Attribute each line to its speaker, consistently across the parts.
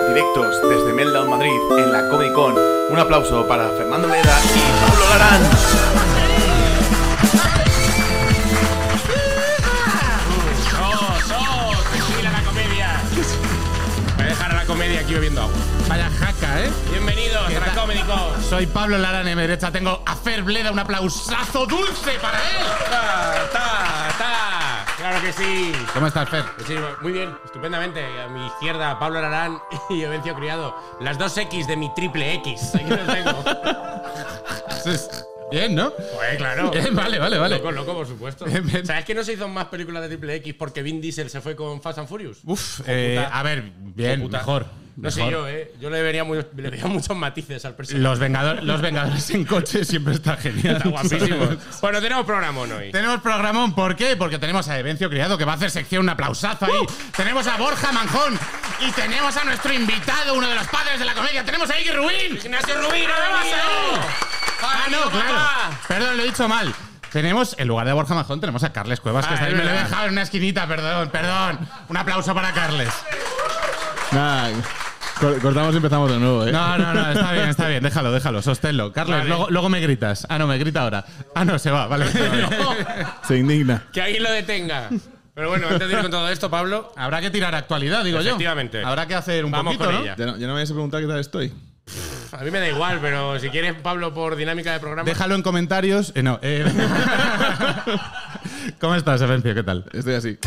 Speaker 1: Directos desde Meltdown Madrid en la Comic Con. Un aplauso para Fernando Leda y Pablo Larán.
Speaker 2: ¡Sos, sos! ¡Vigila la comedia! Voy a dejar a la comedia aquí bebiendo agua.
Speaker 3: Vaya jaca, ¿eh?
Speaker 2: Bienvenidos a la
Speaker 3: tal?
Speaker 2: Comedy Con.
Speaker 3: Soy Pablo Larán, en mi derecha tengo a Fer Bleda, un aplausazo dulce para él.
Speaker 2: Ta, ta, ta. Claro que sí.
Speaker 3: ¿Cómo estás, Fer?
Speaker 2: Que sí, Muy bien, estupendamente. A mi izquierda, Pablo Ararán y Evencio Criado. Las dos X de mi triple X. Aquí los tengo.
Speaker 3: Bien, ¿no?
Speaker 2: Pues claro.
Speaker 3: Bien, Eh, vale, vale, vale.
Speaker 2: Loco, loco, por supuesto.
Speaker 3: Bien, bien.
Speaker 2: ¿Sabes que no se hizo más películas de triple X porque Vin Diesel se fue con Fast and Furious?
Speaker 3: Uf, eh,
Speaker 2: puta.
Speaker 3: a ver, bien,
Speaker 2: Puta.
Speaker 3: mejor.
Speaker 2: No sé
Speaker 3: mejor.
Speaker 2: yo, ¿eh? Yo le vería, muy- le vería muchos matices al personaje.
Speaker 3: Los, Vengador- los Vengadores en coche siempre está genial.
Speaker 2: Está guapísimo. bueno, tenemos programa hoy.
Speaker 3: Tenemos programón, ¿por qué? Porque tenemos a Evencio Criado que va a hacer sección un aplausazo ahí.
Speaker 2: Uh.
Speaker 3: Tenemos a Borja Manjón y tenemos a nuestro invitado, uno de los padres de la comedia. Tenemos a Iggy Rubín.
Speaker 2: Ignacio Rubín, ha venido.
Speaker 3: Ah, no, claro.
Speaker 2: papá.
Speaker 3: Perdón, lo he dicho mal. Tenemos, en lugar de Borja Manjón, tenemos a Carles Cuevas,
Speaker 2: Ah,
Speaker 3: que está ahí.
Speaker 2: es
Speaker 3: Me lo he
Speaker 2: verdad.
Speaker 3: dejado en una esquinita, perdón, perdón. Un aplauso para Carles.
Speaker 4: Nada, cor- cortamos y empezamos de nuevo, ¿eh?
Speaker 3: No, no, no, está bien, está bien. Déjalo, déjalo, sosténlo. Carles,
Speaker 2: Vale.
Speaker 3: luego, luego me gritas. Ah, no, me grita ahora. Ah, no, se va, vale.
Speaker 4: Se indigna.
Speaker 2: Que alguien lo detenga. Pero bueno, antes de ir con todo esto, Pablo,
Speaker 3: Habrá que tirar actualidad, digo yo.
Speaker 2: Efectivamente.
Speaker 3: Habrá que hacer un
Speaker 2: Vamos
Speaker 3: poquito,
Speaker 2: con
Speaker 3: ¿no?
Speaker 2: ella.
Speaker 4: Ya no, ya no me vais a preguntar qué tal estoy.
Speaker 2: a mí me da igual, pero si quieres, Pablo, por dinámica de programa.
Speaker 3: Déjalo en comentarios. Eh, no. eh. ¿Cómo estás, Evencio? ¿Qué tal?
Speaker 4: Estoy así.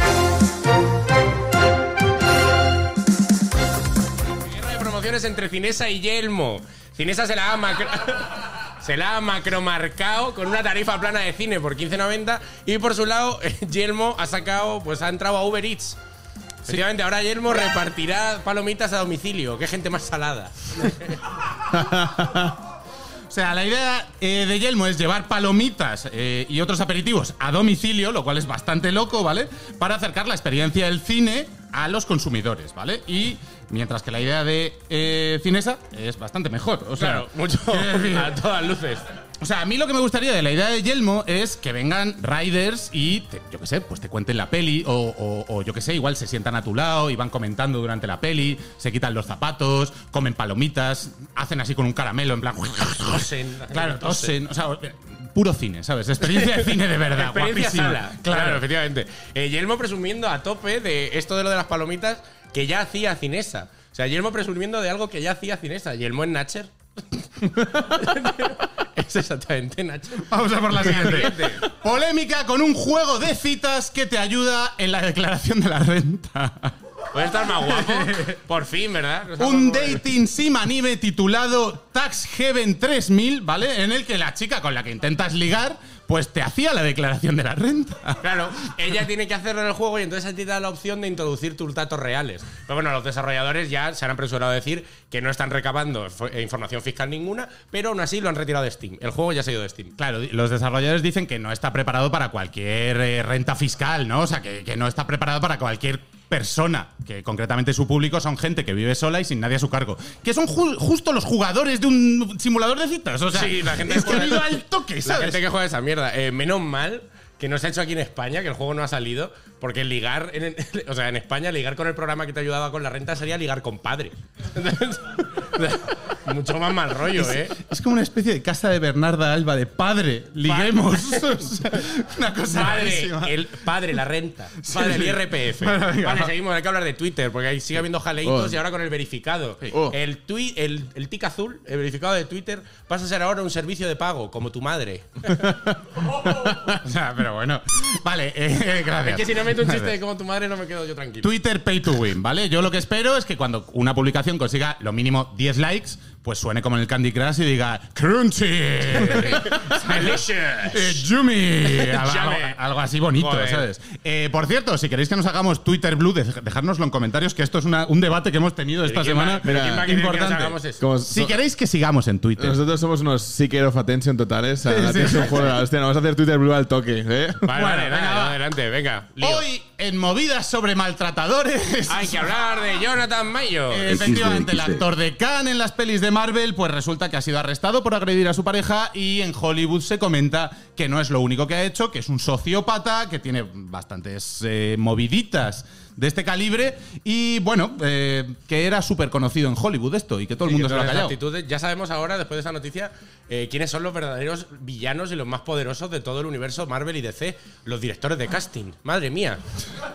Speaker 2: Guerra de promociones entre Cinesa y Yelmo. Cinesa se la ha macro... Se la ha macromarcado con una tarifa plana de cine por 15.90 y por su lado Yelmo ha sacado, pues ha entrado a Uber Eats. Efectivamente, ahora Yelmo repartirá palomitas a domicilio. Qué gente más salada.
Speaker 3: O sea, la idea eh, de Yelmo es llevar palomitas eh, y otros aperitivos a domicilio, lo cual es bastante loco, ¿vale? Para acercar la experiencia del cine a los consumidores, ¿vale? Y mientras que la idea de eh, Cinesa es bastante mejor. O sea,
Speaker 2: Claro, mucho
Speaker 3: quiero decir,
Speaker 2: a todas luces.
Speaker 3: O sea, a mí lo que me gustaría de la idea de Yelmo es que vengan riders y, te- yo qué sé, pues te cuenten la peli o, o- o yo qué sé, igual se sientan a tu lado y van comentando durante la peli, se quitan los zapatos, comen palomitas, hacen así con un caramelo en plan...
Speaker 2: Tosen.
Speaker 3: Claro, tosen, o sea, puro cine, ¿sabes? Experiencia de cine de verdad,
Speaker 2: Experiencia
Speaker 3: guapísima.
Speaker 2: sala. Claro, efectivamente. Eh, Yelmo presumiendo a tope de esto de lo de las palomitas que ya hacía Cinesa. O sea, Yelmo presumiendo de algo que ya hacía Cinesa. Yelmo en Nacher. es exactamente Nacher.
Speaker 3: Vamos a por la siguiente.
Speaker 2: Siguiente.
Speaker 3: Polémica con un juego de citas que te ayuda en la declaración de la renta.
Speaker 2: Puede estar más guapo. Por fin, ¿verdad? Nos
Speaker 3: Un
Speaker 2: vamos a-
Speaker 3: dating sim anime titulado Tax Heaven 3000, ¿vale? En el que la chica con la que intentas ligar, pues te hacía la declaración de la renta.
Speaker 2: Claro, ella tiene que hacerlo en el juego y entonces a ti te da la opción de introducir tus datos reales. Pero bueno, los desarrolladores ya se han apresurado a decir que no están recabando fo- eh, información fiscal ninguna, pero aún así lo han retirado de Steam. El juego ya se ha ido de Steam.
Speaker 3: Claro, los desarrolladores dicen que no está preparado para cualquier eh, renta fiscal, ¿no? O sea, que, que no está preparado para cualquier persona, que concretamente su público son gente que vive sola y sin nadie a su cargo. Que son ju- justo los jugadores de un simulador de citas, o sea,
Speaker 2: Sí, la gente
Speaker 3: es que
Speaker 2: juega-
Speaker 3: han ido al toque,
Speaker 2: La
Speaker 3: ¿sabes?
Speaker 2: gente que juega esa mierda. Eh, menos mal que no se ha hecho aquí en España, que el juego no ha salido, porque ligar, en, o sea, en España, ligar con el programa que te ayudaba con la renta sería ligar con padre. Entonces, mucho más mal rollo, ¿eh?
Speaker 3: Es como una especie de casa de Bernarda Alba de padre, liguemos. O sea, una cosa
Speaker 2: Padre,
Speaker 3: rarísima.
Speaker 2: el, padre, la renta. Padre, el
Speaker 3: sí.
Speaker 2: IRPF.
Speaker 3: Bueno, venga,
Speaker 2: vale,
Speaker 3: va.
Speaker 2: seguimos, hay que hablar de Twitter, porque ahí sigue habiendo jaleitos
Speaker 4: Oh.
Speaker 2: y ahora con el verificado.
Speaker 4: Oh.
Speaker 2: El, tui- el, el tic azul, el verificado de Twitter, pasa a ser ahora un servicio de pago, como tu madre.
Speaker 3: O sea, pero bueno. Vale, eh, gracias.
Speaker 2: Es que si no meto un chiste de como tu madre, no me quedo yo tranquilo.
Speaker 3: Twitter pay to win, ¿vale? Yo lo que espero es que cuando una publicación consiga lo mínimo 10 likes, pues suene como en el Candy Crush y diga Crunchy,
Speaker 2: Delicious.
Speaker 3: eh, Yummy, algo,
Speaker 2: Yummy.
Speaker 3: algo así bonito,
Speaker 2: Joder.
Speaker 3: ¿sabes? Eh, por cierto, si queréis que nos hagamos Twitter Blue, dej- dejárnoslo en comentarios, que esto es una- un debate que hemos tenido esta
Speaker 2: ¿Quién va-
Speaker 3: semana.
Speaker 2: pero quién va a querer que nos
Speaker 3: importante.
Speaker 2: hagamos eso?
Speaker 4: Como
Speaker 3: Si
Speaker 4: so-
Speaker 3: queréis que sigamos en Twitter.
Speaker 4: nosotros somos unos seeker of attention totales. O sea, la atención juego de la hostia. Nos vamos a hacer Twitter Blue al toque, ¿eh?
Speaker 2: Vale,
Speaker 3: Bueno,
Speaker 2: vale,
Speaker 3: venga,
Speaker 2: dale,
Speaker 3: va.
Speaker 2: adelante, venga. lío.
Speaker 3: Hoy, en movidas sobre maltratadores.
Speaker 2: Hay que hablar de Jonathan Mayo.
Speaker 3: Eh, Efectivamente, el actor de Khan en las pelis de Marvel, pues resulta que ha sido arrestado por agredir a su pareja y en Hollywood se comenta que no es lo único que ha hecho, que es un sociópata, que tiene bastantes eh, moviditas de este calibre. Y bueno, eh, que era súper conocido en Hollywood esto y que todo el
Speaker 2: Sí, que
Speaker 3: mundo se lo ha
Speaker 2: todas esas
Speaker 3: callado.
Speaker 2: actitudes. Ya sabemos ahora, después de esa noticia, eh, quiénes son los verdaderos villanos y los más poderosos de todo el universo Marvel y DC. Los directores de casting. Madre mía.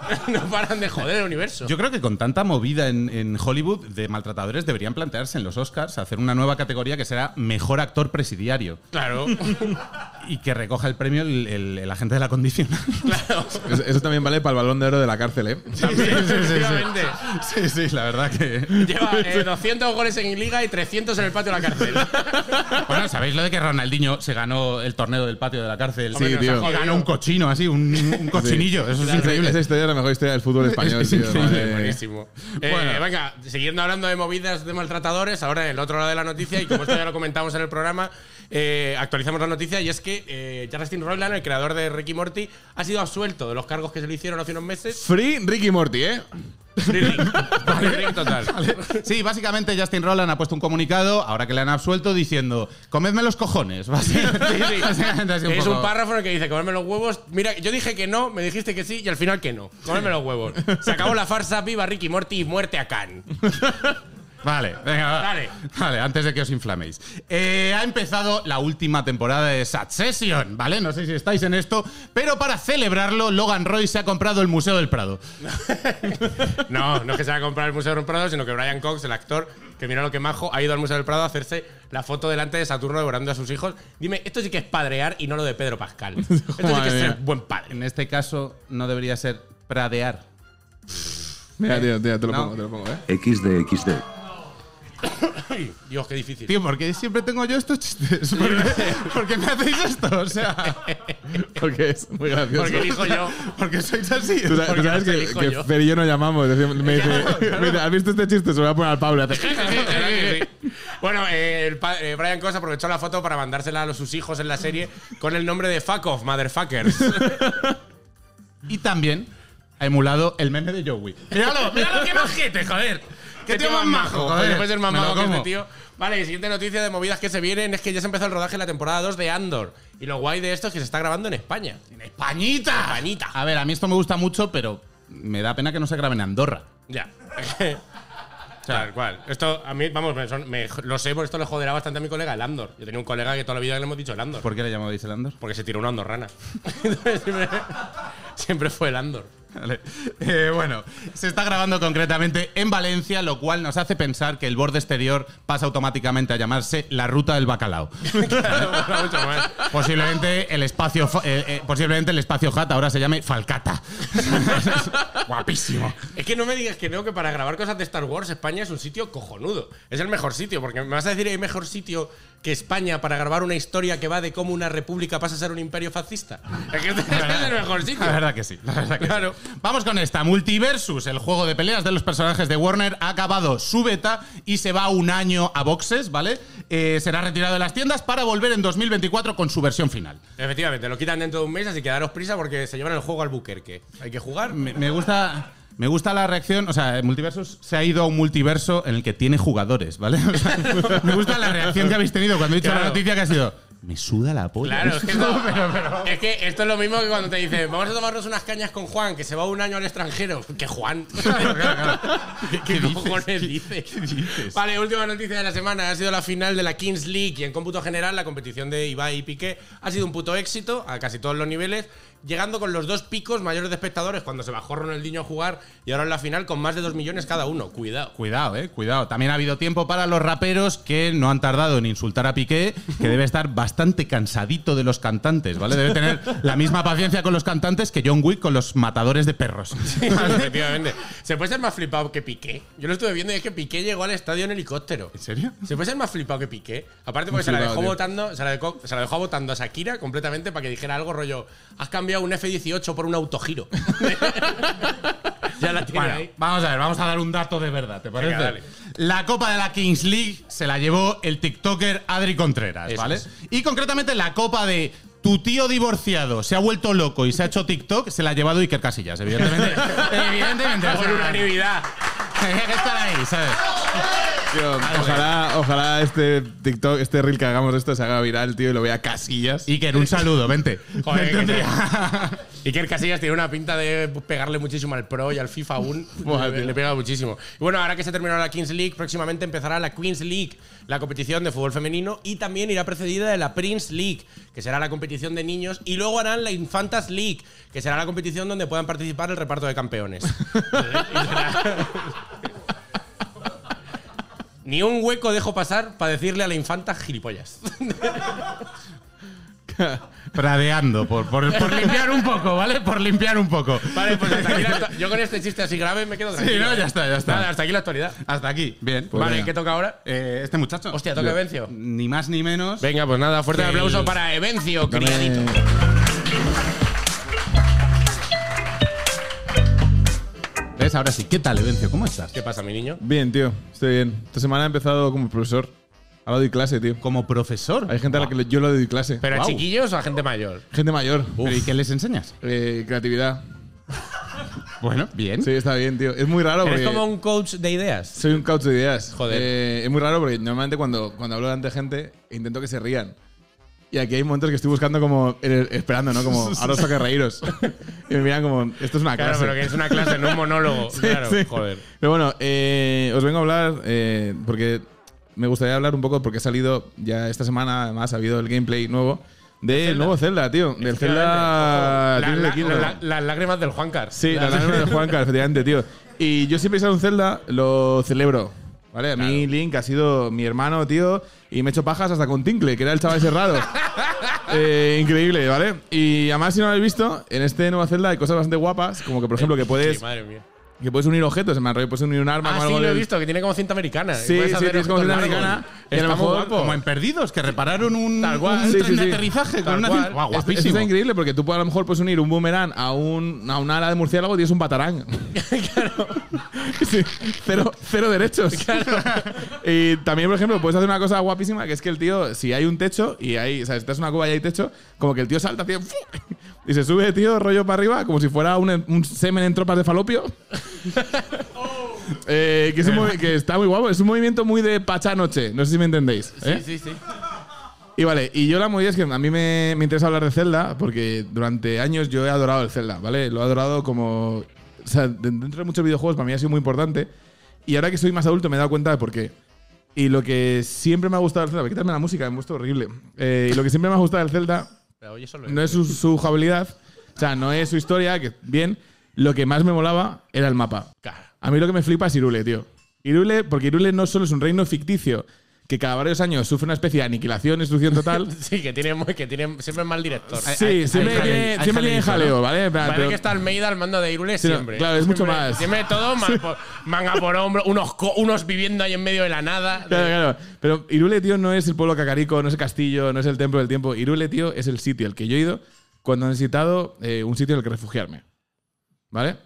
Speaker 2: no paran de joder el universo.
Speaker 3: Yo creo que con tanta movida en, en Hollywood de maltratadores deberían plantearse en los Oscars hacer una nueva categoría que será Mejor Actor Presidiario
Speaker 2: claro.
Speaker 3: y que recoja el premio el, el- el agente de la condición.
Speaker 2: claro.
Speaker 4: Es- Eso también vale para el balón de oro de la cárcel, ¿eh?
Speaker 2: Efectivamente.
Speaker 3: sí, sí, la verdad que...
Speaker 2: Lleva eh, 200 goles en liga y 300 en el patio de la cárcel.
Speaker 3: Bueno, ¿sabéis lo de que Ronaldinho se ganó el torneo del patio de la cárcel?
Speaker 4: Sí, tío.
Speaker 3: Y ganó un cochino, así, un, un cochinillo. Eso es increíble.
Speaker 4: Esa historia es la mejor historia del fútbol español,
Speaker 3: Es
Speaker 4: tío.
Speaker 3: increíble,
Speaker 4: madre mía.
Speaker 2: Buenísimo. Eh,
Speaker 3: Bueno.
Speaker 2: venga, siguiendo hablando de movidas de maltratadores, ahora en el otro lado de la noticia, y como esto ya lo comentamos en el programa, eh, actualizamos la noticia y es que eh, ya Justin Roiland, el creador de Ricky Morty, ha sido absuelto de los cargos que se le hicieron hace unos meses.
Speaker 4: Free Ricky Morty, ¿eh?
Speaker 2: Free ring. Free ring total.
Speaker 3: Sí, básicamente Justin Roland ha puesto un comunicado, ahora que le han absuelto, diciendo, comedme los cojones. Básicamente,
Speaker 2: Sí, sí.
Speaker 3: básicamente así
Speaker 2: es
Speaker 3: poco.
Speaker 2: un párrafo en el que dice comerme los huevos. Mira, yo dije que no, me dijiste que sí y al final que no. Comerme los huevos. Se acabó la farsa, viva Ricky Morty y muerte a Khan.
Speaker 3: Vale, venga, va.
Speaker 2: Dale.
Speaker 3: Vale, antes de que os inflaméis. Eh, ha empezado la última temporada de Succession, ¿vale? No sé si estáis en esto, pero para celebrarlo, Logan Roy se ha comprado el Museo del Prado.
Speaker 2: No, no es que se va a comprar el Museo del Prado, sino que Brian Cox, el actor, que mira lo que majo, ha ido al Museo del Prado a hacerse la foto delante de Saturno devorando a sus hijos. Dime, esto sí que es padrear y no lo de Pedro Pascal. Esto sí que
Speaker 4: Madre
Speaker 2: es ser
Speaker 4: mía.
Speaker 2: buen padre.
Speaker 3: En este caso, no debería ser pradear.
Speaker 4: Mira, tío, tío, te lo
Speaker 3: No.
Speaker 4: pongo, te lo pongo, ¿eh?
Speaker 5: XD, XD.
Speaker 2: Ay, Dios, qué difícil.
Speaker 3: Tío, ¿por qué siempre tengo yo estos chistes? ¿Por qué, por qué me hacéis esto? O sea,
Speaker 4: Porque es muy gracioso.
Speaker 2: Porque elijo yo.
Speaker 3: porque sois así.
Speaker 4: Tú sabes,
Speaker 2: porque
Speaker 4: tú sabes
Speaker 2: no te
Speaker 4: que,
Speaker 2: elijo
Speaker 4: que
Speaker 2: yo.
Speaker 4: Fer y yo nos llamamos. decimos- Me dice, me dice, ¿has visto este chiste? Se lo voy a poner al Pablo. y hace,
Speaker 2: Sí, sí, sí, sí. Bueno, eh, el pa- eh, Brian Cox aprovechó la foto para mandársela a los- sus hijos en la serie con el nombre de Fuck Off, Motherfuckers.
Speaker 3: Y también ha emulado el meme de Joey.
Speaker 2: Míralo, míralo, qué majete, joder.
Speaker 3: Qué tío más majo, joder.
Speaker 2: Puede ser más
Speaker 3: Me lo
Speaker 2: majo que este
Speaker 3: como.
Speaker 2: tío. Vale, y siguiente noticia de movidas que se vienen es que ya se empezó el rodaje de la temporada 2 de Andor. Y lo guay de esto es que se está grabando en España. En
Speaker 3: ¡Españita!
Speaker 2: Españita.
Speaker 3: A ver, a mí esto me gusta mucho, pero me da pena que no se grabe en Andorra.
Speaker 2: Ya. Tal cual. Esto a mí, vamos, me son- me- lo sé, por esto le joderá bastante a mi colega, el Andor. Yo tenía un colega que toda la vida le hemos dicho el Andor.
Speaker 3: ¿Por qué le llamabais el Andor?
Speaker 2: Porque se tiró una andorrana. Entonces, siempre, siempre fue el Andor.
Speaker 3: Vale. Eh, bueno, se está grabando concretamente en Valencia, lo cual nos hace pensar que el borde exterior pasa automáticamente a llamarse la ruta del bacalao.
Speaker 2: Claro, mola mucho más.
Speaker 3: Posiblemente el espacio, fa- eh, eh, posiblemente el espacio Jata ahora se llame Falcata. Guapísimo.
Speaker 2: Es que no me digas que no, que para grabar cosas de Star Wars España es un sitio cojonudo. Es el mejor sitio, porque me vas a decir hay mejor sitio que España para grabar una historia que va de cómo una república pasa a ser un imperio fascista. Es que este, este es el mejor sitio.
Speaker 3: La verdad que sí, la verdad que
Speaker 2: Claro.
Speaker 3: sí. Vamos con esta. Multiversus, el juego de peleas de los personajes de Warner, ha acabado su beta y se va un año a boxes, ¿vale? Eh, será retirado de las tiendas para volver en 2024 con su versión final.
Speaker 2: Efectivamente, lo quitan dentro de un mes, así que daros prisa porque se llevan el juego al buquerque. Hay que jugar.
Speaker 3: Me, me gusta. Me gusta la reacción, o sea, Multiversus se ha ido a un multiverso en el que tiene jugadores, ¿vale? O sea, me gusta la reacción que habéis tenido cuando he dicho la
Speaker 2: Claro.
Speaker 3: noticia que ha sido, me suda la polla.
Speaker 2: Claro, es que, esto, es que esto es lo mismo que cuando te dicen, vamos a tomarnos unas cañas con Juan, que se va un año al extranjero. ¿Qué Juan? ¿Qué,
Speaker 3: ¿Qué dices?
Speaker 2: cojones dices? Vale, última noticia de la semana. Ha sido la final de la Kings League y en cómputo general la competición de Ibai y Piqué ha sido un puto éxito a casi todos los niveles, llegando con los dos picos mayores de espectadores cuando se bajó Ronaldinho a jugar y ahora en la final con más de dos millones cada uno. Cuidado.
Speaker 3: Cuidado, eh, cuidado. También ha habido tiempo para los raperos que no han tardado en insultar a Piqué, que debe estar bastante cansadito de los cantantes, ¿vale? Debe tener la misma paciencia con los cantantes que John Wick con los matadores de perros.
Speaker 2: Efectivamente. ¿Se puede ser más flipado que Piqué? Yo lo estuve viendo y es que Piqué llegó al estadio en helicóptero.
Speaker 3: ¿En serio?
Speaker 2: ¿Se puede ser más flipado que Piqué? Aparte
Speaker 4: Muy
Speaker 2: porque se la,
Speaker 4: flipado,
Speaker 2: dejó
Speaker 4: tío.
Speaker 2: votando, se, la dejó, se la dejó votando a Shakira completamente para que dijera algo rollo has cambiado un F-18 por un autogiro. ya la tiene
Speaker 3: Bueno,
Speaker 2: ahí.
Speaker 3: vamos a ver, vamos a dar un dato de verdad, ¿te parece?
Speaker 2: Venga, dale.
Speaker 3: la Copa de la Kings League se la llevó el TikToker Adri Contreras,
Speaker 2: Eso
Speaker 3: ¿vale?
Speaker 2: es.
Speaker 3: Y concretamente la Copa de tu tío divorciado se ha vuelto loco y se ha hecho TikTok, se la ha llevado Iker Casillas, evidentemente. evidentemente. o
Speaker 2: Por
Speaker 3: sea,
Speaker 2: unanimidad.
Speaker 3: Tenía que estar ahí, ¿sabes?
Speaker 4: Tío, ojalá, ojalá este TikTok, este reel que hagamos de esto se haga viral, tío, y lo vea casillas.
Speaker 3: Iker, un saludo, vente.
Speaker 2: Joder,
Speaker 3: Vente un
Speaker 2: que te-
Speaker 3: día.
Speaker 2: Iker Casillas tiene una pinta de pegarle muchísimo al Pro y al FIFA aún.
Speaker 4: Buah,
Speaker 2: le,
Speaker 4: tío.
Speaker 2: le pega muchísimo. Y bueno, ahora que se terminó la Kings League, próximamente empezará la Queens League, la competición de fútbol femenino, y también irá precedida de la Prince League, que será la competición de niños, y luego harán la Infantas League, que será la competición donde puedan participar el reparto de campeones. Y será- Ni un hueco dejo pasar para decirle a la infanta gilipollas.
Speaker 3: Pradeando, por, por- por limpiar un poco, ¿vale? Por limpiar un poco.
Speaker 2: Vale, pues hasta aquí la actu- Yo con este chiste así grave me quedo tranquilo. ¿eh?
Speaker 3: no, ya está, ya está.
Speaker 2: Nada, hasta aquí la actualidad.
Speaker 3: Hasta aquí, bien. pues
Speaker 2: vale,
Speaker 3: venga.
Speaker 2: ¿qué toca ahora?
Speaker 3: Eh, este muchacho.
Speaker 2: Hostia, toca
Speaker 3: Yo-
Speaker 2: Evencio.
Speaker 3: Ni más ni menos.
Speaker 2: Venga, pues nada, fuerte
Speaker 3: Sí.
Speaker 2: aplauso para Evencio,
Speaker 4: Dame-
Speaker 2: criadito.
Speaker 3: ¿Ves? Ahora sí. ¿Qué tal, Evencio? ¿Cómo estás?
Speaker 2: ¿Qué pasa, mi niño?
Speaker 4: Bien, tío, estoy bien. Esta semana he empezado como profesor. Ahora doy clase, tío.
Speaker 3: Como profesor.
Speaker 4: Hay gente a la que le- yo le doy clase.
Speaker 2: ¿Pero a
Speaker 3: Guau.
Speaker 2: chiquillos o a gente mayor?
Speaker 4: Gente mayor.
Speaker 3: ¿Pero ¿Y qué les enseñas?
Speaker 4: Eh, creatividad.
Speaker 3: Bueno, bien.
Speaker 4: Sí, está bien, tío. Es muy raro
Speaker 2: ¿Eh? Eres
Speaker 4: porque
Speaker 2: como un coach de ideas.
Speaker 4: soy un couch de ideas.
Speaker 2: Joder.
Speaker 4: Eh, es muy raro porque normalmente cuando, cuando hablo ante gente intento que se rían. Y aquí hay momentos que estoy buscando como eh, esperando, ¿no? Como ahora os toca reíros. y me miran como esto es una
Speaker 2: Claro,
Speaker 4: clase.
Speaker 2: pero que es una clase, no un monólogo. claro,
Speaker 4: Sí.
Speaker 2: joder.
Speaker 4: Pero bueno, eh, os vengo a hablar eh, porque me gustaría hablar un poco porque ha salido ya esta semana, además ha habido el gameplay nuevo del nuevo Zelda, tío. Del Zelda...
Speaker 2: La-
Speaker 4: Tears of the
Speaker 2: la-
Speaker 4: Kingdom.
Speaker 2: la- Las lágrimas del Juan Car.
Speaker 4: Sí, la lágrima de Juanca, efectivamente, tío. Y yo siempre he sido un Zelda, lo celebro. ¿Vale? A mí Link ha sido mi hermano, tío, y me he hecho pajas hasta con Tinkle, que era el chaval ese raro. Eh, increíble, ¿vale? Y además, si no lo habéis visto, en este nuevo Zelda hay cosas bastante guapas, como que, por ejemplo, que puedes,
Speaker 2: Sí, madre mía.
Speaker 4: que puedes unir objetos, en plan, rollo, puedes unir un arma
Speaker 2: Ah,
Speaker 4: con
Speaker 2: sí,
Speaker 4: algo
Speaker 2: lo he
Speaker 4: del-
Speaker 2: visto, que tiene como cinta americana.
Speaker 4: Sí,
Speaker 2: Puedes
Speaker 4: sí,
Speaker 2: hacer
Speaker 4: tienes como cinta
Speaker 2: objetos largos.
Speaker 4: americana. Y a lo
Speaker 2: Está muy
Speaker 4: mejor,
Speaker 2: guapo.
Speaker 3: Como en Perdidos, que repararon un,
Speaker 2: Tal cual.
Speaker 3: un
Speaker 4: Sí,
Speaker 3: tren
Speaker 4: sí,
Speaker 3: de
Speaker 4: sí.
Speaker 3: aterrizaje
Speaker 2: Tal
Speaker 3: con una
Speaker 2: cual.
Speaker 3: cinta- Guau,
Speaker 4: Esto- esto
Speaker 3: guapísimo.
Speaker 4: está increíble porque tú a lo mejor puedes unir un boomerang a, un, a una ala de murciélago y tienes un batarán. Sí, cero, cero derechos. y también, por ejemplo, puedes hacer una cosa guapísima que es que el tío, si hay un techo y hay, o sea, si estás en una cuba y hay techo, como que el tío salta, tío, y se sube, tío, rollo para arriba, como si fuera un, un semen en tropas de falopio. Eh, que, es un movi- que está muy guapo, es un movimiento muy de pachanoche, no sé si me entendéis. ¿eh?
Speaker 2: Sí, sí, sí.
Speaker 4: Y vale, y yo la movida es que a mí me, me interesa hablar de Zelda, porque durante años yo he adorado el Zelda, ¿vale? Lo he adorado como. O sea, de- dentro de muchos videojuegos para mí ha sido muy importante. Y ahora que soy más adulto me he dado cuenta de por qué. Y lo que siempre me ha gustado del Zelda, voy a quitarme la música, me he puesto horrible. Eh, y lo que siempre me ha gustado del Zelda
Speaker 2: Pero oye, solo
Speaker 4: no es su, su jugabilidad, o sea, no es su historia, que bien. Lo que más me molaba era el mapa.
Speaker 2: Claro.
Speaker 4: A mí lo que me flipa es Irule, tío. Irule, porque Irule no solo es un reino ficticio que cada varios años sufre una especie de aniquilación, destrucción total.
Speaker 2: Sí, que tiene, muy- que tiene siempre es mal director.
Speaker 4: Sí, siempre
Speaker 3: hay jale-
Speaker 4: tiene,
Speaker 3: hay
Speaker 4: siempre tiene
Speaker 3: jaleito,
Speaker 4: jaleo, ¿vale? En plan,
Speaker 2: Parece
Speaker 4: pero-
Speaker 2: que está Almeida al mando de Irule
Speaker 4: Sí, no,
Speaker 2: siempre.
Speaker 4: claro, es mucho
Speaker 2: Siempre-
Speaker 4: más.
Speaker 2: Siempre todo man- por- manga por hombro, unos, co- unos viviendo ahí en medio de la nada.
Speaker 4: Claro, claro. Pero Irule, tío, no es el pueblo cacarico, no es el castillo, no es el templo del tiempo. Irule, tío, es el sitio al que yo he ido cuando he necesitado eh, un sitio en el que refugiarme. ¿vale?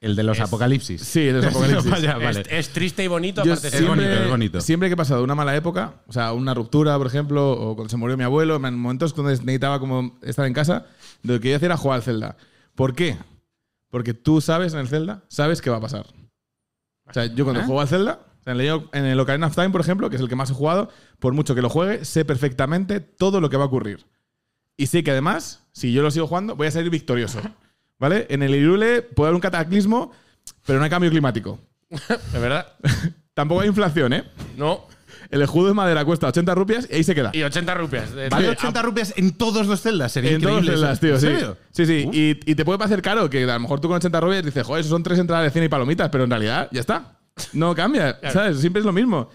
Speaker 3: El de los apocalipsis. Este,
Speaker 4: Sí, el de los apocalipsis.
Speaker 3: Vaya,
Speaker 2: Es-
Speaker 3: vale.
Speaker 2: es, triste y bonito,
Speaker 4: Yo
Speaker 2: aparte de
Speaker 4: siempre-
Speaker 3: bonito, es bonito.
Speaker 4: Siempre que he pasado una mala época, o sea, una ruptura, por ejemplo, o cuando se murió mi abuelo, en momentos donde necesitaba como estar en casa, lo que yo hacía era jugar al Zelda. ¿Por qué? Porque tú sabes en el Zelda, sabes qué va a pasar. O sea, yo
Speaker 3: Ah.
Speaker 4: cuando juego al Zelda, o sea, en el- en el Ocarina of Time, por ejemplo, que es el que más he jugado, por mucho que lo juegue, sé perfectamente todo lo que va a ocurrir. Y sé que además, si yo lo sigo jugando, voy a salir victorioso. ¿Vale? En el Irule puede haber un cataclismo, pero no hay cambio climático.
Speaker 2: ¿Es verdad?
Speaker 4: Tampoco hay inflación, ¿eh?
Speaker 2: No.
Speaker 4: El escudo de madera cuesta 80 rupias y ahí se queda.
Speaker 2: Y 80 rupias. Eh,
Speaker 3: Vale,
Speaker 2: eh,
Speaker 3: 80 rupias en todos los celdas. Sería
Speaker 4: en todos
Speaker 3: increíble eso.
Speaker 4: las, tío,
Speaker 3: ¿En
Speaker 4: sí.
Speaker 3: serio?
Speaker 4: Sí, sí. Y, y te puede parecer caro, que a lo mejor tú con 80 rupias dices, joder, eso son tres entradas de cine y palomitas, pero en realidad ya está. No cambia, ¿sabes? Siempre es lo mismo.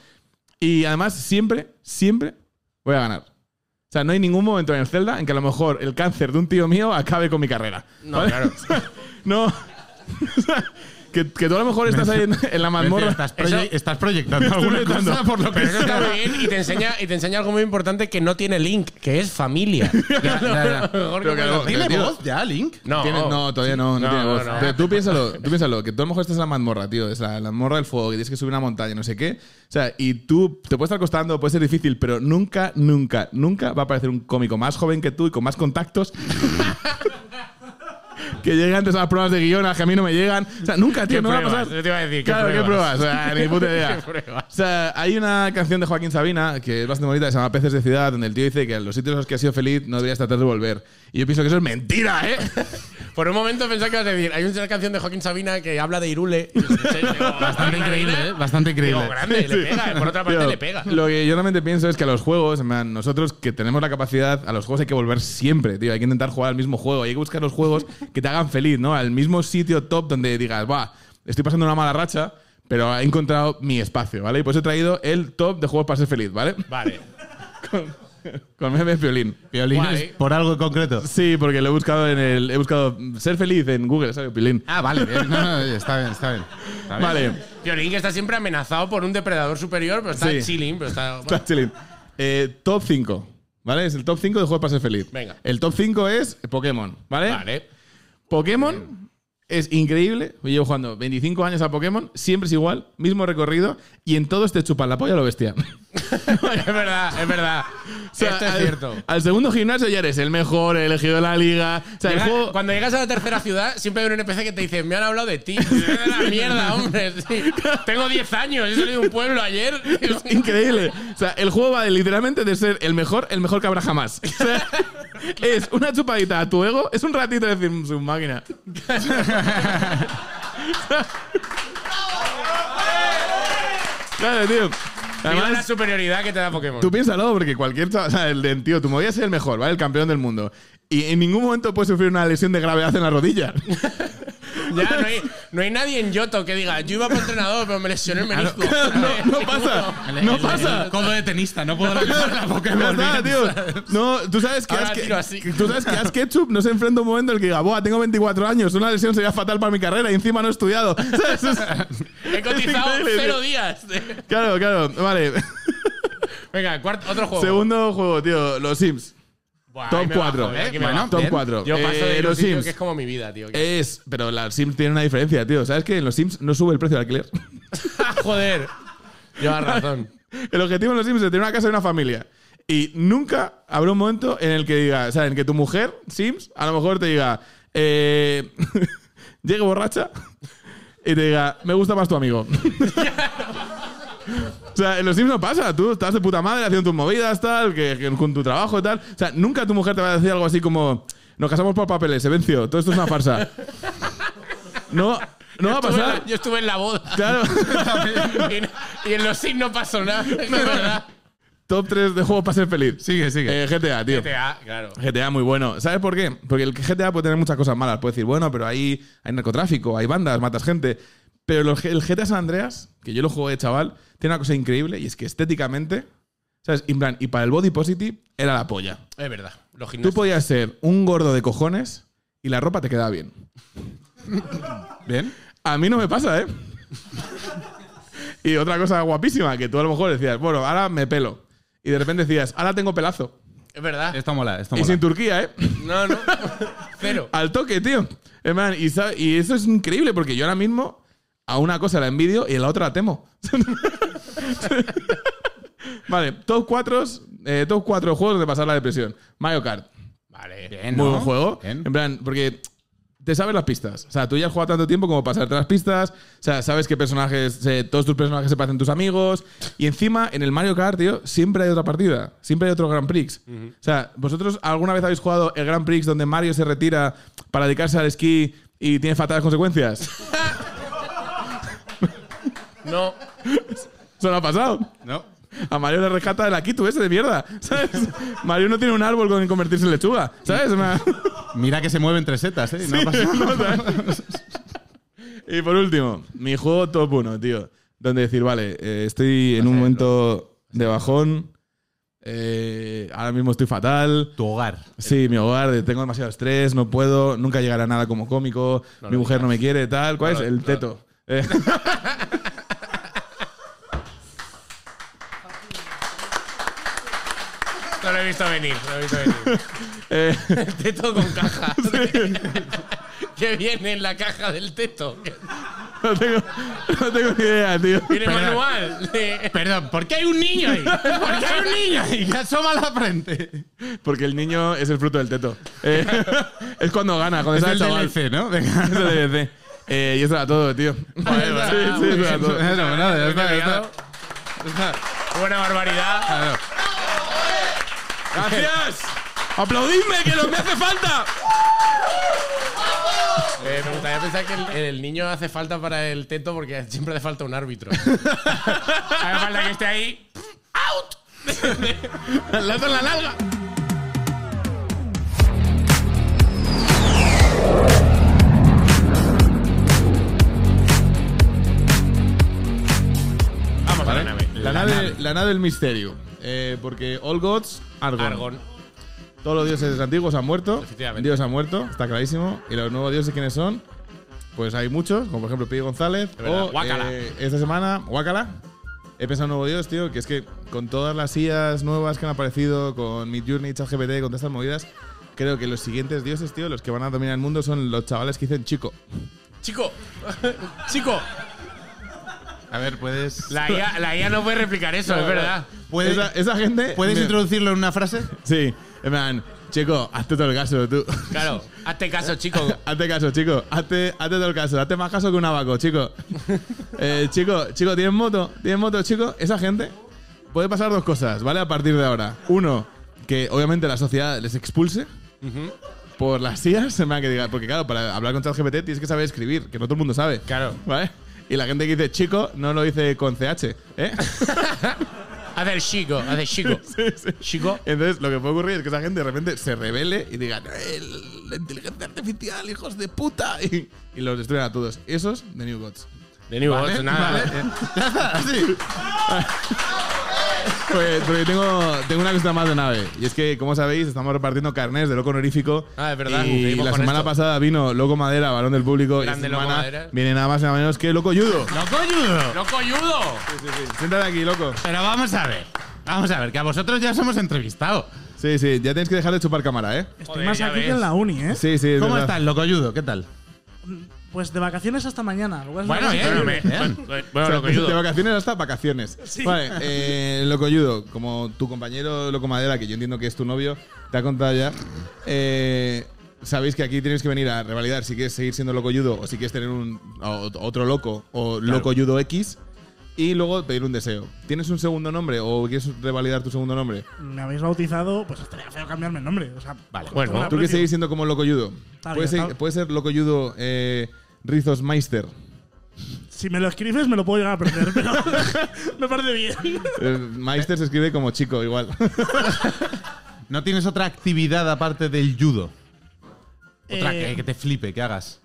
Speaker 4: Y además, siempre, siempre voy a ganar. O sea, no hay ningún momento en el Zelda en que a lo mejor el cáncer de un tío mío acabe con mi carrera.
Speaker 2: No,
Speaker 4: ¿vale?
Speaker 2: claro.
Speaker 4: no. que, que tú a lo mejor estás ahí en, en la
Speaker 3: Encima
Speaker 4: mazmorra.
Speaker 3: Estás, proye-
Speaker 2: Eso-
Speaker 3: estás proyectando alguna
Speaker 4: proyectando.
Speaker 3: cosa por lo que
Speaker 2: Pero eso está
Speaker 3: sea.
Speaker 2: muy bien y te, enseña, y te enseña algo muy importante que no tiene Link, que es familia.
Speaker 3: Ya, ya, ya.
Speaker 2: Mejor que
Speaker 4: Pero que
Speaker 2: puedas-
Speaker 4: no-
Speaker 3: Dile
Speaker 4: Tío.
Speaker 3: voz ya, Link.
Speaker 2: no,
Speaker 4: Tiene- no, todavía no, no,
Speaker 2: No,
Speaker 4: tiene
Speaker 2: no,
Speaker 4: voz.
Speaker 2: no.
Speaker 4: Pero tú piénsalo, tú piénsalo, que tú a lo mejor estás en la mazmorra, tío. Es la, la mazmorra del fuego, que tienes que subir una montaña, no sé qué. O sea, y tú te puede estar costando, puede ser difícil, pero nunca, nunca, nunca va a aparecer un cómico más joven que tú y con más contactos que llegue antes a las pruebas de guión, a las que a mí no me llegan. O sea, nunca, tío,
Speaker 2: ¿Qué
Speaker 4: no va a
Speaker 2: pruebas?
Speaker 4: pasar.
Speaker 2: Yo te iba a decir, ¿qué
Speaker 4: claro, ¿qué
Speaker 2: pruebas?
Speaker 4: pruebas? O sea, ni puta idea.
Speaker 2: ¿Qué pruebas?
Speaker 4: O sea, hay una canción de Joaquín Sabina que es bastante bonita, que se llama Peces de Ciudad, donde el tío dice que en los sitios en los que has sido feliz no deberías tratar de volver. Y yo pienso que eso es mentira, ¿eh?
Speaker 2: Por un momento pensaba que ibas a decir, hay una canción de Joaquín Sabina que habla de Irule.
Speaker 3: Bastante increíble, ¿eh? Bastante increíble.
Speaker 2: Digo, grande, le pega. eh. Por otra parte,
Speaker 4: Tío,
Speaker 2: le pega.
Speaker 4: Lo que yo realmente pienso es que a los juegos, en plan, nosotros que tenemos la capacidad, a los juegos hay que volver siempre, tío. Hay que intentar jugar al mismo juego. Hay que buscar los juegos que te hagan feliz, ¿no? Al mismo sitio top donde digas, va, estoy pasando una mala racha, pero he encontrado mi espacio, ¿vale? Y pues he traído el top de juegos para ser feliz, ¿vale?
Speaker 2: Vale.
Speaker 4: Con meme violín.
Speaker 3: Violines
Speaker 2: Guay.
Speaker 3: por algo en concreto.
Speaker 4: Sí, porque lo he buscado en el. He buscado ser feliz en Google, ¿sabes? Violín.
Speaker 3: Ah, vale, bien. No, no, está bien, está bien. Está bien.
Speaker 4: Vale.
Speaker 2: Violín que está siempre amenazado por un depredador superior, pero está
Speaker 4: Sí.
Speaker 2: chilling, pero está. bueno.
Speaker 4: Está chilling. Eh, top 5. ¿Vale? Es el top 5 de juego para ser feliz.
Speaker 2: Venga.
Speaker 4: El top 5 es Pokémon. ¿Vale?
Speaker 2: Vale.
Speaker 4: Pokémon es increíble. Yo Llevo jugando 25 años a Pokémon. Siempre es igual. Mismo recorrido. Y en todos te chupan la polla a lo bestia.
Speaker 2: es verdad, es verdad.
Speaker 4: O sea,
Speaker 2: Esto es
Speaker 4: al,
Speaker 2: cierto.
Speaker 4: Al segundo gimnasio ya eres el mejor, el elegido de la liga. O sea, el
Speaker 2: Llega-
Speaker 4: juego.
Speaker 2: Cuando llegas a la tercera ciudad, siempre hay un NPC que te dice, me han hablado de ti. Es la mierda, hombre. sí. Tengo 10 años, he salido de un pueblo ayer.
Speaker 4: Increíble. O sea, el juego va de, literalmente de ser el mejor, el mejor que habrá jamás. O sea, es una chupadita a tu ego, es un ratito de decir "Mm, su máquina. claro, tío.
Speaker 2: Viva la
Speaker 4: Además,
Speaker 2: superioridad que te da Pokémon.
Speaker 4: tú piénsalo, porque cualquier chaval, o sea, el de, tío, tu movida es ser el mejor, ¿vale? El campeón del mundo. Y en ningún momento puedes sufrir una lesión de gravedad en la rodilla.
Speaker 2: Ya, no hay, no hay nadie en Yoto que diga, yo iba para entrenador, pero me lesioné el menisco.
Speaker 4: No, no pasa, no pasa.
Speaker 3: Eh, Codo de tenista, no puedo lanzar la
Speaker 4: Ya
Speaker 3: Pokémon.
Speaker 4: está, tío. No, tú sabes que
Speaker 2: Ahora
Speaker 4: Ash Ke-
Speaker 2: tiro así.
Speaker 4: tú sabes que Ash Ketchum no se enfrenta a un momento en el que diga, "Buah, tengo 24 años, una lesión sería fatal para mi carrera y encima no he estudiado." ¿Sabes? Es-
Speaker 2: He
Speaker 4: es
Speaker 2: cotizado
Speaker 4: increíble,
Speaker 2: cero
Speaker 4: tío.
Speaker 2: días.
Speaker 4: Claro, claro. Vale.
Speaker 2: Venga, cuarto, otro juego.
Speaker 4: Segundo juego, tío, Los Sims.
Speaker 2: Buah,
Speaker 4: top
Speaker 2: ahí me
Speaker 4: cuatro,
Speaker 2: bajo,
Speaker 4: ¿eh?
Speaker 2: aquí me
Speaker 3: Bueno,
Speaker 2: bajo.
Speaker 4: Top
Speaker 3: bien.
Speaker 4: 4.
Speaker 2: Yo paso de ir a un
Speaker 4: Los
Speaker 2: sitio
Speaker 4: Sims.
Speaker 2: que es como mi vida, tío. que-
Speaker 4: Es, pero los Sims tienen una diferencia, tío. ¿Sabes que en los Sims no sube el precio del alquiler?
Speaker 2: Joder. Llevas razón.
Speaker 4: El objetivo de los Sims es tener una casa y una familia. Y nunca habrá un momento en el que diga, o sea, en que tu mujer, Sims, a lo mejor te diga, eh, llegue borracha y te diga, me gusta más tu amigo. O sea, en los Sims no pasa, tú estás de puta madre haciendo tus movidas, tal, que, que con tu trabajo y tal. O sea, nunca tu mujer te va a decir algo así como, nos casamos por papeles, Evencio, todo esto es una farsa. No, no va a
Speaker 2: Estuve en
Speaker 4: pasar.
Speaker 2: la- yo estuve en la boda.
Speaker 4: Claro.
Speaker 2: y, y en los Sims no pasó nada. Es verdad.
Speaker 4: Top 3 de juegos para ser feliz.
Speaker 3: Sigue, sigue.
Speaker 4: Eh, GTA, tío.
Speaker 2: GTA, claro.
Speaker 4: GTA muy bueno. ¿Sabes por qué? Porque el GTA puede tener muchas cosas malas. Puede decir, bueno, pero ahí hay narcotráfico, hay bandas, matas gente. Pero los- el GTA San Andreas, que yo lo jugué de chaval, tiene una cosa increíble y es que estéticamente, ¿sabes? En plan, y para el body positive era la polla.
Speaker 2: Es verdad. Los
Speaker 4: Tú
Speaker 2: gimnasios.
Speaker 4: podías ser un gordo de cojones y la ropa te quedaba bien.
Speaker 3: Bien.
Speaker 4: A mí no me pasa, ¿eh? y otra cosa guapísima, que tú a lo mejor decías, bueno, ahora me pelo. Y de repente decías, ahora tengo pelazo.
Speaker 2: Es verdad.
Speaker 3: Esto mola, esto
Speaker 4: Y
Speaker 3: mola.
Speaker 4: sin Turquía, ¿eh?
Speaker 2: No, no. Cero.
Speaker 4: Al toque, tío. Eh, man, y, sabe- y eso es increíble porque yo ahora mismo a una cosa la envidio y a la otra la temo. vale, top 4 top cuatro juegos de pasar la depresión. Mario Kart.
Speaker 2: Vale.
Speaker 3: Bien,
Speaker 4: Muy
Speaker 3: ¿no?
Speaker 4: buen juego.
Speaker 3: Bien.
Speaker 4: En plan, porque te sabes las pistas. O sea, tú ya has jugado tanto tiempo como pasarte las pistas. O sea, sabes qué personajes, eh, todos tus personajes se parecen a tus amigos. Y encima, en el Mario Kart, tío, siempre hay otra partida. Siempre hay otro Grand Prix. O sea, ¿vosotros alguna vez habéis jugado el Grand Prix donde Mario se retira para dedicarse al esquí y tiene fatales consecuencias?
Speaker 2: No.
Speaker 4: Eso no ha pasado.
Speaker 3: No.
Speaker 4: A Mario le rescata el Akitu ese de mierda, ¿sabes? Mario no tiene un árbol con el que convertirse en lechuga, ¿sabes? O sea,
Speaker 3: Mira que se mueven tres setas, ¿eh? No pasa
Speaker 4: Y por último, mi juego top 1, tío. Donde decir, vale, eh, estoy en un momento de bajón. eh, ahora mismo estoy fatal.
Speaker 3: Tu hogar.
Speaker 4: Sí, mi hogar, de- tengo demasiado estrés, no puedo, nunca llegar a nada como cómico. mi mujer no me quiere, tal. ¿Cuál es? El teto. Eh,
Speaker 2: No lo he visto venir. No lo he visto venir.
Speaker 4: eh,
Speaker 2: El teto con caja. que viene en la caja del teto.
Speaker 4: No tengo, no tengo ni idea, tío.
Speaker 2: Y el
Speaker 3: Perdón.
Speaker 2: manual. de-
Speaker 3: Perdón, ¿por qué hay un niño ahí? ¿Por qué hay un niño ahí que asoma la frente?
Speaker 4: Porque el niño es el fruto del teto. Eh, es cuando gana, cuando está
Speaker 3: Es el
Speaker 4: el chaval.
Speaker 3: DLC, ¿no? Venga.
Speaker 4: Es el DLC. Eh, y eso era todo, tío.
Speaker 2: vale.
Speaker 4: sí, sí, eso era todo.
Speaker 3: Bueno, bueno, ya está, ya está. Ya está.
Speaker 2: Buena barbaridad.
Speaker 3: Claro.
Speaker 4: ¡Gracias! ¡Aplaudidme, que lo me hace falta!
Speaker 2: Eh, me gustaría pensar que el, el niño hace falta para el teto porque siempre hace falta un árbitro. hace falta que esté ahí.
Speaker 3: Lanza la nalga.
Speaker 2: Vamos
Speaker 4: Vale.
Speaker 2: a la nave.
Speaker 4: La nave, la nave del misterio. Eh, porque All Gods, Argon.
Speaker 2: Argon.
Speaker 4: Todos los dioses antiguos han muerto.
Speaker 2: Efectivamente.
Speaker 4: Dios ha muerto, está clarísimo. ¿Y los nuevos dioses quiénes son? Pues hay muchos, como por ejemplo Pidi González.
Speaker 2: verdad,
Speaker 4: o,
Speaker 2: Guácala.
Speaker 4: eh, esta semana, Guácala. He pensado en un nuevo dios, tío, que es que con todas las sillas nuevas que han aparecido, con Midjourney, ChatGPT, con todas estas movidas, creo que los siguientes dioses, tío, los que van a dominar el mundo son los chavales que dicen chico.
Speaker 2: Chico. Chico.
Speaker 3: A ver, puedes.
Speaker 2: La IA, la IA no puede replicar eso, es verdad.
Speaker 3: ¿Puedes,
Speaker 4: esa, esa gente.
Speaker 3: ¿puedes
Speaker 4: Mira,
Speaker 3: introducirlo en una frase?
Speaker 4: Sí, en plan, chico, hazte todo el caso, tú.
Speaker 2: Claro. Hazte caso, chico.
Speaker 4: Hazte caso, chico. Hazte, hazte todo el caso. Hazte más caso que un abaco, chico. Eh, chico, chico, ¿tienes moto? ¿Tienes moto, chico? Esa gente puede pasar dos cosas, ¿vale? A partir de ahora. Uno, que obviamente la sociedad les expulse por las sillas. Se me ha que diga, porque claro, para hablar con ChatGPT tienes que saber escribir, que no todo el mundo sabe.
Speaker 2: Claro.
Speaker 4: ¿Vale? Y la gente que dice chico no lo dice con CH, ¿eh?
Speaker 2: Hacer chico. Hacer chico. Chico.
Speaker 4: Entonces, lo que puede ocurrir es que esa gente de repente se revele y diga, "El- la inteligencia artificial, hijos de puta, y, y los destruyen a todos. Esos de New Gods. ¿Eh?
Speaker 2: De nuevo, nada. eh.
Speaker 4: Así. Pues, porque tengo, tengo una cosa más de nave. Y es que, como sabéis, estamos repartiendo carnés de loco honorífico.
Speaker 2: Ah, es verdad.
Speaker 4: Y
Speaker 2: Seguimos
Speaker 4: la
Speaker 2: con
Speaker 4: semana
Speaker 2: esto.
Speaker 4: pasada vino Loco Madera, varón del público.
Speaker 2: Grande
Speaker 4: y esta
Speaker 2: Loco
Speaker 4: semana
Speaker 2: Madera.
Speaker 4: viene nada más y nada menos que Loco Judo.
Speaker 3: ¡Lo coñudo!
Speaker 2: ¡Loco ayudo!
Speaker 4: Siéntate aquí, loco.
Speaker 3: Pero vamos a ver. Vamos a ver, que a vosotros ya os hemos entrevistado.
Speaker 4: Sí, sí, ya tenéis que dejar de chupar cámara, ¿eh?
Speaker 2: Joder,
Speaker 5: más
Speaker 2: ya
Speaker 5: aquí
Speaker 2: ves.
Speaker 5: que en la uni, ¿eh?
Speaker 4: Sí, sí, es
Speaker 3: ¿Cómo
Speaker 4: verdad.
Speaker 3: estás, locoyudo? ¿Qué tal?
Speaker 5: Pues de vacaciones hasta mañana. lo cual es una
Speaker 2: Bueno,
Speaker 5: cosa
Speaker 2: bien.
Speaker 5: increíble.
Speaker 2: Bueno, me- bueno,
Speaker 4: O sea,
Speaker 2: loco
Speaker 4: De
Speaker 2: ayudo.
Speaker 4: vacaciones hasta vacaciones. Vale, eh, Loco Yudo, como tu compañero Loco Madera, que yo entiendo que es tu novio, te ha contado ya. eh, Sabéis que aquí tienes que venir a revalidar si quieres seguir siendo Loco Yudo o si quieres tener un, o- otro loco o Loco Yudo X y luego pedir un deseo. ¿Tienes un segundo nombre o quieres revalidar tu segundo nombre?
Speaker 5: Me habéis bautizado, pues estaría feo cambiarme el nombre. O sea,
Speaker 3: Vale.
Speaker 5: con
Speaker 2: Bueno,
Speaker 5: todo el
Speaker 4: ¿Tú quieres
Speaker 5: aprecio.
Speaker 4: seguir siendo como Loco Yudo?
Speaker 5: Está
Speaker 4: Puede
Speaker 5: bien,
Speaker 4: ser,
Speaker 5: está-
Speaker 4: puede ser Loco Yudo eh, Rizos Meister.
Speaker 5: Si me lo escribes, me lo puedo llegar a aprender, pero me parece bien.
Speaker 4: Eh, Meister se escribe como chico, igual.
Speaker 3: ¿No tienes otra actividad aparte del judo? Otra
Speaker 5: Eh,
Speaker 3: que, que te flipe, que hagas.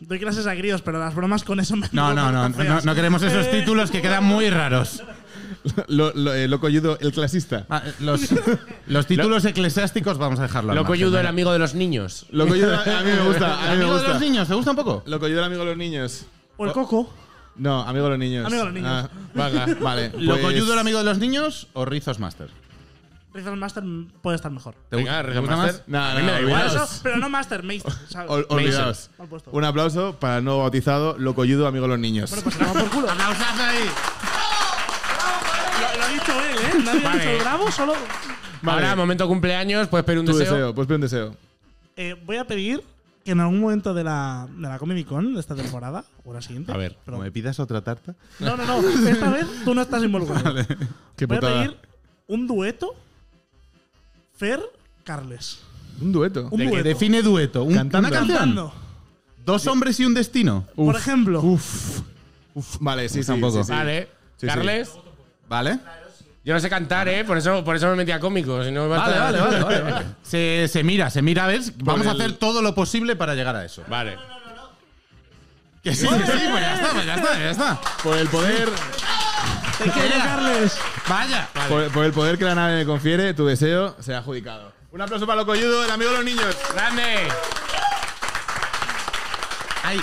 Speaker 5: Doy clases a críos, pero las bromas con eso me
Speaker 3: No,
Speaker 5: me
Speaker 3: no, no,
Speaker 5: parecen
Speaker 3: no,
Speaker 5: feas.
Speaker 3: no queremos esos
Speaker 5: Eh,
Speaker 3: títulos que quedan muy raros.
Speaker 4: Lo- lo- eh, loco Yudo, el clasista.
Speaker 3: Ah, eh, Los, los títulos eclesiásticos vamos a dejarlo. al
Speaker 2: Loco
Speaker 3: margen,
Speaker 2: ayudo, el
Speaker 3: ¿vale?
Speaker 2: amigo de los niños.
Speaker 4: Loco Yudo, a mí me gusta. A mí me
Speaker 3: Amigo de
Speaker 4: gusta.
Speaker 3: los niños, ¿te gusta un poco?
Speaker 4: Loco Yudo, el amigo de los niños.
Speaker 5: O el coco.
Speaker 4: No, amigo de los niños.
Speaker 5: Amigo de los niños.
Speaker 4: Ah, venga, vale.
Speaker 3: ¿Loco
Speaker 4: pues-
Speaker 3: Yudo, el amigo de los niños o Rizos Master?
Speaker 5: Rizal Master puede estar mejor.
Speaker 3: ¿Te
Speaker 2: Venga,
Speaker 3: gu- te
Speaker 2: Rizos
Speaker 3: gusta
Speaker 2: Master.
Speaker 3: más?
Speaker 4: No,
Speaker 2: A
Speaker 4: no,
Speaker 2: mí me da igual.
Speaker 4: olvidaos.
Speaker 5: Eso, pero no Master, Master, ¿sabes?
Speaker 4: Ol- olvidaos.
Speaker 5: Mal puesto.
Speaker 4: Un aplauso para el nuevo bautizado, Loco Yudo, amigo de los niños.
Speaker 5: Bueno, pues se toma por culo.
Speaker 3: ¡Aplausazo ahí!
Speaker 5: Lo, lo ha dicho él, ¿eh? Nadie ha
Speaker 2: Vale.
Speaker 5: dicho bravo, solo.
Speaker 4: Vale.
Speaker 2: Ahora, momento cumpleaños, puedes pedir un
Speaker 4: tu
Speaker 2: deseo.
Speaker 4: deseo? pues pide un deseo.
Speaker 5: Eh, voy a pedir que en algún momento de la, de la Comic Con de esta temporada, o la siguiente.
Speaker 2: A ver,
Speaker 5: pero-
Speaker 3: ¿Me pidas otra tarta?
Speaker 5: No, no, no. Esta vez tú no estás involucrado.
Speaker 4: Qué
Speaker 5: voy a
Speaker 4: putada.
Speaker 5: pedir un dueto. Fer Carles.
Speaker 4: Un dueto.
Speaker 5: Un dueto.
Speaker 3: Define dueto. Un-
Speaker 4: Cantando.
Speaker 3: ¿Una canción?
Speaker 5: Cantando.
Speaker 3: ¿Dos hombres y un destino?
Speaker 5: Por ejemplo.
Speaker 4: Uf. Uf. Vale, sí, sí.
Speaker 3: Tampoco.
Speaker 4: sí, sí.
Speaker 2: Vale.
Speaker 4: Sí, sí.
Speaker 2: Carles,
Speaker 3: ¿Vale?
Speaker 2: yo no sé cantar, ¿eh? Por eso, por eso me metí a cómico. Si no iba a
Speaker 3: Vale,
Speaker 2: estar-
Speaker 3: vale, vale. vale, vale. Se, se mira, se mira, a ver. Vamos a
Speaker 4: el-
Speaker 3: hacer todo lo posible para llegar a eso.
Speaker 2: Vale.
Speaker 3: Que sí, que sí, pues ya está, pues ya está, ya está.
Speaker 4: Por el poder,
Speaker 5: Te quiero,
Speaker 3: Venga.
Speaker 5: Carles.
Speaker 3: Vaya.
Speaker 4: por, por el poder que la nave me confiere, tu deseo será adjudicado. Un aplauso para Loco Yudo, el amigo de los niños.
Speaker 2: ¡Grande!
Speaker 3: Ay,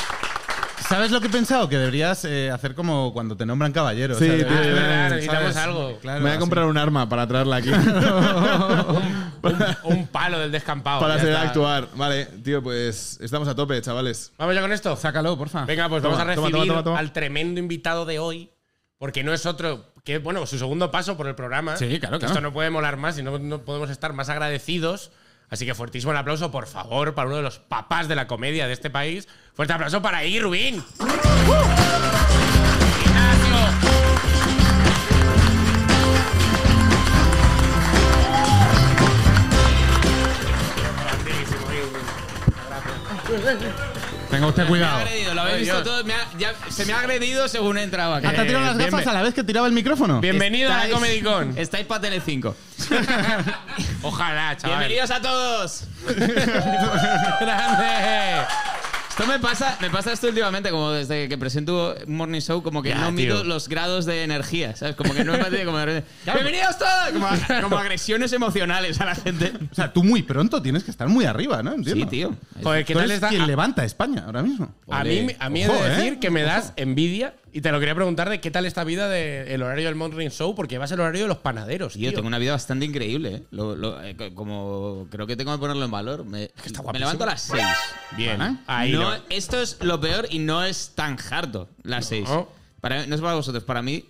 Speaker 6: ¿Sabes lo que he pensado? Que deberías eh, hacer como cuando te nombran caballero.
Speaker 4: Sí,
Speaker 6: ¿sabes?
Speaker 4: tío,
Speaker 2: Ah, es verdad,
Speaker 4: ¿sabes?
Speaker 2: necesitamos algo.
Speaker 6: Claro,
Speaker 4: Me voy a
Speaker 6: así.
Speaker 4: comprar un arma para traerla aquí.
Speaker 2: Un, un palo del descampado.
Speaker 4: para
Speaker 2: ya
Speaker 4: hacer
Speaker 2: está.
Speaker 4: actuar. Vale, tío, pues estamos a tope, chavales.
Speaker 2: Vamos ya con esto.
Speaker 6: Sácalo, porfa.
Speaker 2: Venga, pues
Speaker 4: Toma,
Speaker 2: vamos a
Speaker 4: toma,
Speaker 2: recibir
Speaker 4: toma, toma, toma.
Speaker 2: al tremendo invitado de hoy, porque no es otro que, bueno, su segundo paso por el programa.
Speaker 3: Sí, claro,
Speaker 2: Que
Speaker 3: claro.
Speaker 2: Esto no puede molar más y no, no podemos estar más agradecidos. Así que fuertísimo el aplauso, por favor, para uno de los papás de la comedia de este país. Fuerte aplauso para Iggy Rubín. Ignacio. Grandísimo, Iggy Rubín.
Speaker 3: Tenga usted
Speaker 7: Me ha
Speaker 3: cuidado.
Speaker 7: agredido, lo habéis visto
Speaker 2: Dios.
Speaker 7: todo. me ha- ya- se me ha agredido según he entrado aquí.
Speaker 6: Hasta
Speaker 2: Eh,
Speaker 6: tirado "Ah, las
Speaker 2: bien,
Speaker 6: gafas
Speaker 2: bien.
Speaker 6: a la vez que tiraba el micrófono.
Speaker 2: Bienvenido a la
Speaker 7: Estáis-
Speaker 2: Comedy Con.
Speaker 7: Estáis para Telecinco.
Speaker 2: Ojalá, chaval.
Speaker 7: Bienvenidos a todos.
Speaker 2: ¡Grande!
Speaker 7: Esto me pasa, me pasa esto últimamente, como desde que presento un morning show, como que
Speaker 2: Ya,
Speaker 7: no mido
Speaker 2: tío.
Speaker 7: los grados de energía, ¿sabes? Como que no me parece como... de- ¡Bienvenidos todos! Como, como agresiones emocionales a la gente.
Speaker 6: O sea, tú muy pronto tienes que estar muy arriba, ¿no? Entiendo.
Speaker 7: Sí, tío.
Speaker 2: Joder, ¿qué
Speaker 6: Tú
Speaker 2: tal
Speaker 6: eres
Speaker 2: está?
Speaker 6: quien levanta a España ahora mismo.
Speaker 2: A mí, a mí he
Speaker 6: Ojo,
Speaker 2: de
Speaker 6: ¿eh?
Speaker 2: decir que me das envidia y te lo quería preguntar de qué tal esta vida del horario del Morning Show, porque vas el horario de los panaderos,
Speaker 7: Tío,
Speaker 2: tío.
Speaker 7: tengo una vida bastante increíble, ¿eh? Lo- lo- eh, co- como creo que tengo que ponerlo en valor. Me, me levanto a las 6.
Speaker 2: Bien,
Speaker 6: Vale.
Speaker 2: ahí
Speaker 7: No,
Speaker 2: no.
Speaker 7: Esto es lo peor y no es tan harto, las 6.
Speaker 2: No.
Speaker 7: Para, no es para vosotros, para mí,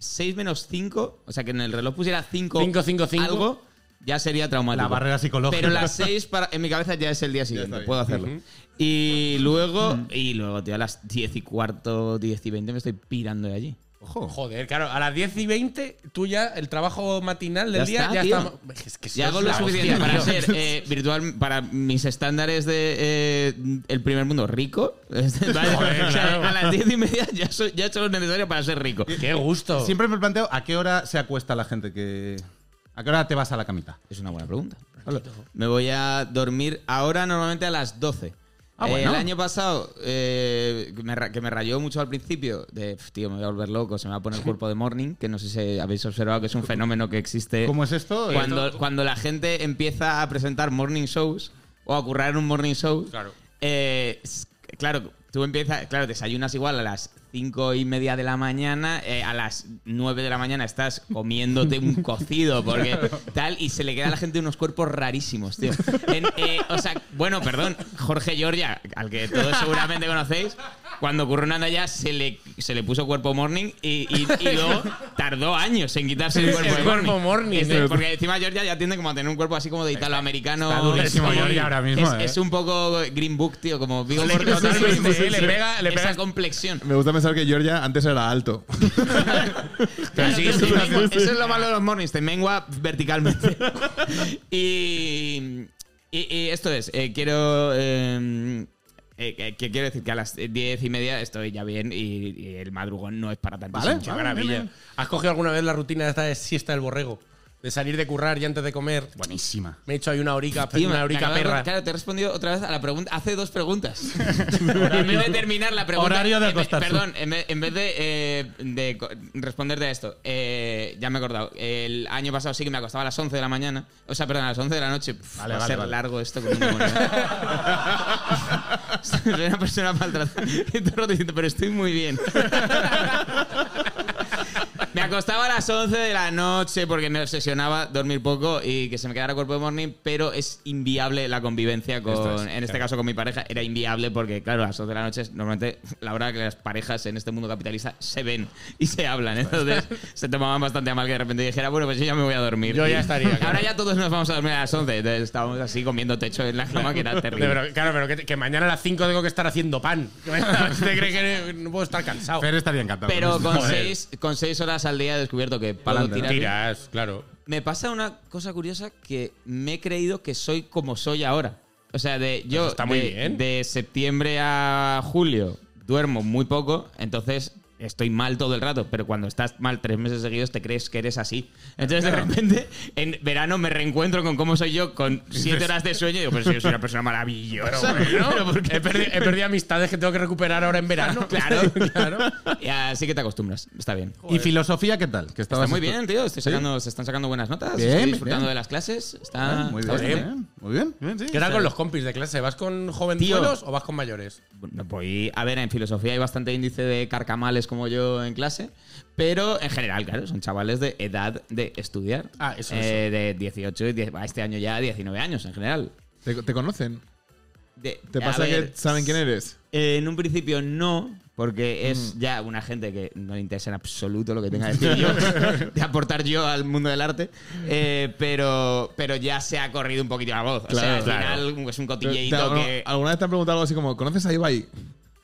Speaker 7: 6 menos 5, o sea que en el reloj pusiera 5
Speaker 2: Cinco, cinco, cinco.
Speaker 7: algo, ya sería traumático.
Speaker 6: La barrera psicológica.
Speaker 7: Pero las 6 para, en mi cabeza ya es el día siguiente, puedo hacerlo. Y luego,
Speaker 2: Mm.
Speaker 7: y luego, tío, a las 10 y cuarto, 10 y 20 me estoy pirando de allí.
Speaker 2: Joder, claro, a las 10 y 20 tú ya el trabajo matinal del
Speaker 7: Ya
Speaker 2: día
Speaker 7: está,
Speaker 2: ya
Speaker 7: tío.
Speaker 2: está. Es que
Speaker 7: Ya
Speaker 2: sos
Speaker 7: hago lo
Speaker 2: la
Speaker 7: suficiente
Speaker 2: hostia,
Speaker 7: para
Speaker 2: tío.
Speaker 7: ser eh, virtual, para mis estándares de eh, el primer mundo rico. este, Vale,
Speaker 2: Joder,
Speaker 7: o sea,
Speaker 2: claro.
Speaker 7: A las diez y media ya, soy- ya he hecho lo necesario para ser rico.
Speaker 2: Qué gusto.
Speaker 6: Siempre me planteo a qué hora se acuesta la gente que. ¿A qué hora te vas a la camita?
Speaker 7: Es una buena pregunta. Me voy a dormir ahora normalmente a las 12.
Speaker 6: Ah,
Speaker 7: Eh,
Speaker 6: bueno.
Speaker 7: el año pasado, eh, que me ra- que me rayó mucho al principio, de "Pf, tío, me voy a volver loco, se me va a poner el cuerpo de morning, que no sé si habéis observado que es un fenómeno que existe.
Speaker 6: ¿Cómo es esto?
Speaker 7: Eh, cuando, cuando la gente empieza a presentar morning shows o a currar en un morning show,
Speaker 2: Claro.
Speaker 7: eh, s- claro, tú empiezas, claro, desayunas igual a las cinco y media de la mañana, eh, a las 9 de la mañana estás comiéndote un cocido, porque tal, y se le queda a la gente unos cuerpos rarísimos, tío. En, eh, o sea, bueno, perdón, Jorge Giorgia, al que todos seguramente conocéis. Cuando ocurrió una ya se le, se le puso cuerpo morning y, y- y luego tardó años en quitarse el cuerpo,
Speaker 2: El
Speaker 7: de
Speaker 2: cuerpo morning, ¿eh?
Speaker 7: Este,
Speaker 2: tío.
Speaker 7: porque encima Georgia ya tiende como a tener un cuerpo así como de italoamericano.
Speaker 3: está durísimo
Speaker 7: Sí.
Speaker 3: Georgia ahora mismo,
Speaker 7: Es,
Speaker 3: eh.
Speaker 7: es un poco Green Book, tío, como Vigo
Speaker 2: Sí,
Speaker 7: Mortensen.
Speaker 2: totalmente,
Speaker 7: Sí,
Speaker 2: eh, le
Speaker 7: sí.
Speaker 2: pega- le pega-
Speaker 7: Esa complexión.
Speaker 4: Me gusta pensar que Georgia antes era alto.
Speaker 7: Claro,
Speaker 2: sí,
Speaker 7: te
Speaker 2: sí,
Speaker 7: mengua.
Speaker 4: sí, sí.
Speaker 7: Eso es lo malo de los mornings, te mengua verticalmente. y, y- y esto es, eh, quiero... eh, eh, que- que quiero decir que a las diez y media estoy ya bien y, y el madrugón no es para tanto.
Speaker 2: Qué maravilla. ¿Has cogido alguna vez la rutina esta de siesta del borrego? De salir de currar y antes de comer.
Speaker 6: Buenísima.
Speaker 2: Me he hecho ahí una horica,
Speaker 7: Tío, me
Speaker 2: una horica
Speaker 7: acabo de-
Speaker 2: perra.
Speaker 7: Claro, te he respondido otra vez a la pregunta. Hace dos preguntas. en vez de terminar la pregunta.
Speaker 6: Horario de
Speaker 7: en vez-
Speaker 6: acostarse.
Speaker 7: Perdón, en vez, en vez de, eh, de co- responderte a esto, eh, ya me he acordado. El año pasado sí que me acostaba a las 11 de la mañana. O sea, perdón, a las 11 de la noche. Pff,
Speaker 6: Vale,
Speaker 7: va
Speaker 6: vale,
Speaker 7: a ser
Speaker 6: vale.
Speaker 7: largo esto con un demonio. Soy una persona maltratada. Y todo el rato diciendo, pero estoy muy bien. Me acostaba a las 11 de la noche porque me obsesionaba dormir poco y que se me quedara cuerpo de morning, pero es inviable la convivencia con, en este caso con mi pareja, era inviable porque, claro, a las 11 de la noche es normalmente la hora que las parejas en este mundo capitalista se ven y se hablan. Entonces se tomaban bastante a mal que de repente dijera, bueno, pues yo ya me voy a dormir.
Speaker 2: Yo ya
Speaker 7: Y
Speaker 2: estaría, claro.
Speaker 7: Ahora ya todos nos vamos a dormir a las 11, entonces estábamos así comiendo techo en la cama que era terrible.
Speaker 2: De verdad, claro, pero que, que mañana a las 5 tengo que estar haciendo pan. ¿Te crees que no puedo estar cansado?
Speaker 3: Fer estaría encantado.
Speaker 7: Pero con
Speaker 2: Joder.
Speaker 7: seis, con seis horas al día he descubierto que puedo
Speaker 6: Pa'lante, ¿no?
Speaker 7: tirar.
Speaker 2: Tiras, claro.
Speaker 7: Me pasa una cosa curiosa que me he creído que soy como soy ahora. O sea, de yo
Speaker 2: está muy
Speaker 7: de,
Speaker 2: bien.
Speaker 7: de septiembre a julio duermo muy poco, entonces estoy mal todo el rato, pero cuando estás mal tres meses seguidos te crees que eres así. Entonces de repente en verano me reencuentro con cómo soy yo con siete horas de sueño y digo, pues pero si yo soy una persona maravillosa. Pero ¿por qué?
Speaker 2: He perdido, he perdido amistades que tengo que recuperar ahora en verano.
Speaker 7: Claro, claro. Y así que te acostumbras, está bien.
Speaker 6: ¿Y filosofía qué tal? Que
Speaker 7: Está
Speaker 6: estabas
Speaker 7: muy
Speaker 6: estu-
Speaker 7: bien, tío. Estoy sacando, Se están sacando buenas notas.
Speaker 6: Bien,
Speaker 7: estoy disfrutando
Speaker 6: bien.
Speaker 7: de las clases. Está,
Speaker 6: Muy
Speaker 7: está
Speaker 6: bien,
Speaker 7: bastante
Speaker 6: bien, muy bien. bien, sí.
Speaker 2: ¿Qué tal con los compis de clase? ¿Vas con jovenzuelos o vas con mayores?
Speaker 7: Bueno, pues, a ver, en filosofía hay bastante índice de carcamales como yo en clase, pero en general, claro, son chavales de edad de estudiar.
Speaker 2: Ah, eso,
Speaker 7: Eh, De 18, y 10 a este año ya 19 años en general.
Speaker 4: ¿Te, te conocen?
Speaker 7: De-
Speaker 4: ¿Te
Speaker 7: a
Speaker 4: pasa
Speaker 7: ver,
Speaker 4: que saben quién eres? Mm.
Speaker 7: eh, en un principio no, porque es ya una gente que no le interesa en absoluto lo que tenga que decir yo, de aportar yo al mundo del arte, eh, pero, pero ya se ha corrido un poquito la voz. o sea, al final es un
Speaker 4: Te-
Speaker 7: cotilleito
Speaker 4: te- alguna-
Speaker 7: que...
Speaker 4: ¿Alguna vez te han preguntado algo así como, ¿conoces a Ibai?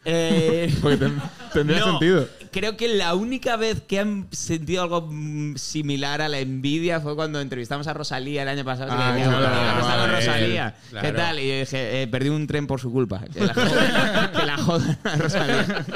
Speaker 7: Eh,
Speaker 4: Porque ten- tendría
Speaker 7: no,
Speaker 4: sentido.
Speaker 7: Creo que la única vez que han sentido algo mm, similar a la envidia fue cuando entrevistamos a Rosalía el año pasado.
Speaker 4: Ah,
Speaker 7: que le decíamos,
Speaker 4: claro,
Speaker 7: "Tío, ¿cómo está
Speaker 4: claro,
Speaker 7: con Rosalía?
Speaker 2: claro.
Speaker 7: ¿Qué tal? Y yo dije, eh, perdí un tren por su culpa. Que la jodan, que la jodan a Rosalía.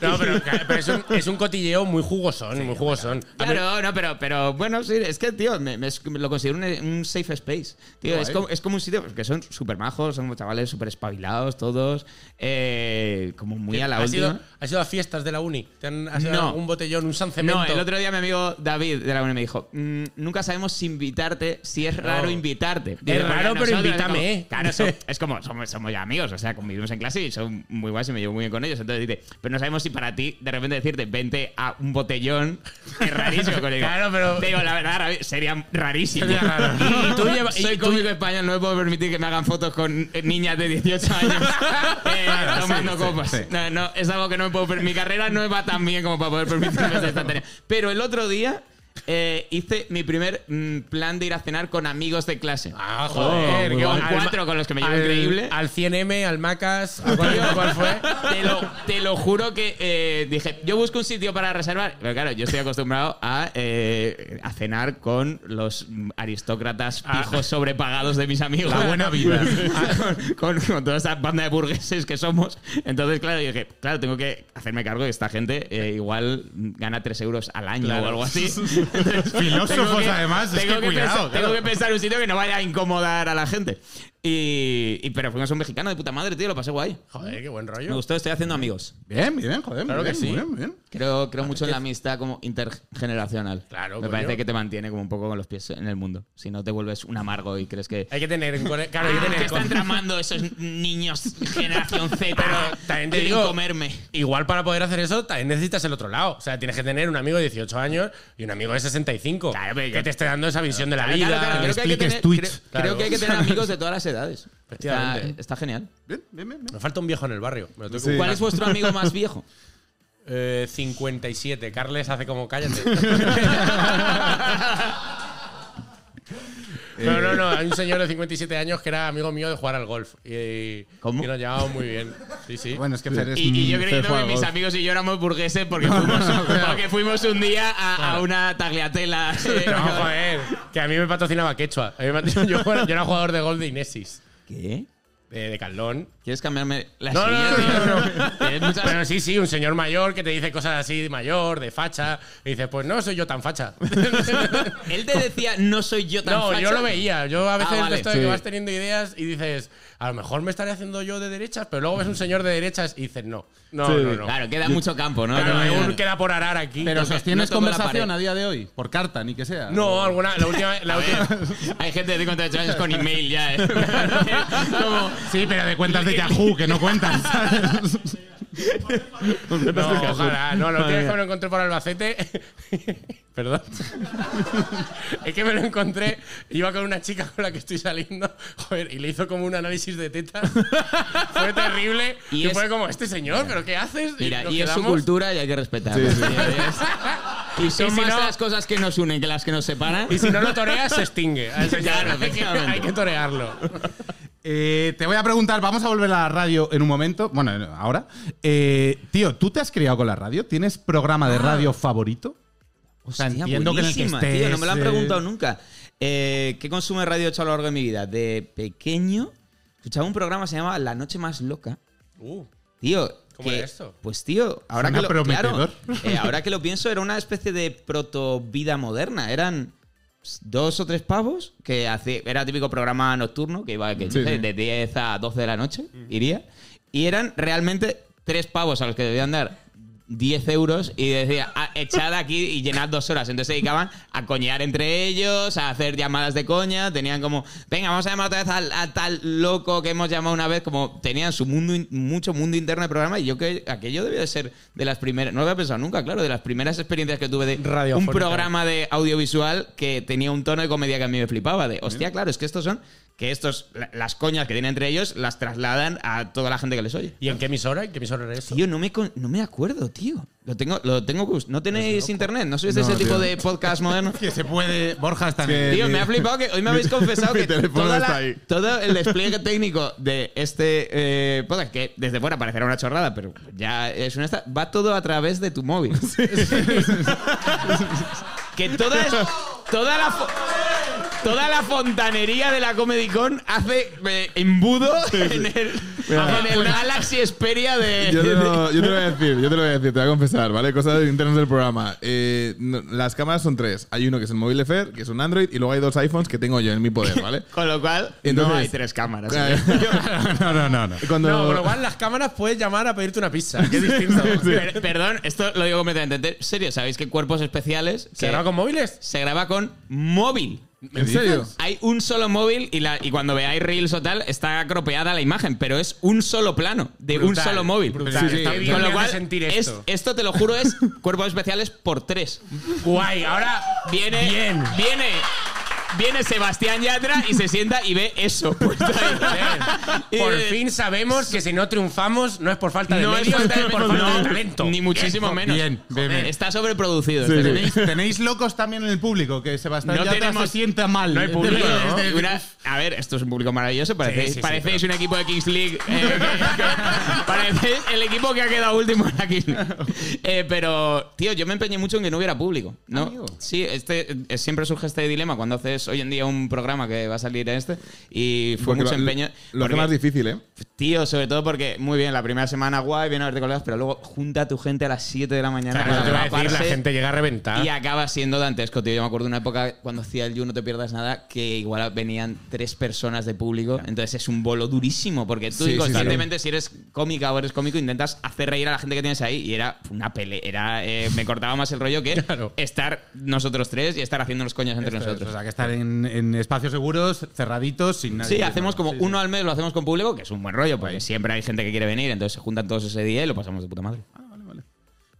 Speaker 2: No, pero, pero es, un, es un cotilleo muy jugosón, muy jugosón. A ver,
Speaker 7: Claro, no, pero, pero bueno, sí, es que, tío, me, me es- me lo considero un, un safe space. Tío, es como, es como un sitio que son súper majos, son chavales súper espabilados todos, eh, como muy a la
Speaker 2: ¿Has
Speaker 7: última.
Speaker 2: ido, ¿Has ido a fiestas de la uni? ¿Te han has
Speaker 7: No.
Speaker 2: un botellón, un San
Speaker 7: No,
Speaker 2: Cemento?
Speaker 7: el otro día mi amigo David de la UNE me dijo, "Mm, nunca sabemos si invitarte, si es raro invitarte. Digo,
Speaker 2: raro,
Speaker 7: porque
Speaker 2: pero
Speaker 7: nosotros es
Speaker 2: invítame,
Speaker 7: como-
Speaker 2: ¿eh?
Speaker 7: claro, so- es como, somos, somos ya amigos, o sea, convivimos en clase y son muy guays y me llevo muy bien con ellos. Entonces dice, pero no sabemos si para ti, de repente decirte, vente a un botellón, es rarísimo. que le digo,
Speaker 2: Claro, pero-
Speaker 7: Te Digo, la verdad, David, sería rarísimo.
Speaker 2: Sería raro. Y tú lleva- y
Speaker 7: Soy
Speaker 2: tú-
Speaker 7: cómico español, no me puedo permitir que me hagan fotos con eh, niñas de 18 años eh, tomando copas. No, no, es algo que no me puedo permitir. Mi carrera no va tan bien como para poder permitirme esa estantería. Pero el otro día eh, hice mi primer mm, plan de ir a cenar con amigos de clase.
Speaker 2: Ah, joder.
Speaker 7: Con
Speaker 2: qué guay.
Speaker 7: Oh, cuatro con los que me llevo
Speaker 2: al-
Speaker 7: increíble.
Speaker 2: Al 100M, al Macas, ¿a cuál,
Speaker 7: Tío,
Speaker 2: a cuál fue?
Speaker 7: Te lo, te lo juro que eh, dije, yo busco un sitio para reservar. Pero claro, yo estoy acostumbrado a, eh, a cenar con los mm, aristócratas
Speaker 2: Ah.
Speaker 7: pijos sobrepagados de mis amigos. La buena vida. con, con- con toda esa banda de burgueses que somos. Entonces, claro, yo dije, claro, tengo que hacerme cargo de esta gente. eh, igual gana 3 euros al año o algo así. Entonces,
Speaker 3: Filósofos,
Speaker 7: tengo que-
Speaker 3: además, es
Speaker 7: tengo
Speaker 3: que
Speaker 7: que
Speaker 3: cuidado,
Speaker 7: pensar-
Speaker 3: claro.
Speaker 7: tengo que pensar un sitio que no vaya a incomodar a la gente. Y, y- pero fuimos a un mexicano de puta madre, tío, lo pasé guay.
Speaker 2: Joder, qué buen
Speaker 7: Me
Speaker 2: rollo.
Speaker 7: gustó, estoy haciendo amigos.
Speaker 6: Bien, bien, joder.
Speaker 2: Claro
Speaker 6: muy
Speaker 2: que
Speaker 6: bien,
Speaker 2: sí.
Speaker 6: muy bien, muy bien.
Speaker 7: Creo, creo mucho en la amistad como intergeneracional.
Speaker 2: Claro,
Speaker 7: Me
Speaker 2: coño.
Speaker 7: parece que te mantiene como un poco con los pies en el mundo. Si no te vuelves un amargo y crees que.
Speaker 2: Hay que tener en cuenta- Claro, hay que
Speaker 7: Ah,
Speaker 2: tener
Speaker 7: ¿Qué
Speaker 2: en
Speaker 7: están
Speaker 2: cuenta-
Speaker 7: tramando esos niños generación Z?
Speaker 2: Pero también te
Speaker 7: Quieren
Speaker 2: digo-
Speaker 7: comerme.
Speaker 2: Igual para poder hacer eso también necesitas el otro lado. O sea, tienes que tener un amigo de 18 años y un amigo de 65
Speaker 7: Claro, pero
Speaker 2: que
Speaker 7: yo-
Speaker 2: te esté dando esa visión de la
Speaker 7: Claro,
Speaker 2: vida.
Speaker 7: claro, claro, creo que hay que tener-
Speaker 3: Twitch.
Speaker 7: creo-
Speaker 2: Claro.
Speaker 7: Creo que hay que tener amigos de todas las edades. Está,
Speaker 2: Efectivamente.
Speaker 7: está genial.
Speaker 6: Bien, bien, bien. bien.
Speaker 2: Me falta un viejo en el barrio. Me lo tengo que
Speaker 4: Sí.
Speaker 7: ¿Cuál es vuestro amigo más viejo?
Speaker 2: Eh, 57. Carles hace como cállate. No, no, no.
Speaker 7: Eh.
Speaker 2: Hay un señor de 57 años que era amigo mío de jugar al golf. Y,
Speaker 7: ¿Cómo?
Speaker 2: y nos llevábamos muy bien. Sí, sí.
Speaker 6: Bueno, es que Fer es
Speaker 7: Y,
Speaker 2: Mm,
Speaker 7: y yo
Speaker 6: un-
Speaker 7: creyendo
Speaker 6: Fer juega
Speaker 7: que mis
Speaker 6: golf.
Speaker 7: amigos y yo éramos burgueses porque fuimos, porque fuimos un día a, a una tagliatela. eh,
Speaker 2: No, joder. Que a mí me patrocinaba Quechua. A mí me- yo, yo era jugador de golf de Inesis.
Speaker 7: ¿Qué?
Speaker 2: De, de Caldón.
Speaker 7: ¿Quieres cambiarme la
Speaker 2: No, no,
Speaker 7: silla?
Speaker 2: no, no,
Speaker 7: tío? Tienes muchas-
Speaker 2: Pero sí, sí, un señor mayor que te dice cosas así, mayor, de facha. Y dices, pues no soy yo tan facha.
Speaker 7: Él te decía, no soy yo tan
Speaker 2: No,
Speaker 7: facha.
Speaker 2: yo lo veía. Yo a veces
Speaker 7: Ah, vale.
Speaker 2: esto de que vas teniendo ideas y dices, a lo mejor me estaré haciendo yo de derechas, pero luego ves un señor de derechas y dices, no, no, no, no.
Speaker 7: Claro, queda mucho campo, ¿no?
Speaker 2: Claro,
Speaker 7: No,
Speaker 2: aún
Speaker 7: no, no.
Speaker 2: queda por arar aquí.
Speaker 6: Pero
Speaker 7: no
Speaker 6: sostienes
Speaker 7: toco la
Speaker 6: conversación
Speaker 7: pared.
Speaker 6: a día de hoy, por carta, ni que sea.
Speaker 2: no, alguna, la última, la última.
Speaker 7: Hay gente de 58 años con email ya, ¿eh? Como,
Speaker 3: Sí, pero de cuentas de Yahoo, que no cuentan. ¿sabes?
Speaker 2: No, ojalá. No, la última vez que me lo encontré por Albacete. Perdón. es que me lo encontré. Iba con una chica con la que estoy saliendo. Joder, y le hizo como un análisis de tetas. fue terrible.
Speaker 7: Y
Speaker 2: Y,
Speaker 7: es-
Speaker 2: fue como, este señor, ¿pero qué haces?
Speaker 7: Mira,
Speaker 2: nos
Speaker 7: y es su
Speaker 2: quedamos.
Speaker 7: cultura y hay que respetarla. Y son
Speaker 2: Y si
Speaker 7: más
Speaker 2: no-
Speaker 7: las cosas que nos unen que las que nos separan.
Speaker 2: Y si no lo toreas, se extingue. Al señor.
Speaker 7: Claro,
Speaker 2: hay, que,
Speaker 7: efectivamente.
Speaker 2: hay que torearlo.
Speaker 6: Eh, te voy a preguntar, vamos a volver a la radio en un momento. Bueno, no, ahora. Eh, tío, ¿tú te has criado con la radio? ¿Tienes programa de radio favorito?
Speaker 7: Hostia,
Speaker 6: entiendo que en el que
Speaker 7: buenísima,
Speaker 6: estés,
Speaker 7: tío, no me lo han
Speaker 6: eh,
Speaker 7: preguntado nunca. Eh, ¿Qué consume radio he hecho a lo largo de mi vida? De pequeño, escuchaba un programa que se llamaba La Noche Más Loca. Tío,
Speaker 2: Uh. ¿Cómo
Speaker 7: que,
Speaker 2: era esto?
Speaker 7: Pues tío, ahora que,
Speaker 6: Suena
Speaker 7: lo,
Speaker 6: prometedor.
Speaker 7: claro, eh, ahora que lo pienso, era una especie de proto vida moderna. Eran dos o tres pavos que hace, era típico programa nocturno que iba que yo sé, de 10 a 12 de la noche, iría. Y eran realmente tres pavos a los que debían dar 10 euros y decía, "Ah, echad aquí y llenad dos horas. Entonces se dedicaban a coñear entre ellos, a hacer llamadas de coña. Tenían como, venga, vamos a llamar otra vez al, al tal loco que hemos llamado una vez. Como tenían su mundo, in- mucho mundo interno de programa. Y yo que aquello debió de ser de las primeras, no lo había pensado nunca, claro, de las primeras experiencias que tuve de un
Speaker 2: Radiofónica.
Speaker 7: programa de audiovisual que tenía un tono de comedia que a mí me flipaba. De, hostia, claro, es que estos son, que estos, la- las coñas que tienen entre ellos, las trasladan a toda la gente que les oye.
Speaker 2: ¿Y en qué emisora? ¿En qué emisora era eso?
Speaker 7: Tío, no me, con- no me acuerdo, tío. Lo tengo, lo tengo que bus- ¿No tenéis internet? ¿No sois de ese tipo de podcast moderno?
Speaker 6: Que se puede. Eh, Borja está en
Speaker 7: Tío, me ha flipado que hoy me habéis confesado que
Speaker 4: teléfono
Speaker 7: toda
Speaker 4: está
Speaker 7: la-
Speaker 4: ahí.
Speaker 7: todo el despliegue técnico de este eh, podcast, que desde fuera parecerá una chorrada, pero ya es una esta, va todo a través de tu móvil. que toda, es- toda la fo- toda la fontanería de la Comedy Con hace eh, embudo en el, en el Galaxy Xperia de,
Speaker 4: Yo te,
Speaker 7: de-
Speaker 4: lo, yo te lo voy a decir, yo te lo voy a decir, te voy a confesar, ¿vale? Cosas internas del programa. Eh, no, las cámaras son tres. Hay uno que es el móvil de Fer, que es un Android, y luego hay dos iPhones que tengo yo en mi poder, ¿vale?
Speaker 7: Con lo cual,
Speaker 4: Entonces-
Speaker 7: no hay tres cámaras. ¿eh?
Speaker 6: No, no, no. no.
Speaker 4: Cuando,
Speaker 2: No, con lo cual las cámaras puedes llamar a pedirte una pizza. Qué distinto.
Speaker 7: Per- perdón, esto lo digo completamente en serio. ¿Sabéis que Cuerpos Especiales
Speaker 2: ¿Se
Speaker 7: que
Speaker 2: graba con móviles?
Speaker 7: se graba con móvil?
Speaker 4: ¿En serio?
Speaker 7: Hay un solo móvil y, la, y cuando veáis Reels o tal, está cropeada la imagen, pero es un solo plano de un
Speaker 2: Brutal,
Speaker 7: solo móvil.
Speaker 2: brutal. Sí, sí. Qué bien me
Speaker 7: Con lo
Speaker 2: hace
Speaker 7: cual,
Speaker 2: sentir
Speaker 7: es-
Speaker 2: esto.
Speaker 7: esto te lo juro, es Cuerpos Especiales por tres.
Speaker 2: Guay, ahora
Speaker 7: Viene,
Speaker 2: Bien.
Speaker 7: viene, viene Sebastián Yatra y se sienta y ve eso. puesto ahí. Y
Speaker 2: por
Speaker 7: dice,
Speaker 2: fin sabemos que si no triunfamos no es por falta de
Speaker 7: Eh, No es
Speaker 2: medios,
Speaker 7: falta de-
Speaker 2: por
Speaker 7: no,
Speaker 2: falta de talento.
Speaker 7: Ni muchísimo menos.
Speaker 6: bien, bien,
Speaker 7: Joder,
Speaker 6: bien.
Speaker 7: Está sobreproducido. este tema.
Speaker 6: ¿Tenéis, tenéis locos también en el público que Sebastián
Speaker 7: No
Speaker 6: Yatra
Speaker 7: tenemos-
Speaker 6: se sienta mal.
Speaker 2: No hay público, ¿no?
Speaker 7: Desde una- a ver, esto es un público maravilloso. Parecéis,
Speaker 2: Sí, sí, sí,
Speaker 7: parecéis un equipo de Kings League. eh, que- que- parecéis el equipo que ha quedado último en la Kings League. Eh, pero, tío, yo me empeñé mucho en que no hubiera público. ¿no? Sí, este, eh, siempre surge este dilema cuando haces hoy en día un programa que va a salir en este. Y fue
Speaker 4: Porque
Speaker 7: mucho
Speaker 4: lo-
Speaker 7: empeño.
Speaker 4: Lo hace
Speaker 7: porque-
Speaker 4: más difícil, ¿eh?
Speaker 7: Tío, sobre todo porque, muy bien, la primera semana guay, viene a verte colegas, pero luego junta a tu gente a las 7 de la mañana.
Speaker 2: Claro, eso
Speaker 7: para
Speaker 2: te iba a decir, la
Speaker 7: atraparse.
Speaker 2: gente llega a reventar.
Speaker 7: Y acaba siendo dantesco, tío. Yo me acuerdo de una época cuando hacía el You No Te Pierdas Nada, que igual venían tres personas de público. Entonces es un bolo durísimo, porque tú
Speaker 4: Sí, sí,
Speaker 7: inconscientemente, si eres cómica o eres cómico, intentas hacer reír a la gente que tienes ahí. Y era una pele. Era, eh, me cortaba más el rollo que
Speaker 2: Claro.
Speaker 7: estar nosotros tres y estar haciendo los coñas entre nosotros.
Speaker 6: O sea, que estar en, en espacios seguros, cerraditos, sin nadie.
Speaker 7: Sí, hacemos como uno al mes, lo hacemos con público, que es un buen rollo, porque siempre hay gente que quiere venir, entonces se juntan todos ese día y lo pasamos de puta madre.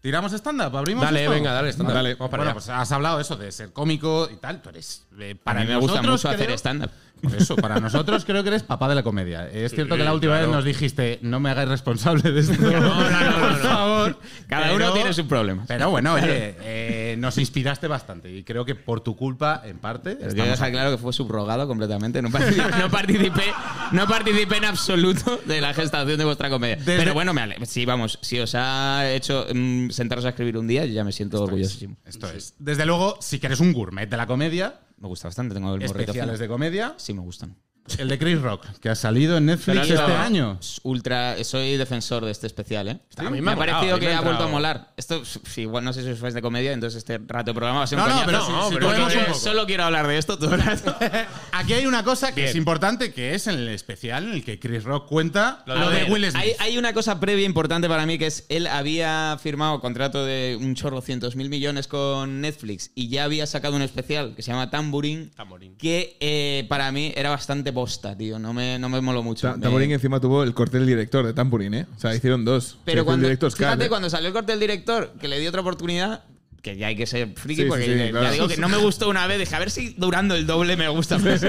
Speaker 6: ¿Tiramos stand-up? ¿Abrimos
Speaker 2: Dale,
Speaker 6: esto?
Speaker 2: venga, dale, stand-up.
Speaker 6: Dale.
Speaker 2: Vamos para
Speaker 6: bueno,
Speaker 2: allá.
Speaker 6: pues has hablado eso de ser cómico y tal. Tú eres... eh, para
Speaker 7: A mí me gusta
Speaker 6: nosotros,
Speaker 7: mucho hacer
Speaker 6: creo-
Speaker 7: stand-up.
Speaker 6: Por eso, para nosotros creo que eres papá de la comedia. Es cierto que la última vez nos dijiste, no me hagáis responsable de esto. por favor.
Speaker 7: Cada
Speaker 6: Pero-
Speaker 7: uno tiene sus problemas.
Speaker 6: Pero bueno, oye, eh, nos inspiraste bastante y creo que por tu culpa, en parte,
Speaker 7: Pero quiero
Speaker 6: estamos
Speaker 7: dejar claro que fue subrogado completamente. No participé, no participé, no participé en absoluto de la gestación de vuestra comedia. Pero bueno, me ale- sí, vamos, si os ha hecho mm, sentaros a escribir un día, yo ya me siento orgullosísimo.
Speaker 6: Esto es. Desde luego, si quieres un gourmet de la comedia,
Speaker 7: Me gusta bastante, tengo el morrito.
Speaker 6: especiales
Speaker 7: fino.
Speaker 6: de comedia,
Speaker 7: Sí, me gustan.
Speaker 6: el de Chris Rock, que ha salido en Netflix
Speaker 7: Pero
Speaker 6: este
Speaker 7: yo
Speaker 6: año.
Speaker 7: Ultra, soy defensor de este especial, ¿eh?
Speaker 2: A mí me
Speaker 7: me
Speaker 2: ha
Speaker 7: ha
Speaker 2: molado,
Speaker 7: parecido
Speaker 2: a mí me
Speaker 7: que
Speaker 2: ha
Speaker 7: ha vuelto a
Speaker 2: entrado.
Speaker 7: molar. Esto, sí, igual no sé si sois fans de comedia, entonces este rato de programa va a ser un
Speaker 6: No, no,
Speaker 7: coñazo. eh,
Speaker 6: pero
Speaker 2: No,
Speaker 6: si- si
Speaker 2: pero
Speaker 6: podemos
Speaker 2: esto
Speaker 6: un
Speaker 2: es-
Speaker 6: poco.
Speaker 7: Solo quiero hablar de esto todo el rato.
Speaker 6: Aquí hay una cosa que
Speaker 2: Bien.
Speaker 6: es importante, que es en el especial en el que Chris Rock cuenta lo,
Speaker 7: A
Speaker 6: de
Speaker 7: ver,
Speaker 6: Will Smith.
Speaker 7: Hay, hay una cosa previa importante para mí que es él había firmado contrato de un chorro cientos mil millones con Netflix y ya había sacado un especial que se llama Tamburín,
Speaker 2: Tamborín.
Speaker 7: que eh, para mí era bastante bosta, tío. No me, no me moló mucho.
Speaker 4: Ta-
Speaker 7: Me-
Speaker 4: Tamborín encima tuvo el corte del director de Tamborín, ¿eh? O sea, hicieron dos. Se hizo
Speaker 7: pero
Speaker 4: el
Speaker 7: cuando,
Speaker 4: director's cut,
Speaker 7: fíjate,
Speaker 4: ¿eh?
Speaker 7: cuando salió el corte del director, que le dio otra oportunidad, que ya hay que ser friki,
Speaker 4: Sí, sí,
Speaker 7: porque
Speaker 4: sí,
Speaker 7: ya- ya
Speaker 4: claro.
Speaker 7: digo que no me gustó una vez, dije, a ver si durando el doble me gusta. más.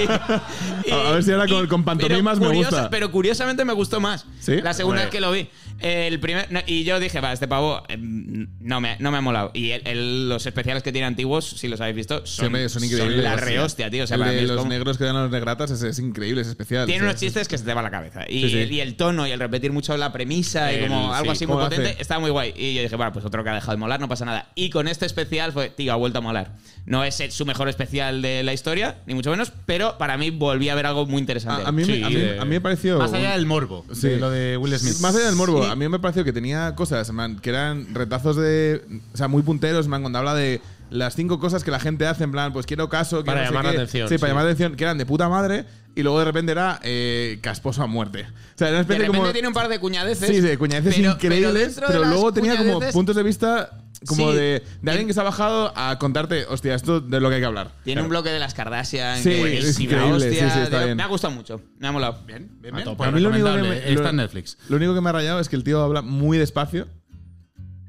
Speaker 7: Y- y-
Speaker 4: A- a ver si ahora con- con pantomimas
Speaker 7: pero
Speaker 4: me
Speaker 7: curiosa-
Speaker 4: gusta.
Speaker 7: Pero curiosamente me gustó más.
Speaker 4: ¿Sí?
Speaker 7: La segunda vez que lo vi. El primer, no, y yo dije, va, este pavo eh, no me, no me ha molado. Y el- el- los especiales que tiene antiguos, si los habéis visto,
Speaker 4: Sí,
Speaker 7: son,
Speaker 4: hombre, son increíbles.
Speaker 7: la
Speaker 4: sí.
Speaker 7: rehostia, tío. O sea,
Speaker 4: el
Speaker 7: para
Speaker 4: de
Speaker 7: mí es
Speaker 4: los
Speaker 7: como-
Speaker 4: negros que dan a los negratas ese es, increíble, es especial.
Speaker 7: tiene
Speaker 4: Sí,
Speaker 7: unos
Speaker 4: sí,
Speaker 7: chistes que se te va la cabeza. Y,
Speaker 4: Sí, sí.
Speaker 7: y el tono y el repetir mucho la premisa y
Speaker 2: El-
Speaker 7: como
Speaker 2: sí,
Speaker 7: algo así muy
Speaker 4: ¿cómo lo
Speaker 7: potente,
Speaker 4: hace?
Speaker 7: está muy guay. Y yo dije, bueno, pues otro que ha dejado de molar, no pasa nada. Y con este especial fue, tío, ha vuelto a molar. No es el- su mejor especial de la historia, ni mucho menos, pero para mí volví a ver algo muy interesante.
Speaker 4: A, a mí, me- a, mí, a mí me pareció.
Speaker 6: Más allá del morbo,
Speaker 4: Sí.
Speaker 6: de lo de Will Smith.
Speaker 4: Más allá del morbo, digo, a mí me pareció que tenía cosas en plan, que eran retazos de. O sea, muy punteros, en plan, cuando habla de las cinco cosas que la gente hace, en plan, pues quiero caso. quiero
Speaker 2: Para
Speaker 4: no sé
Speaker 2: llamar la
Speaker 4: qué.
Speaker 2: atención,
Speaker 4: Sí, para
Speaker 2: sí.
Speaker 4: llamar la atención, que eran de puta madre, y luego de repente era eh, casposo a muerte. O sea, era una
Speaker 7: De
Speaker 4: especie
Speaker 7: repente
Speaker 4: como.
Speaker 7: tiene un par de cuñadeces.
Speaker 4: Sí, de cuñadeces
Speaker 7: pero- pero
Speaker 4: increíbles,
Speaker 7: dentro
Speaker 4: pero,
Speaker 7: de las
Speaker 4: luego tenía como
Speaker 7: cuñadeces
Speaker 4: puntos de vista como
Speaker 7: Sí.
Speaker 4: de, de alguien que se ha bajado a contarte, hostia, esto de lo que hay que hablar.
Speaker 7: Tiene un bloque de las Kardashian.
Speaker 4: Sí,
Speaker 7: que
Speaker 4: es
Speaker 7: buenísima,
Speaker 4: increíble,
Speaker 7: hostia,
Speaker 4: sí, sí, está
Speaker 7: de-
Speaker 4: bien.
Speaker 7: Me ha gustado mucho. Me ha molado.
Speaker 3: Bien,
Speaker 6: A
Speaker 3: bien,
Speaker 6: tope,
Speaker 3: pues
Speaker 4: a mí lo único que me-
Speaker 3: recomendable. Está en
Speaker 4: lo-
Speaker 3: Netflix.
Speaker 4: Lo único que me ha rayado es que el tío habla muy despacio.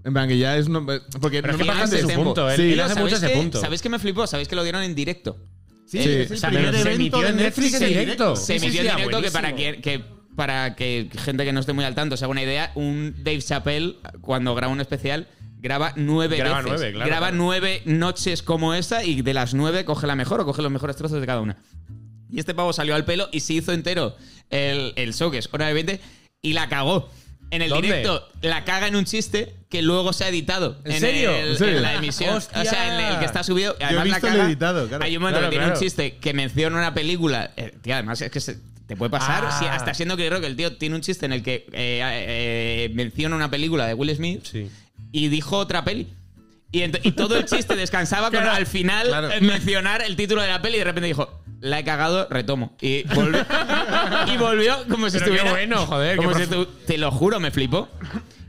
Speaker 4: En plan, que ya es. no- eh, porque
Speaker 2: Pero
Speaker 4: no
Speaker 2: que
Speaker 4: me
Speaker 2: hace
Speaker 4: parece-
Speaker 2: su
Speaker 7: tiempo.
Speaker 2: punto, ¿eh?
Speaker 4: Sí.
Speaker 2: Él hace
Speaker 7: ¿Sabéis
Speaker 2: mucho ese
Speaker 7: que-
Speaker 2: punto.
Speaker 7: ¿Sabéis que me flipó? ¿Sabéis que lo dieron en directo?
Speaker 4: Sí,
Speaker 2: O sea, pero se emitió en Netflix en directo.
Speaker 7: Se emitió en directo que para que, que para que gente que no esté muy al tanto se haga una idea, un Dave Chappelle, cuando graba un especial, graba nueve
Speaker 2: Graba
Speaker 7: veces.
Speaker 2: nueve, claro,
Speaker 7: graba
Speaker 2: claro.
Speaker 7: nueve noches como esa y de las nueve coge la mejor o coge los mejores trozos de cada una. Y este pavo salió al pelo y se hizo entero el, el show, que es hora de 20, y la cagó. En el
Speaker 2: ¿Dónde?
Speaker 7: directo la caga en un chiste que luego se ha editado.
Speaker 2: ¿En serio?
Speaker 7: el-
Speaker 2: ¿En serio?
Speaker 7: en la emisión. O sea, en el que está subido. Además,
Speaker 6: visto
Speaker 7: la
Speaker 6: el
Speaker 7: caga.
Speaker 6: editado, claro.
Speaker 7: Hay un momento
Speaker 2: Claro,
Speaker 7: que tiene
Speaker 2: claro.
Speaker 7: un chiste que menciona una película. eh, tío, además es que se- te puede pasar.
Speaker 2: Ah.
Speaker 7: sí, hasta siendo que creo que el tío tiene un chiste en el que eh, eh, menciona una película de Will Smith
Speaker 2: Sí.
Speaker 7: y dijo otra peli. Y, ent- y todo el chiste descansaba con al final eh, mencionar el título de la peli y de repente dijo, la he cagado, retomo. Y volvió, y volvió como si
Speaker 2: Pero qué
Speaker 7: estuviera...
Speaker 2: bueno, joder,
Speaker 7: como
Speaker 2: qué
Speaker 7: si
Speaker 2: profe-
Speaker 7: estu- te lo juro, me flipó.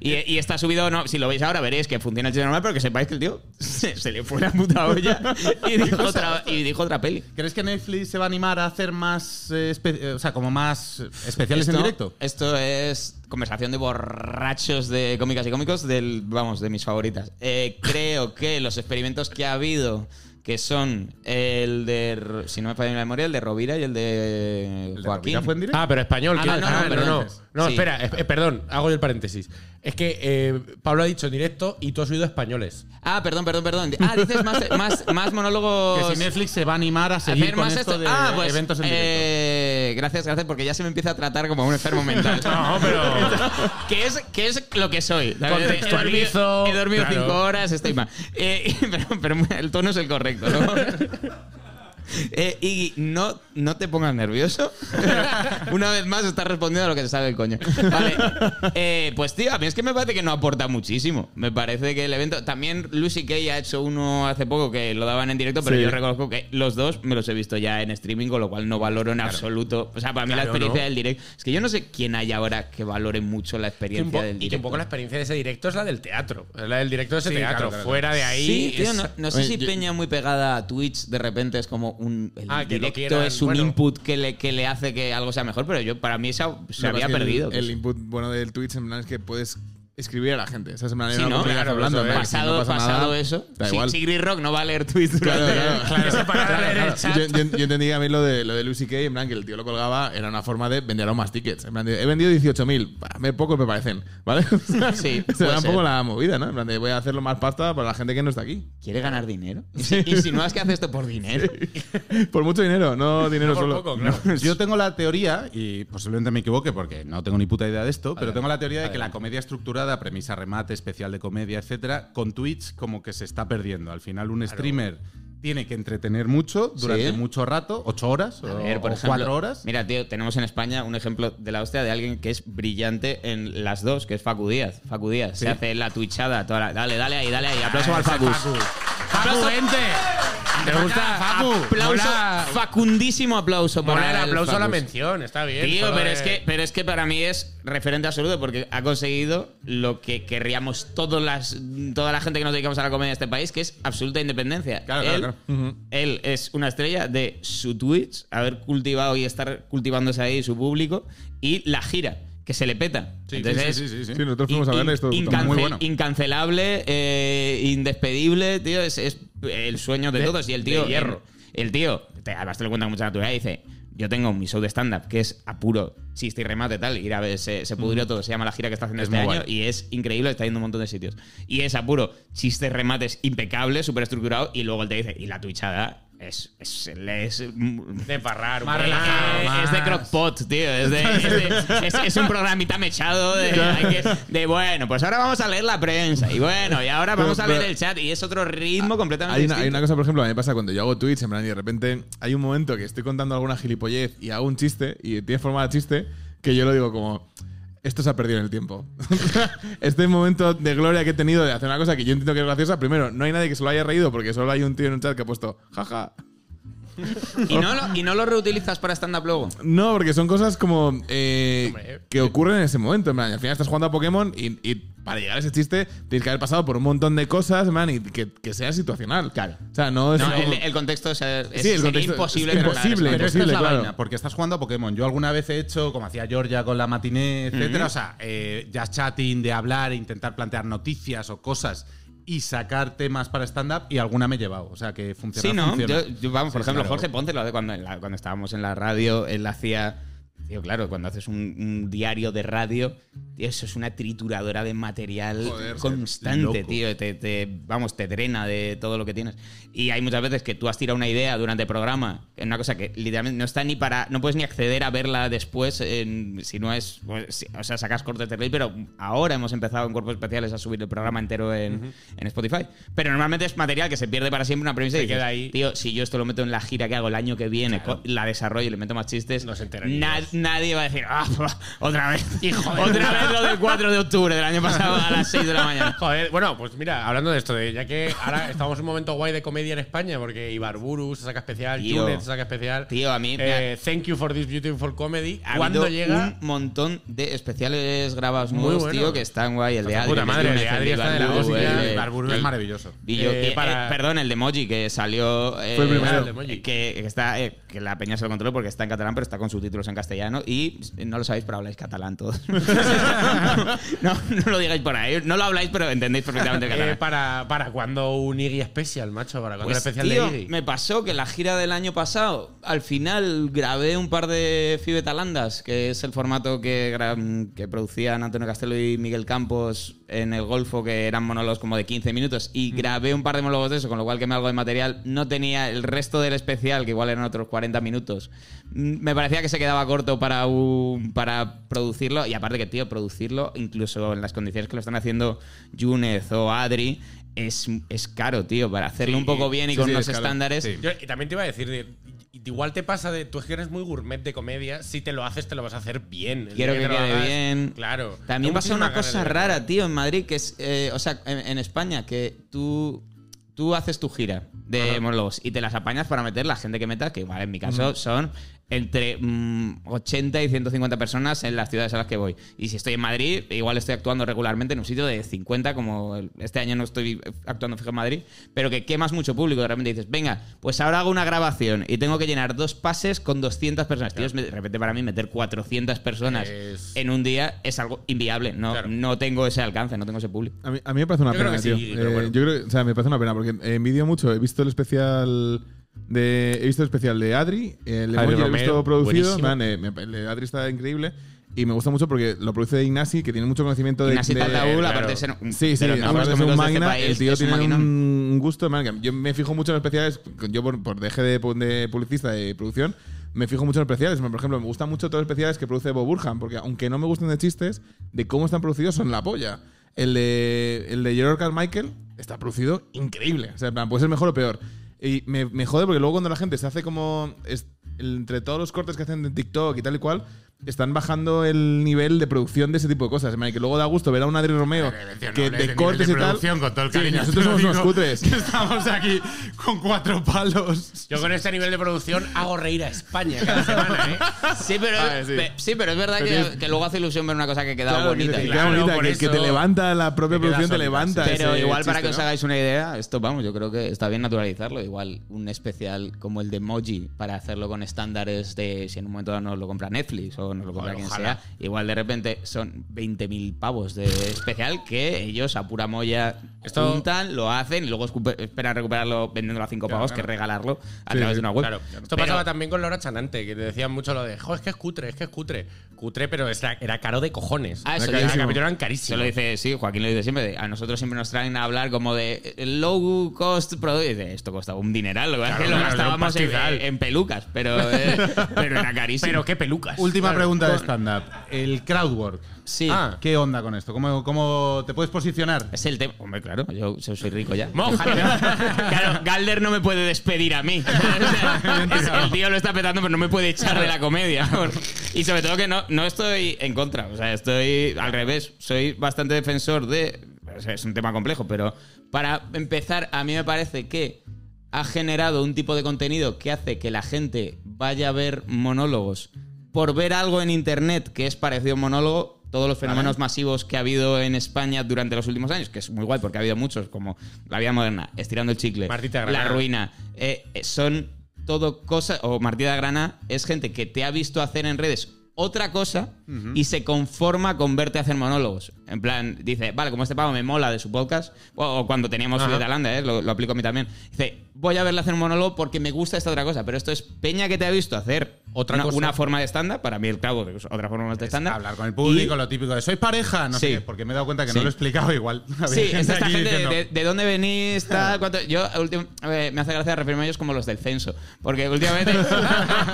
Speaker 7: Y, y está subido, no, si lo veis ahora veréis que funciona el chiste normal, pero que sepáis que el tío se, se le fue la puta olla y dijo, otra, y dijo otra peli.
Speaker 6: ¿Crees que Netflix se va a animar a hacer más, eh, espe- eh, o sea, como más eh, especiales en
Speaker 7: Esto-
Speaker 6: directo?
Speaker 7: Esto es conversación de borrachos de cómicas y cómicos, del, vamos, de mis favoritas. Eh, creo que los experimentos que ha habido, que son el de, R- si no me falla la memoria, el de Rovira y el de
Speaker 6: ¿El de
Speaker 7: Joaquín.
Speaker 6: Rovira fue en directo?
Speaker 2: Ah, pero español.
Speaker 7: Ah,
Speaker 2: que-
Speaker 7: no, no,
Speaker 2: ah,
Speaker 7: no,
Speaker 2: no, no,
Speaker 7: perdón.
Speaker 2: No,
Speaker 7: Sí.
Speaker 2: espera, es- eh, perdón, hago yo el paréntesis. Es que eh, Pablo ha dicho en directo y tú has oído españoles.
Speaker 7: ah, perdón, perdón, perdón. Ah, dices más, más, más monólogos.
Speaker 6: Que si Netflix se va a animar a seguir
Speaker 7: Hacer
Speaker 6: con
Speaker 7: más
Speaker 6: esto,
Speaker 7: esto.
Speaker 6: de
Speaker 7: Ah, pues.
Speaker 6: eventos en directo.
Speaker 7: eh, gracias, gracias, porque ya se me empieza a tratar como un enfermo mental.
Speaker 2: No, pero.
Speaker 7: que es, que es lo que soy. ¿sabes?
Speaker 2: Contextualizo,
Speaker 7: He dormido
Speaker 2: claro.
Speaker 7: cinco horas, estoy mal. Eh, pero, pero el tono es el correcto, ¿no? Eh, y no, no te pongas nervioso. Una vez más estás respondiendo a lo que se sabe el coño. Vale. Eh, pues tío, a mí es que me parece que no aporta muchísimo. Me parece que el evento. También Lucy Kay ha hecho uno hace poco que lo daban en directo, pero
Speaker 4: Sí.
Speaker 7: yo reconozco que los dos me los he visto ya en streaming, con lo cual no valoro en absoluto. O sea, para mí la experiencia del directo. Es que yo no sé quién hay ahora que valore mucho
Speaker 2: Y
Speaker 7: la
Speaker 2: un,
Speaker 7: experiencia
Speaker 2: po- y
Speaker 7: del
Speaker 2: que un
Speaker 7: directo.
Speaker 2: poco la experiencia de ese directo es la del teatro. Es la del directo de ese
Speaker 3: Sí,
Speaker 2: teatro.
Speaker 3: claro, claro.
Speaker 2: Fuera de ahí.
Speaker 7: Sí, tío,
Speaker 2: es-
Speaker 7: no, no sé
Speaker 4: Oye,
Speaker 7: si
Speaker 4: yo-
Speaker 7: Peña muy pegada a Twitch de repente es como un el
Speaker 2: Ah, que lo
Speaker 7: directo
Speaker 2: quieran,
Speaker 7: es un
Speaker 2: bueno.
Speaker 7: input que le, que le hace que algo sea mejor, pero yo para mí esa, se
Speaker 4: Lo que pasa es
Speaker 7: había
Speaker 4: que
Speaker 7: perdido.
Speaker 4: El, el input bueno del Twitch en plan es que puedes escribir a la gente. O sea, en plan,
Speaker 7: Sí,
Speaker 4: era
Speaker 7: ¿no?
Speaker 4: lo que
Speaker 7: Claro,
Speaker 4: estabas hablando,
Speaker 2: eso
Speaker 4: en
Speaker 2: es.
Speaker 4: plan, que si pues, no
Speaker 7: pasado
Speaker 4: pasa
Speaker 7: pasado
Speaker 4: nada,
Speaker 7: eso.
Speaker 4: Da
Speaker 7: Si
Speaker 4: igual.
Speaker 7: si Chris Rock no va a leer Twitch durante
Speaker 4: Claro, claro.
Speaker 2: Esa parada en el chat.
Speaker 4: Yo, yo- yo entendí que a mí lo de, lo de Lucy Kay, en plan, que el tío lo colgaba, era una forma de vender aún más tickets. En plan, de, he vendido 18.000, bah, me pocos me parecen, ¿vale? O sea,
Speaker 7: Sí,
Speaker 4: Se
Speaker 7: puede
Speaker 4: da un
Speaker 7: ser.
Speaker 4: poco la movida, ¿no? En plan, de, voy a hacerlo más pasta para la gente que no está aquí.
Speaker 7: ¿Quiere ganar dinero? ¿Insinúas que hace esto por dinero?
Speaker 4: Por mucho dinero, no dinero
Speaker 2: por
Speaker 4: solo.
Speaker 2: poco, claro.
Speaker 6: Yo tengo la teoría, y posiblemente me equivoque porque no tengo ni puta idea de esto, pero tengo la teoría de que la comedia estructurada, premisa, remate, especial de comedia, etcétera, con Twitch como que se está perdiendo. Al final, un streamer tiene que entretener mucho durante
Speaker 7: Sí.
Speaker 6: mucho rato, ocho horas
Speaker 7: A
Speaker 6: o,
Speaker 7: ver, por
Speaker 6: o
Speaker 7: ejemplo,
Speaker 6: cuatro horas.
Speaker 7: Mira, tío, tenemos en España un ejemplo de la hostia de alguien que es brillante en las dos, que es Facu Díaz. Facu Díaz se hace la twitchada toda la- Dale, dale ahí, dale ahí. Aplauso
Speaker 4: Ah,
Speaker 7: al Facu.
Speaker 2: ¡Facu, vente! ¿Te gusta, Facu?
Speaker 7: Aplauso,
Speaker 2: Mola-
Speaker 7: facundísimo aplauso para
Speaker 2: mola el aplauso a la
Speaker 7: Facus.
Speaker 2: mención, está
Speaker 6: ¿eh?
Speaker 2: bien.
Speaker 7: Tío,
Speaker 2: solo
Speaker 7: pero
Speaker 2: de-
Speaker 7: es, que, pero es que para mí es referente absoluto porque ha conseguido lo que querríamos todas las, toda la gente que nos dedicamos a la comedia de este país, que es absoluta independencia.
Speaker 6: Claro, claro,
Speaker 7: él,
Speaker 6: claro.
Speaker 7: él es una estrella de su Twitch, haber cultivado y estar cultivándose ahí su público, y la gira, que se le peta. Entonces,
Speaker 6: sí, sí, sí, sí.
Speaker 4: Sí, nosotros fuimos a
Speaker 7: in-
Speaker 4: verle esto.
Speaker 7: incancel-
Speaker 4: muy bueno.
Speaker 7: Incancelable, eh, indespedible, tío. Es, es el sueño de,
Speaker 2: De-
Speaker 7: todos. Y el tío.
Speaker 2: de hierro.
Speaker 7: El, el tío, te, además te lo cuenta con mucha naturalidad, dice: Yo tengo mi show de stand-up que es a puro chiste y remate, tal. Y a ver, se, se
Speaker 2: Mm.
Speaker 7: pudrió todo. Se llama la gira que está haciendo este año y es increíble. Está yendo a un montón de sitios. Y es a puro chistes, remates impecables, súper estructurado. Y luego él te dice: Y la tuichada es. es, es,
Speaker 2: De parrar, un
Speaker 7: eh,
Speaker 2: poco.
Speaker 7: es de crockpot, tío. Es, de- es de- es- es un programita mechado de, hay que- de, bueno, pues ahora vamos a leer la prensa. Y bueno, y ahora vamos a
Speaker 4: Pero- Ah,
Speaker 7: leer el chat. Y es otro ritmo completamente
Speaker 4: Hay una, hay
Speaker 7: distinto.
Speaker 4: una cosa, por ejemplo, a mí me pasa cuando yo hago tweets, en plan, y de repente hay un momento que estoy contando alguna gilipollez y hago un chiste y tiene forma de chiste que yo lo digo como. esto se ha perdido en el tiempo. este momento de gloria que he tenido de hacer una cosa que yo entiendo que es graciosa, primero, no hay nadie que se lo haya reído porque solo hay un tío en un chat que ha puesto, jaja.
Speaker 7: ¿Y no, lo, ¿Y no lo reutilizas para stand-up luego?
Speaker 4: No, porque son cosas como eh, que ocurren en ese momento. En plan, al final estás jugando a Pokémon y, y para llegar a ese chiste tienes que haber pasado por un montón de cosas, man, y que, que sea situacional. Claro. O sea, no es.
Speaker 7: No,
Speaker 4: como-
Speaker 7: el, el contexto es, es-
Speaker 4: Sí, el
Speaker 7: sería
Speaker 4: contexto-
Speaker 7: imposible.
Speaker 4: es
Speaker 7: que no la
Speaker 4: imposible.
Speaker 7: hagas.
Speaker 4: Pero esta es la vaina,
Speaker 6: porque estás jugando a Pokémon. Yo alguna vez he hecho, como hacía Georgia con la matiné, etcétera, o sea, eh, just chatting, de hablar, intentar plantear noticias o cosas y sacar temas para stand-up y alguna me he llevado. O sea, que funciona.
Speaker 7: Sí, ¿no?
Speaker 6: funciona.
Speaker 7: Yo- yo, vamos, por
Speaker 6: Sí,
Speaker 7: ejemplo,
Speaker 6: claro.
Speaker 7: Jorge Ponce lo hace cuando, en la- cuando estábamos en la radio, él hacía. Tío, claro, cuando haces un, un diario de radio, tío, eso es una trituradora de material constante, tío. Te, te- vamos, te drena de todo lo que tienes. Y hay muchas veces que tú has tirado una idea durante el programa, que es una cosa que literalmente no está ni para. No puedes ni acceder a verla después, en- si no es. pues, si- o sea, sacas cortes de reel, pero ahora hemos empezado en Cuerpos Especiales a subir el programa entero en, en Spotify. Pero normalmente es material que se pierde para siempre una premisa y
Speaker 2: Se
Speaker 7: dices,
Speaker 2: queda ahí.
Speaker 7: Tío, si yo esto lo meto en la gira que hago el año que viene, co- la desarrollo y le meto más chistes,
Speaker 2: Nos enterarías.
Speaker 7: na- nadie va a decir, "Ah, otra vez, otra vez lo del 4 de octubre del año pasado a las 6 de la mañana.
Speaker 2: Joder, bueno, pues mira, hablando de esto, de, ya que ahora estamos en un momento guay de comedia en España, porque Ibarburu se saca especial,
Speaker 7: Tío.
Speaker 2: Junet se saca especial.
Speaker 7: Tío, a mí me
Speaker 2: Eh, thank you for this beautiful comedy.
Speaker 7: ha
Speaker 2: ¿Cuándo
Speaker 7: habido
Speaker 2: llega?
Speaker 7: un montón de especiales grabados
Speaker 2: Muy
Speaker 7: nuevos,
Speaker 2: bueno.
Speaker 7: tío, que están guay. El de
Speaker 2: Puta
Speaker 7: Adri. que
Speaker 2: madre,
Speaker 7: tiene
Speaker 2: el de
Speaker 7: este
Speaker 2: Adri está de la
Speaker 7: Barburu,
Speaker 2: hostia,
Speaker 7: el de-
Speaker 2: el
Speaker 6: Barburu es maravilloso.
Speaker 7: Y yo,
Speaker 2: Eh,
Speaker 7: que- eh,
Speaker 2: para- Ah,
Speaker 7: perdón, el de Moji que salió. eh,
Speaker 4: Fue el primero.
Speaker 7: eh,
Speaker 2: El de Moji.
Speaker 7: Que, que está, eh, que la peña se lo controló porque está en catalán, pero está con subtítulos en castellano. Y eh, no lo sabéis, pero habláis catalán todos. no, no lo digáis por ahí. No lo habláis, pero entendéis perfectamente el
Speaker 2: Eh,
Speaker 7: catalán.
Speaker 2: para, para cuando un Iggy especial, macho, para cuando
Speaker 7: Pues,
Speaker 2: el especial
Speaker 7: tío,
Speaker 2: de Iggy.
Speaker 7: me pasó que la gira del año pasado, al final grabé un par de Fibetalandas, que es el formato que, gra- que producían Antonio Castelo y Miguel Campos en el Golfo, que eran monólogos como de 15 minutos, y
Speaker 4: Mm.
Speaker 7: grabé un par de monólogos de eso, con lo cual quemé algo de material. No tenía el resto del especial, que igual eran otros 40 minutos. Mm, Me parecía que se quedaba corto para, un- para producirlo, y aparte que, tío, producirlo, incluso en las condiciones que lo están haciendo Yúnez o Adri. Es, es caro, tío, para hacerlo un poco bien y
Speaker 4: sí,
Speaker 7: con
Speaker 4: sí,
Speaker 7: unos
Speaker 4: es caro.
Speaker 7: estándares.
Speaker 2: Yo- y también te iba a decir, de- y- igual te pasa de. Tú es que eres muy gourmet de comedia. Si te lo haces, te lo vas a hacer bien. El
Speaker 7: Quiero
Speaker 2: día
Speaker 7: que
Speaker 2: te lo
Speaker 7: quede
Speaker 2: hagas,
Speaker 7: bien.
Speaker 2: Claro.
Speaker 7: También
Speaker 2: Tengo
Speaker 7: pasa una
Speaker 2: muchísimas
Speaker 7: cosa
Speaker 2: ganas de
Speaker 7: rara, tío, en Madrid, que es, eh, o sea, en, en España, que tú, tú haces tu gira de monólogos y te las apañas para meter la gente que metas, que igual en mi caso son entre mm, 80 y 150 personas en las ciudades a las que voy. Y si estoy en Madrid, igual estoy actuando regularmente en un sitio de 50, como el- este año no estoy actuando fijo en Madrid, pero que quemas mucho público. De repente dices, venga, pues ahora hago una grabación y tengo que llenar dos pases con 200 personas. Tío, es me- de repente para mí meter 400 personas
Speaker 2: Es-
Speaker 7: en un día es algo inviable. No,
Speaker 2: Claro.
Speaker 7: no tengo ese alcance, no tengo ese público.
Speaker 4: A mí, a mí me parece una
Speaker 2: Yo creo
Speaker 4: pena,
Speaker 2: que
Speaker 4: tío.
Speaker 2: sí, pero
Speaker 4: Eh,
Speaker 2: bueno.
Speaker 4: Yo creo, o sea, me parece una pena porque envidio mucho. He visto el especial de, he visto el especial de Adri, el de Moji lo he
Speaker 2: Adri Romero,
Speaker 4: visto producido.
Speaker 2: buenísimo.
Speaker 4: Man, eh, me- el de Adri está increíble y me gusta mucho porque lo produce Ignasi, que tiene mucho conocimiento de.
Speaker 7: Ignasi
Speaker 4: de-
Speaker 7: Tataúl,
Speaker 2: claro.
Speaker 7: aparte de ser un,
Speaker 4: Sí, sí,
Speaker 7: de los mejores
Speaker 4: aparte es un
Speaker 7: cómicos de este
Speaker 4: magna,
Speaker 7: país,
Speaker 4: el tío
Speaker 7: es un
Speaker 4: tiene
Speaker 7: maquinón.
Speaker 4: un gusto, man, que yo me fijo mucho en los especiales, yo por, por deje de, de publicista de producción, me fijo mucho en los especiales, por ejemplo, me gustan mucho todos los especiales que produce Bob Burham, porque aunque no me gusten de chistes, de cómo están producidos son la polla. El de, el de Gerard Carmichael está producido increíble, o sea, en plan, puede ser mejor o peor. Y me, me jode porque luego cuando la gente se hace como... es- entre todos los cortes que hacen de TikTok y tal y cual, están bajando el nivel de producción de ese tipo de cosas. man, Que luego da gusto ver a un Adri Romeo que de cortes y tal.
Speaker 6: Con todo el
Speaker 4: Sí,
Speaker 6: cariño,
Speaker 4: nosotros somos unos cutres.
Speaker 6: Estamos aquí con cuatro palos.
Speaker 2: Yo con este nivel de producción hago reír a España cada semana, ¿eh?
Speaker 7: Sí, pero,
Speaker 4: Vale, sí.
Speaker 7: pe- sí, pero es verdad que, que luego hace ilusión ver una cosa que queda bonita.
Speaker 4: que,
Speaker 2: claro,
Speaker 4: bonita,
Speaker 2: por
Speaker 4: que, que
Speaker 2: eso
Speaker 4: te levanta la propia
Speaker 2: te queda
Speaker 4: producción, te
Speaker 2: solita,
Speaker 4: levanta.
Speaker 7: Pero
Speaker 4: ese
Speaker 7: igual para que
Speaker 4: chiste,
Speaker 7: os
Speaker 4: ¿no?
Speaker 7: hagáis una idea, esto vamos, yo creo que está bien naturalizarlo. Igual un especial como el de Moji para hacerlo con estándares de si en un momento dado nos lo compra Netflix o nos lo compra
Speaker 2: Joder,
Speaker 7: quien
Speaker 2: ojalá.
Speaker 7: sea. Igual de repente son 20.000 pavos de especial que ellos a pura molla
Speaker 2: Esto-
Speaker 7: juntan, lo hacen y luego escupe- esperan recuperarlo vendiéndolo a 5 pavos que regalarlo a través de una web.
Speaker 2: Claro. Esto
Speaker 7: Pero-
Speaker 2: pasaba también con Laura Chanante, que te decían mucho lo de, jo, es que es cutre, es que es cutre. Cutre, pero es- era caro de cojones.
Speaker 7: Ah,
Speaker 2: Era
Speaker 7: eso dice-
Speaker 2: carísimo. El capítulo eran
Speaker 7: Se
Speaker 2: carísimos.
Speaker 7: lo dice, sí, Joaquín lo dice siempre. de- a nosotros siempre nos traen a hablar como de eh, low cost product. Y dice, Esto costaba un dineral, lo, que pasa es que lo
Speaker 2: claro, era un
Speaker 7: gastábamos en,
Speaker 2: pastizal.
Speaker 7: en pelucas, pero, eh, pero era carísimo.
Speaker 2: Pero qué pelucas.
Speaker 6: Última una pregunta de stand-up. El crowdwork.
Speaker 7: Sí.
Speaker 6: Ah, ¿Qué onda con esto? ¿Cómo, cómo te puedes posicionar?
Speaker 7: Es el tema. Hombre, claro, yo so- soy rico ya. claro, Galder no me puede despedir a mí. O sea, el tío lo está petando, pero no me puede echar de la comedia. Y sobre todo que no, no estoy en contra. O sea, estoy al revés. Soy bastante defensor de. o sea, Es un tema complejo, pero para empezar, a mí me parece que ha generado un tipo de contenido que hace que la gente vaya a ver monólogos por ver algo en internet que es parecido a un monólogo. Todos los fenómenos masivos que ha habido en España durante los últimos años, que es muy guay porque ha habido muchos, como la vida moderna, estirando el chicle,
Speaker 2: Martita
Speaker 7: la
Speaker 2: Granada.
Speaker 7: ruina, eh, eh, son todo cosas. O Martita Grana es gente que te ha visto hacer en redes otra cosa y se conforma con verte hacer monólogos. En plan, dice, vale, como este pavo me mola de su podcast, o, o cuando teníamos de Talanda, ¿eh? lo, lo aplico a mí también. Dice, voy a verle hacer un monólogo porque me gusta esta otra cosa, pero esto es peña que te ha visto hacer
Speaker 6: Otra
Speaker 7: una,
Speaker 6: cosa.
Speaker 7: una forma de estándar. Para mí, el clavo es otra forma más de estándar.
Speaker 6: Hablar con el público, lo típico de sois pareja, no sé
Speaker 7: Sí.
Speaker 6: qué, porque me he dado cuenta que
Speaker 7: Sí.
Speaker 6: no lo he explicado igual. Había
Speaker 7: Sí,
Speaker 6: gente
Speaker 7: es esta
Speaker 6: aquí
Speaker 7: gente de-
Speaker 6: diciendo,
Speaker 7: de, de dónde venís, tal, cuánto- Yo últim- eh, me hace gracia referirme a ellos como los del censo, porque últimamente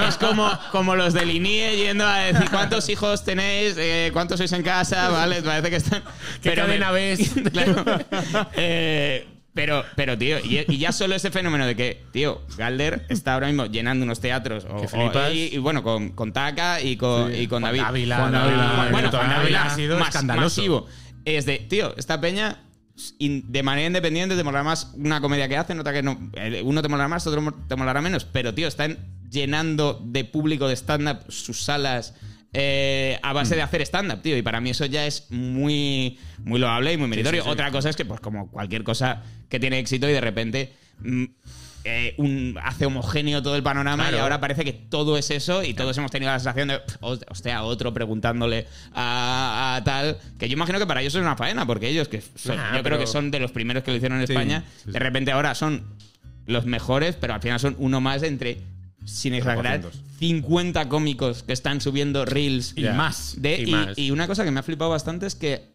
Speaker 7: es como, como los del INIE E yendo a decir cuántos hijos tenéis, eh, cuántos sois en casa, ¿vale? Parece que están...
Speaker 2: ¿Qué cadena ves?
Speaker 7: Claro. Eh, pero, pero, tío, y, y ya solo ese fenómeno de que, tío, Galder está ahora mismo llenando unos teatros. o- o- y, y bueno, con, con Taka y con, y con David.
Speaker 6: Ávila,
Speaker 7: Juan Ávila.
Speaker 6: Ávila,
Speaker 7: Bueno,
Speaker 6: Juan
Speaker 7: Juan
Speaker 6: Ávila
Speaker 7: Ávila
Speaker 6: ha sido
Speaker 7: mas-
Speaker 6: escandaloso.
Speaker 7: masivo. Es de, tío, esta peña in- de manera independiente te molará más una comedia que hacen, otra que no. eh, Uno te molará más, otro mo- te molará menos. Pero, tío, están llenando de público de stand-up sus salas. eh, a
Speaker 6: Mm.
Speaker 7: base de hacer stand-up, tío. Y para mí eso ya es muy, muy loable y muy meritorio. Otra cosa es que, pues, como cualquier cosa que tiene éxito y de repente mm, eh, un, hace homogéneo todo el panorama y ahora parece que todo es eso y todos hemos tenido la sensación de, "Pff, host- hostia, otro preguntándole a, a tal, que yo imagino que para ellos es una faena, porque ellos, que son-
Speaker 2: Nah,
Speaker 7: yo
Speaker 2: pero-
Speaker 7: creo que son de los primeros que lo hicieron en España, de repente ahora son los mejores, pero al final son uno más de entre, sin exagerar, 50 cómicos que están subiendo reels
Speaker 6: Y más.
Speaker 7: de-
Speaker 2: Y
Speaker 7: y,
Speaker 2: más.
Speaker 7: y una cosa que me ha flipado bastante es que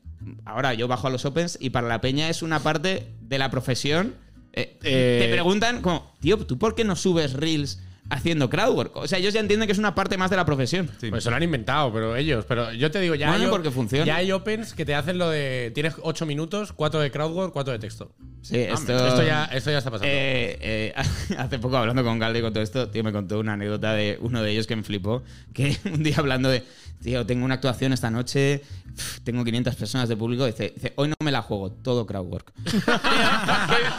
Speaker 7: ahora yo bajo a los Opens y para la peña es una parte de la profesión. Eh,
Speaker 6: Eh,
Speaker 7: te preguntan como, tío, ¿tú por qué no subes reels haciendo crowdwork? O sea, ellos ya entienden que es una parte más de la profesión. Eh,
Speaker 6: Sí.
Speaker 2: Pues se lo han inventado, pero ellos. Pero yo te digo, ya,
Speaker 7: Bueno,
Speaker 2: hay,
Speaker 7: porque funciona.
Speaker 2: ya hay opens que te hacen lo de. Tienes 8 minutos, 4 de crowdwork, 4 de texto.
Speaker 7: Sí, esto,
Speaker 2: Esto ya, esto ya está pasando.
Speaker 7: Eh, eh, hace poco hablando con Galdi con todo esto, tío, me contó una anécdota de uno de ellos que me flipó, que un día hablando de, tío, tengo una actuación esta noche, pf, tengo 500 personas de público, dice, dice, hoy no me la juego, todo crowdwork. que,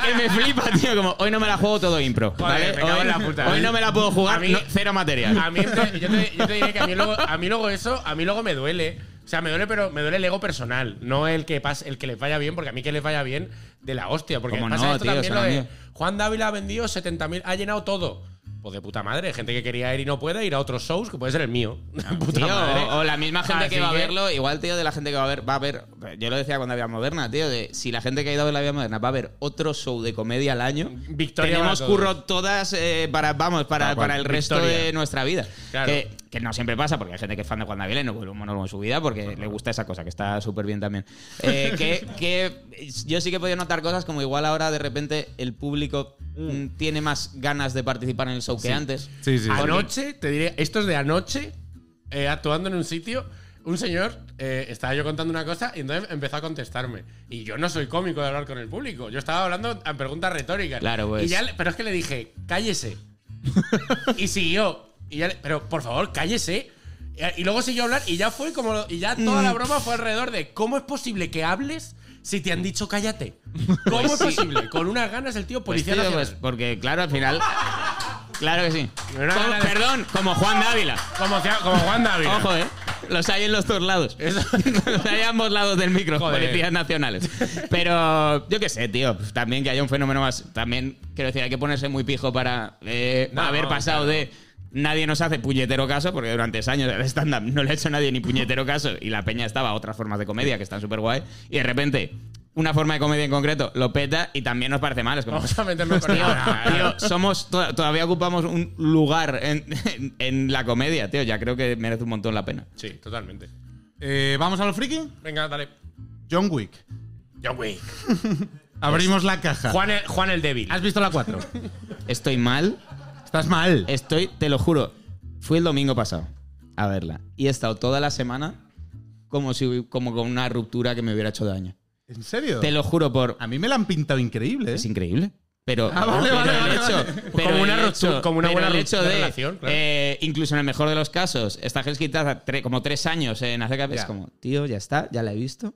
Speaker 7: que me flipa, tío, como, hoy no me la juego, todo impro.
Speaker 2: Joder,
Speaker 7: ¿vale?
Speaker 2: me cago
Speaker 7: hoy,
Speaker 2: en la puta.
Speaker 7: hoy no me la puedo
Speaker 2: A
Speaker 7: jugar,
Speaker 2: mí-
Speaker 7: no, cero material.
Speaker 2: A mí, yo te, yo te diré que a mí, luego, a mí luego eso, a mí luego me duele. O sea, me duele, pero me duele el ego personal, no el que pas, el que les vaya bien, porque a mí que les vaya bien de la hostia. Porque
Speaker 7: Como
Speaker 2: pasa
Speaker 7: no,
Speaker 2: esto
Speaker 7: tío,
Speaker 2: también
Speaker 7: será
Speaker 2: lo de
Speaker 7: mío.
Speaker 2: Juan Dávila ha vendido 70.000, ha llenado todo. Pues de puta madre, gente que quería ir y no puede ir a otros shows, que puede ser el mío. Puta
Speaker 7: Ah, Tío,
Speaker 2: madre. Ah,
Speaker 7: o, o la misma gente
Speaker 2: Así
Speaker 7: que va a verlo, igual, tío, de la gente que va a ver, va a ver. Yo lo decía cuando había moderna, tío, de si la gente que ha ido a ver la vida moderna va a ver otro show de comedia al año,
Speaker 2: Victoria
Speaker 7: tenemos
Speaker 2: para todos.
Speaker 7: curro todas eh, para, vamos, para,
Speaker 2: cual,
Speaker 7: para el resto
Speaker 2: victoria.
Speaker 7: de nuestra vida.
Speaker 2: Claro.
Speaker 7: Que, que no siempre pasa, porque hay gente que es fan de Juan Dávila y no vuelve un monólogo en su vida porque le gusta esa cosa, que está súper bien también. Eh, que, que yo sí que he podido notar cosas como igual ahora de repente el público mm, tiene más ganas de participar en el show que antes.
Speaker 6: Sí, sí.
Speaker 2: Anoche, te diré, esto es de anoche, eh, actuando en un sitio, un señor, eh, estaba yo contando una cosa y entonces empezó a contestarme. Y yo no soy cómico de hablar con el público, yo estaba hablando en preguntas retóricas.
Speaker 7: Claro, pues.
Speaker 2: Y ya le- pero es que le dije, cállese. y siguió. Y ya le- pero por favor, cállese. Y- Y luego siguió a hablar y ya fue como. Y ya toda
Speaker 7: Mm.
Speaker 2: la broma fue alrededor de cómo es posible que hables si te han dicho cállate. ¿Cómo es posible? Con unas ganas el tío
Speaker 7: Pues,
Speaker 2: policía
Speaker 7: tío,
Speaker 2: nacional.
Speaker 7: pues, porque claro, al final. Claro que sí.
Speaker 2: Pero no,
Speaker 7: Como-
Speaker 2: no, no.
Speaker 7: perdón, como Juan Dávila.
Speaker 2: como, sea- como Juan David.
Speaker 7: Ojo, eh. Los hay en los dos lados. Los hay a ambos lados del micro,
Speaker 2: Joder.
Speaker 7: policías nacionales. Pero yo qué sé, tío. También que haya un fenómeno más. También, quiero decir, hay que ponerse muy pijo para eh,
Speaker 2: No,
Speaker 7: haber pasado
Speaker 2: claro.
Speaker 7: de. Nadie nos hace puñetero caso, porque durante años el stand-up no le ha hecho nadie ni puñetero caso y la peña estaba a otras formas de comedia que están súper guay. Y de repente, una forma de comedia en concreto lo peta y también nos parece mal. Es como,
Speaker 2: Vamos a meternos con
Speaker 7: Tío,
Speaker 2: el-
Speaker 7: tío, somos to- todavía ocupamos un lugar en, en- en la comedia, tío. Ya creo que merece un montón la pena.
Speaker 2: Sí, totalmente.
Speaker 6: Eh, ¿Vamos a lo friki?
Speaker 2: Venga, dale.
Speaker 6: John Wick.
Speaker 2: John Wick.
Speaker 6: Abrimos la caja.
Speaker 2: Juan el, Juan el débil.
Speaker 6: ¿Has visto la 4?
Speaker 7: Estoy mal,
Speaker 6: Estás mal.
Speaker 7: Eh, estoy, te lo juro. Fui el domingo pasado. a verla. Y he estado toda la semana como, si, como con una ruptura que me hubiera hecho daño.
Speaker 6: ¿En serio?
Speaker 7: Te lo juro por...
Speaker 6: A mí me la han pintado increíble, ¿eh? Ah,
Speaker 7: Es increíble. Pero,
Speaker 6: vale,
Speaker 7: pero
Speaker 6: vale,
Speaker 7: el
Speaker 6: vale,
Speaker 7: hecho- pero
Speaker 2: Como
Speaker 7: el
Speaker 2: una
Speaker 7: hecho-
Speaker 2: ruptura- como una
Speaker 7: pero
Speaker 2: buena
Speaker 7: el hecho
Speaker 2: ruptura
Speaker 7: de,
Speaker 2: de relación, claro.
Speaker 7: eh, incluso en el mejor de los casos, está Helsinki tarda tre- como tres años en hacer que- Es
Speaker 6: Ya.
Speaker 7: como, tío, ya está, ya la he visto.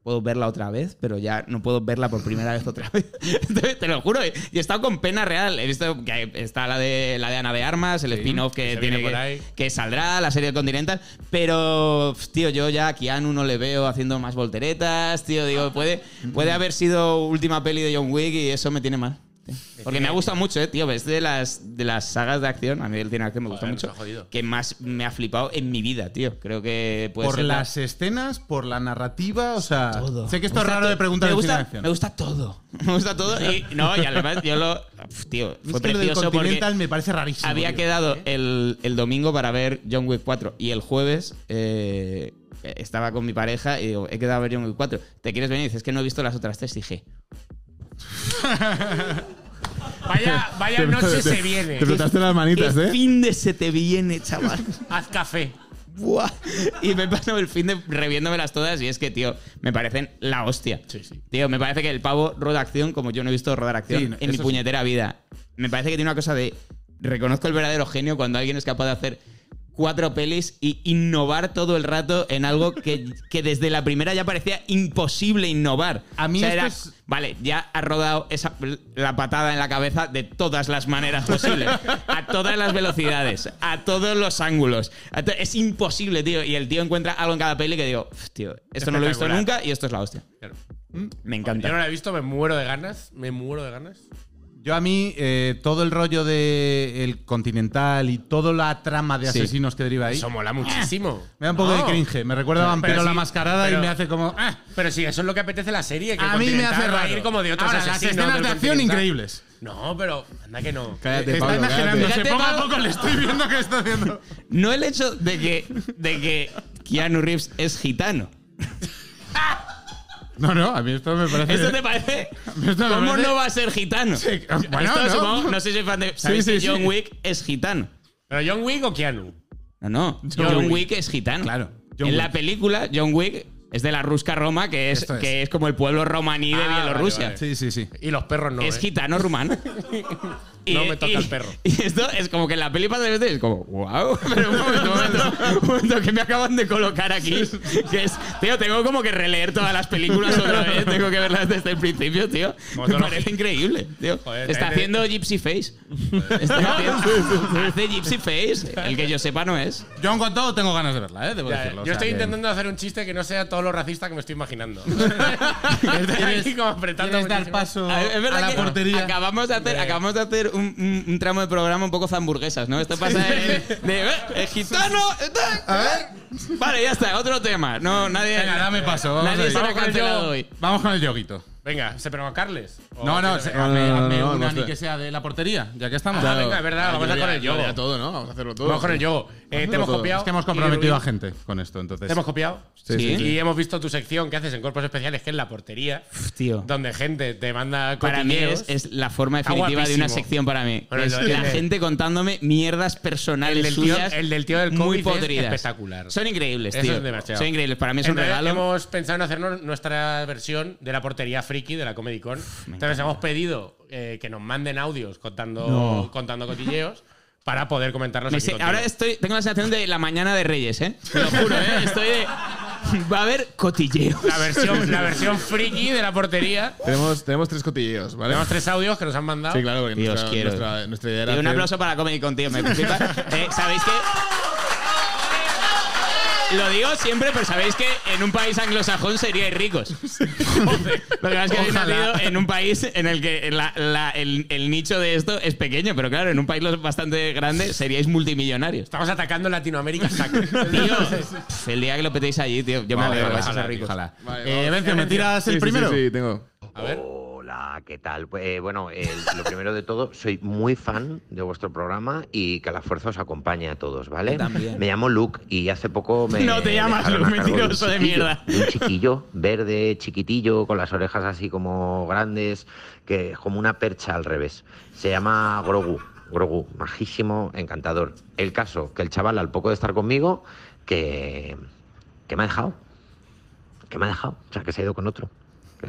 Speaker 7: Puedo verla otra vez, pero ya no puedo verla por primera vez otra vez. te, te lo juro, eh, y he estado con pena real. He visto que está la de, la de Ana de Armas, el spin-off que,
Speaker 2: que se
Speaker 7: tiene
Speaker 2: viene por
Speaker 7: que-
Speaker 2: ahí.
Speaker 7: que saldrá, la serie de Continental. Pero, pf, tío, yo ya a Keanu no le veo haciendo más volteretas, tío. Digo, puede, puede haber sido última peli de John Wick y eso me tiene mal. tío. Porque me ha gustado mucho, eh, tío. Es de las, de las sagas de acción, a mí el cine de acción me gusta
Speaker 2: Joder, nos ha
Speaker 7: mucho.
Speaker 2: jodido.
Speaker 7: Que más me ha flipado en mi vida, tío. Creo que puede
Speaker 6: por
Speaker 7: ser. la-
Speaker 6: las escenas, por la narrativa, o sea.
Speaker 7: todo.
Speaker 6: Sé que esto
Speaker 7: Me
Speaker 6: es
Speaker 7: gusta
Speaker 6: raro de
Speaker 7: to-
Speaker 6: preguntar
Speaker 7: me
Speaker 6: en
Speaker 7: gusta,
Speaker 6: cine de acción.
Speaker 7: me gusta todo. Me gusta todo. Y no, y además yo lo. Uf, tío,
Speaker 6: Es
Speaker 7: fue
Speaker 6: que lo del
Speaker 7: precioso porque.
Speaker 6: Continental me parece rarísimo.
Speaker 7: Había
Speaker 6: tío.
Speaker 7: quedado el, el domingo para ver John Wick 4 y el jueves eh, estaba con mi pareja y digo, he quedado a ver John Wick 4. ¿Te quieres venir? Y dices, es que no he visto las otras tres. Y dije,
Speaker 2: Vaya, vaya noche se viene.
Speaker 4: Te flotaste las manitas,
Speaker 7: ¿qué
Speaker 4: ¿eh?
Speaker 7: fin de se te viene, chaval?
Speaker 2: Haz café.
Speaker 7: Buah. Y me paso el fin de reviéndomelas todas y es que, tío, me parecen la hostia. Tío, me parece que el pavo roda acción como yo no he visto rodar acción
Speaker 6: Sí, no,
Speaker 7: en mi
Speaker 6: eso sí.
Speaker 7: puñetera vida. Me parece que tiene una cosa de reconozco el verdadero genio cuando alguien es capaz de hacer cuatro pelis y innovar todo el rato en algo que, que desde la primera ya parecía imposible innovar.
Speaker 6: A mí
Speaker 7: O sea,
Speaker 6: esto
Speaker 7: era,
Speaker 6: es-
Speaker 7: Vale, ya ha rodado esa, la patada en la cabeza de todas las maneras posibles, a todas las velocidades, a todos los ángulos. A to- es imposible, tío. Y el tío encuentra algo en cada peli que digo, "Uf, tío, esto no lo he visto
Speaker 2: Espectacular.
Speaker 7: nunca y esto es la hostia.
Speaker 2: Claro.
Speaker 7: Me
Speaker 2: Yo no
Speaker 7: encanta.
Speaker 2: la he visto, me muero de ganas. Me muero de ganas.
Speaker 6: Yo a mí, eh, todo el rollo de el Continental y toda la trama de
Speaker 7: Sí.
Speaker 6: asesinos que deriva ahí.
Speaker 2: Eso mola muchísimo.
Speaker 6: Me da un poco de
Speaker 2: No.
Speaker 6: cringe. Me recuerda a Vampiro
Speaker 2: Pero
Speaker 6: la
Speaker 2: sí,
Speaker 6: mascarada y
Speaker 2: pero-
Speaker 6: me hace como. "Ah".
Speaker 2: Pero sí, eso es lo que apetece la serie. Que
Speaker 6: a mí me hace
Speaker 2: Continental va a
Speaker 6: raro.
Speaker 2: ir como de otros
Speaker 6: Ahora, las
Speaker 2: asesinos
Speaker 6: escenas
Speaker 2: del
Speaker 6: de acción
Speaker 2: Continental.
Speaker 6: increíbles.
Speaker 2: No, pero anda que no.
Speaker 4: Cállate,
Speaker 6: Está
Speaker 4: Pablo,
Speaker 6: imaginando,
Speaker 4: cállate.
Speaker 6: se
Speaker 7: Fíjate,
Speaker 6: poco a
Speaker 7: Pablo.
Speaker 6: poco le estoy viendo que está haciendo.
Speaker 7: No el hecho de que, de que Keanu Reeves es gitano.
Speaker 6: No, no, a mí esto me parece.
Speaker 7: ¿Esto te parece?
Speaker 6: Esto me
Speaker 7: ¿Cómo
Speaker 6: parece-
Speaker 7: no va a ser gitano?
Speaker 6: Sí, bueno,
Speaker 7: Esto,
Speaker 6: no.
Speaker 7: supongo- no sé si es fan de. ¿Sabéis
Speaker 6: sí,
Speaker 7: que John
Speaker 6: sí.
Speaker 7: Wick es gitano?
Speaker 2: ¿Pero John Wick o Keanu?
Speaker 7: No, no. John, Wick. es gitano.
Speaker 6: Claro,
Speaker 7: en
Speaker 6: John
Speaker 7: la
Speaker 6: Wick.
Speaker 7: película, John Wick es de la Rusca Roma, que es,
Speaker 6: Esto es.
Speaker 7: Que es como el pueblo romaní de
Speaker 2: Ah, vale,
Speaker 7: Bielorrusia.
Speaker 2: vale.
Speaker 6: Sí, sí, sí.
Speaker 2: Y los perros no.
Speaker 7: Es
Speaker 2: ¿eh?
Speaker 7: gitano rumano.
Speaker 2: No me toca el perro.
Speaker 7: Y esto es como que en la peli pasa veces es como, wow, pero un momento, un momento, un momento, que me acaban de colocar aquí. Que es, tío, tengo como que releer todas las películas otra vez, tengo que verlas desde el principio, tío. Me
Speaker 2: Como
Speaker 7: parece increíble, tío.
Speaker 2: Joder, este-
Speaker 7: Está
Speaker 2: te-
Speaker 7: haciendo Gypsy Face. Está haciendo, hace Gypsy Face, el que yo sepa no es.
Speaker 6: Yo, en cuanto tengo ganas de verla, ¿eh? Debo
Speaker 2: Ya,
Speaker 6: decirlo. o
Speaker 2: yo
Speaker 6: sea,
Speaker 2: estoy
Speaker 6: que-
Speaker 2: intentando hacer un chiste que no sea todo lo racista que me estoy imaginando. estoy aquí como apretando.
Speaker 6: ¿Quieres dar
Speaker 2: muchísimo.
Speaker 6: paso
Speaker 7: A- Ah, Es
Speaker 6: a
Speaker 7: verdad
Speaker 6: la
Speaker 7: que
Speaker 6: portería?
Speaker 7: Acabamos de hacer,
Speaker 2: Eh.
Speaker 7: acabamos de hacer un, un- un tramo de programa un poco zamburguesas, ¿no? Esto pasa de, de, eh, el gitano. eh, Vale, ya está, otro tema. No, nadie.
Speaker 6: Venga, dame paso. Vamos,
Speaker 7: Nadie
Speaker 6: ahí.
Speaker 7: se lo ha
Speaker 6: Vamos con el
Speaker 7: cancelado
Speaker 6: yo-
Speaker 7: hoy.
Speaker 6: Vamos con el yoguito.
Speaker 2: Venga, ¿se pegó a Carles? ¿O
Speaker 6: No, no,
Speaker 2: qué te
Speaker 6: se-
Speaker 2: pega?
Speaker 4: no,
Speaker 6: hazme-
Speaker 4: no,
Speaker 6: hazme
Speaker 4: no,
Speaker 6: una
Speaker 4: no,
Speaker 6: ni
Speaker 4: no.
Speaker 6: que sea de la portería, ya que estamos.
Speaker 2: Ah, venga, es verdad, vamos a
Speaker 4: Yo
Speaker 2: con
Speaker 4: haría-
Speaker 2: el
Speaker 4: yo haría
Speaker 2: yogo.
Speaker 4: todo, ¿no? Vamos a hacerlo todo.
Speaker 2: Vamos con el yogo. Eh, te
Speaker 4: Hazlo
Speaker 2: hemos
Speaker 4: todo.
Speaker 2: copiado.
Speaker 6: Es que hemos
Speaker 2: Y
Speaker 6: comprometido a
Speaker 2: Rubí,
Speaker 6: gente con esto, entonces.
Speaker 2: Te hemos copiado.
Speaker 4: Sí, sí,
Speaker 7: Sí.
Speaker 2: Y hemos visto tu sección que haces en cuerpos especiales, que es la portería,
Speaker 7: Pf, Tío.
Speaker 2: donde gente te manda
Speaker 7: Para mí
Speaker 2: cotilleos.
Speaker 7: es, es la forma definitiva de una
Speaker 2: guapísimo.
Speaker 7: sección para mí.
Speaker 2: Bueno,
Speaker 7: es
Speaker 2: el- el-
Speaker 7: la gente contándome mierdas personales
Speaker 2: el del tío-
Speaker 7: suyas.
Speaker 2: el del tío del
Speaker 7: muy
Speaker 2: COVID es
Speaker 7: podridas.
Speaker 2: espectacular.
Speaker 7: Son increíbles,
Speaker 2: Eso
Speaker 7: tío.
Speaker 2: es demasiado.
Speaker 7: Son increíbles. Para mí es
Speaker 2: En
Speaker 7: un
Speaker 2: realidad
Speaker 7: regalo.
Speaker 2: hemos pensado en hacernos nuestra versión de la portería friki de la Comedy Con. Entonces hemos pedido eh, que nos manden audios contando, contando cotilleos para poder comentarlos.
Speaker 7: Me
Speaker 2: aquí
Speaker 7: sé-
Speaker 2: contigo.
Speaker 7: ahora estoy, tengo la sensación de la mañana de Reyes, ¿eh? Te lo juro, ¿eh? Estoy de. Va a haber cotilleos.
Speaker 2: la versión, la versión friki de la portería.
Speaker 4: Tenemos, tenemos tres cotilleos, ¿vale?
Speaker 2: Tenemos tres audios que nos han mandado.
Speaker 4: Sí, claro, porque
Speaker 7: Dios,
Speaker 4: nuestra,
Speaker 7: quiero.
Speaker 4: nuestra, nuestra idea era.
Speaker 7: Y un
Speaker 4: hacer-
Speaker 7: aplauso para Comedy Con, tío. Me flipa. Eh, ¿Sabéis que.? Lo digo siempre, pero sabéis que en un país anglosajón seríais ricos. Joder. Lo que pasa es que habéis nacido en un país en el que la- la- el, el nicho de esto es pequeño, pero claro, en un país lo- bastante grande seríais multimillonarios.
Speaker 2: Estamos atacando Latinoamérica. saco.
Speaker 7: Tío, pf, el día que lo petéis allí, tío, yo me
Speaker 6: Vale,
Speaker 7: alegro,
Speaker 6: vale,
Speaker 7: vais a
Speaker 6: ojalá,
Speaker 7: ser ricos.
Speaker 6: ojalá.
Speaker 4: Vale,
Speaker 6: Eh,
Speaker 4: vamos.
Speaker 6: Vencio, ¿me tiras
Speaker 4: Sí,
Speaker 6: el
Speaker 4: sí,
Speaker 6: primero?
Speaker 4: Sí, sí, tengo.
Speaker 2: A ver.
Speaker 7: Oh.
Speaker 8: Hola, ¿qué tal? Pues bueno, el- lo primero de todo, soy muy fan de vuestro programa y que la fuerza os acompañe a todos, ¿vale?
Speaker 7: Yo también.
Speaker 8: Me llamo Luke y hace poco me.
Speaker 7: No te llamas
Speaker 8: dejaron
Speaker 7: Luke,
Speaker 8: a cargo de un
Speaker 7: mentiroso de
Speaker 8: chiquillo,
Speaker 7: mierda.
Speaker 8: de Un chiquillo verde, chiquitillo, con las orejas así como grandes, que como una percha al revés. Se llama Grogu. Grogu, majísimo, encantador. El caso, que el chaval al poco de estar conmigo, que, que me ha dejado. Que me ha dejado. O sea, que se ha ido con otro.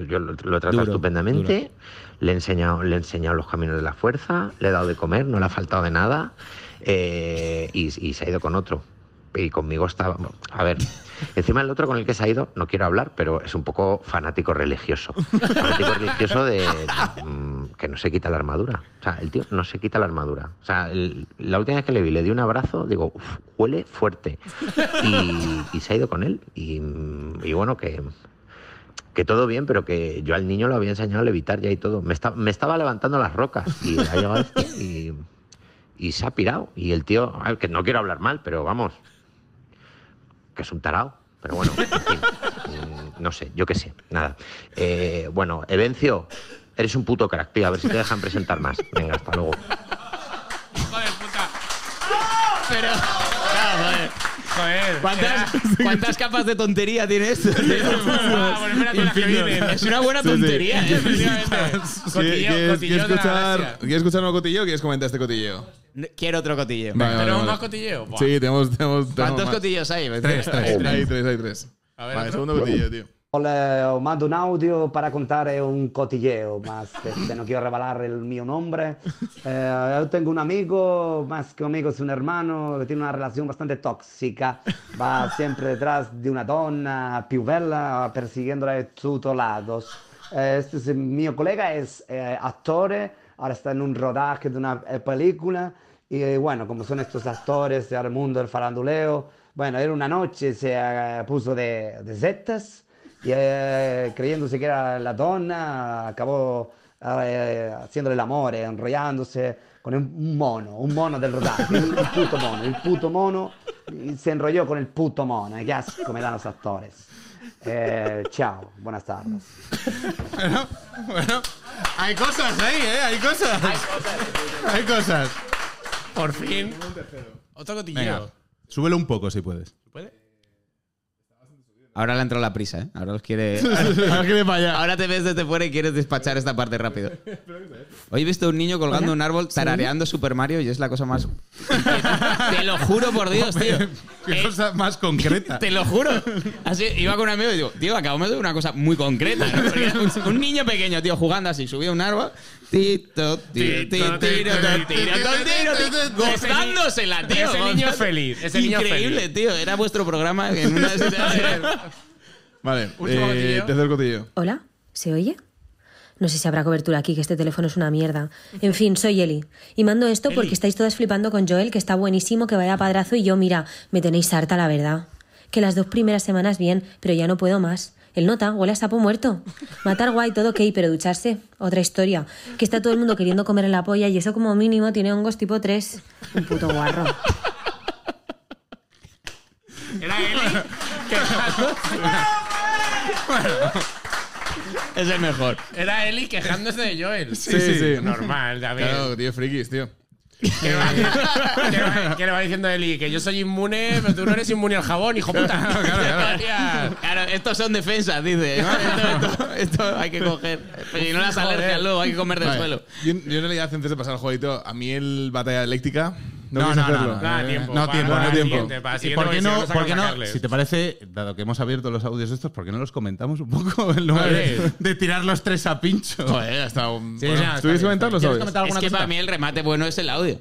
Speaker 8: Yo lo, lo he tratado estupendamente, le he enseñado, le he enseñado los caminos de la fuerza, le he dado de comer, no le ha faltado de nada, eh, y, y se ha ido con otro. Y conmigo estaba. A ver, encima el otro con el que se ha ido, no quiero hablar, pero es un poco fanático religioso. Fanático religioso de mm, que no se quita la armadura. O sea, el tío no se quita la armadura. O sea, el- la última vez que le vi, le di un abrazo, digo, "Uf, huele fuerte. Y, y se ha ido con él. Y, mm, y bueno, que que todo bien, pero que yo al niño lo había enseñado a levitar ya y todo. Me, esta- me estaba levantando las rocas y ha llegado este y, y se ha pirado. Y el tío, a ver, que no quiero hablar mal, pero vamos, que es un tarao. Pero bueno, en fin, mm, no sé, yo qué sé, nada. Eh, bueno, Evencio, eres un puto crack, tío, a ver si te dejan presentar más. Venga, hasta luego.
Speaker 7: Pero. claro, joder.
Speaker 2: Joder.
Speaker 7: ¿Cuántas, cuántas capas de tontería tiene esto?
Speaker 2: Ah, bueno, espera tú las que vienen.
Speaker 7: es una buena tontería, ¿eh?
Speaker 2: Efectivamente. Cotilleo,
Speaker 4: ¿Quieres,
Speaker 2: cotilleo
Speaker 4: quieres
Speaker 2: de la
Speaker 4: escuchar,
Speaker 2: galaxia.
Speaker 4: ¿Quieres escuchar un cotilleo o quieres comentar este cotilleo?
Speaker 7: Quiero otro cotilleo.
Speaker 4: Vale, vale,
Speaker 2: ¿Tenemos
Speaker 4: vale.
Speaker 2: más cotilleo? Buah.
Speaker 4: Sí, tenemos, tenemos, tenemos
Speaker 7: ¿Cuántos
Speaker 4: más.
Speaker 7: cotillos hay?
Speaker 4: Tres, tres, hay tres, hay tres.
Speaker 2: A ver,
Speaker 4: vale,
Speaker 2: otro.
Speaker 4: segundo cotillo, tío.
Speaker 9: Hola, os mando un audio para contar eh, un cotilleo, más este, no quiero revelar el mío nombre. Eh, yo tengo un amigo, más que un amigo es un hermano, que tiene una relación bastante tóxica. Va siempre detrás de una donna più bella, persiguiéndola de todos lados. Eh, este es mio colega es eh, actor, ahora está en un rodaje de una eh, película. Y eh, bueno, como son estos actores del mundo del faranduleo, bueno, era una noche, se eh, puso de, de setas y eh, creyéndose que era la donna, acabó eh, haciéndole el amor, enrollándose con un mono, un mono del rodaje, el puto mono, el puto mono, y se enrolló con el puto mono, eh, qué asco me dan los actores. Eh, chao, buenas tardes.
Speaker 10: Bueno, hay cosas ahí, ¿eh? Hay cosas. Hay cosas.
Speaker 2: Por fin. Otro cotilleo.
Speaker 3: Venga, súbelo un poco si puedes.
Speaker 7: Ahora le ha entrado la prisa, ¿eh? Ahora los quiere. Ahora te ves desde fuera y quieres despachar esta parte rápido. Hoy he visto a un niño colgando un árbol tarareando Super Mario y es la cosa más. te lo juro por Dios, tío.
Speaker 3: Qué
Speaker 7: Eh,
Speaker 3: cosa más concreta.
Speaker 7: Te lo juro. Así iba con un amigo y digo, tío, acabamos de ver una cosa muy concreta. ¿no? Porque era Un, un niño pequeño, tío, jugando así, subía un árbol. Tito, tiro, tiro, tiro, tiro, tiro, tiro, gozándosela, tío.
Speaker 2: Ese niño es feliz, ese niño es
Speaker 7: Increíble,
Speaker 2: feliz.
Speaker 7: tío. Era vuestro programa. En una...
Speaker 4: Vale,
Speaker 2: Último
Speaker 4: eh,
Speaker 2: cotillo.
Speaker 4: tercer cotillo.
Speaker 5: Hola, ¿se oye? No sé si habrá cobertura aquí, que este teléfono es una mierda. En fin, soy Eli. Y mando esto porque estáis todas flipando con Joel, que está buenísimo, que vaya padrazo, y yo, mira, me tenéis harta, la verdad. Que las dos primeras semanas bien, pero ya no puedo más. El nota, huele a sapo muerto. Matar guay, todo ok, pero ducharse, otra historia. Que está todo el mundo queriendo comer la polla y eso como mínimo tiene hongos tipo 3. Un puto guarro.
Speaker 2: Era él.
Speaker 7: es el mejor.
Speaker 2: Era Eli quejándose de Joel.
Speaker 4: Sí, sí, sí.
Speaker 2: Normal, David.
Speaker 4: Claro, tío, frikis, tío.
Speaker 2: ¿Qué, va, qué va- qué le va diciendo Eli? Que yo soy inmune, pero tú no eres inmune al jabón, hijo puta. Claro,
Speaker 7: Claro, estos son defensas, dice. ¿no? Esto, esto- esto hay que coger. Si no las alergias luego, hay que comer del
Speaker 4: Vale.
Speaker 7: suelo.
Speaker 4: Eh, Yo, yo en realidad, antes de pasar al jueguito, a mí el batalla eléctrica. No,
Speaker 3: No,
Speaker 4: quieres
Speaker 3: no, no,
Speaker 4: hacerlo.
Speaker 3: no,
Speaker 2: No da tiempo.
Speaker 3: No
Speaker 2: para-
Speaker 3: tiempo,
Speaker 2: para
Speaker 3: no
Speaker 2: el
Speaker 3: tiempo.
Speaker 2: siguiente, para el
Speaker 3: ¿Y
Speaker 2: siguiente,
Speaker 3: por
Speaker 2: porque
Speaker 3: qué
Speaker 2: si
Speaker 3: no,
Speaker 2: sacan
Speaker 3: por qué no-
Speaker 2: sacarles.
Speaker 3: si te parece, dado que hemos abierto los audios Pues estos, ¿por qué no los comentamos un poco en lugar
Speaker 2: Vale.
Speaker 3: de, de tirar los tres a pincho?
Speaker 4: Joder, hasta un.
Speaker 3: Sí,
Speaker 2: pues,
Speaker 4: bueno,
Speaker 3: ya, está
Speaker 4: ¿Tú quieres
Speaker 3: bien,
Speaker 4: comentar los
Speaker 3: está bien.
Speaker 4: audios?
Speaker 7: Es que para mí el remate bueno es el audio.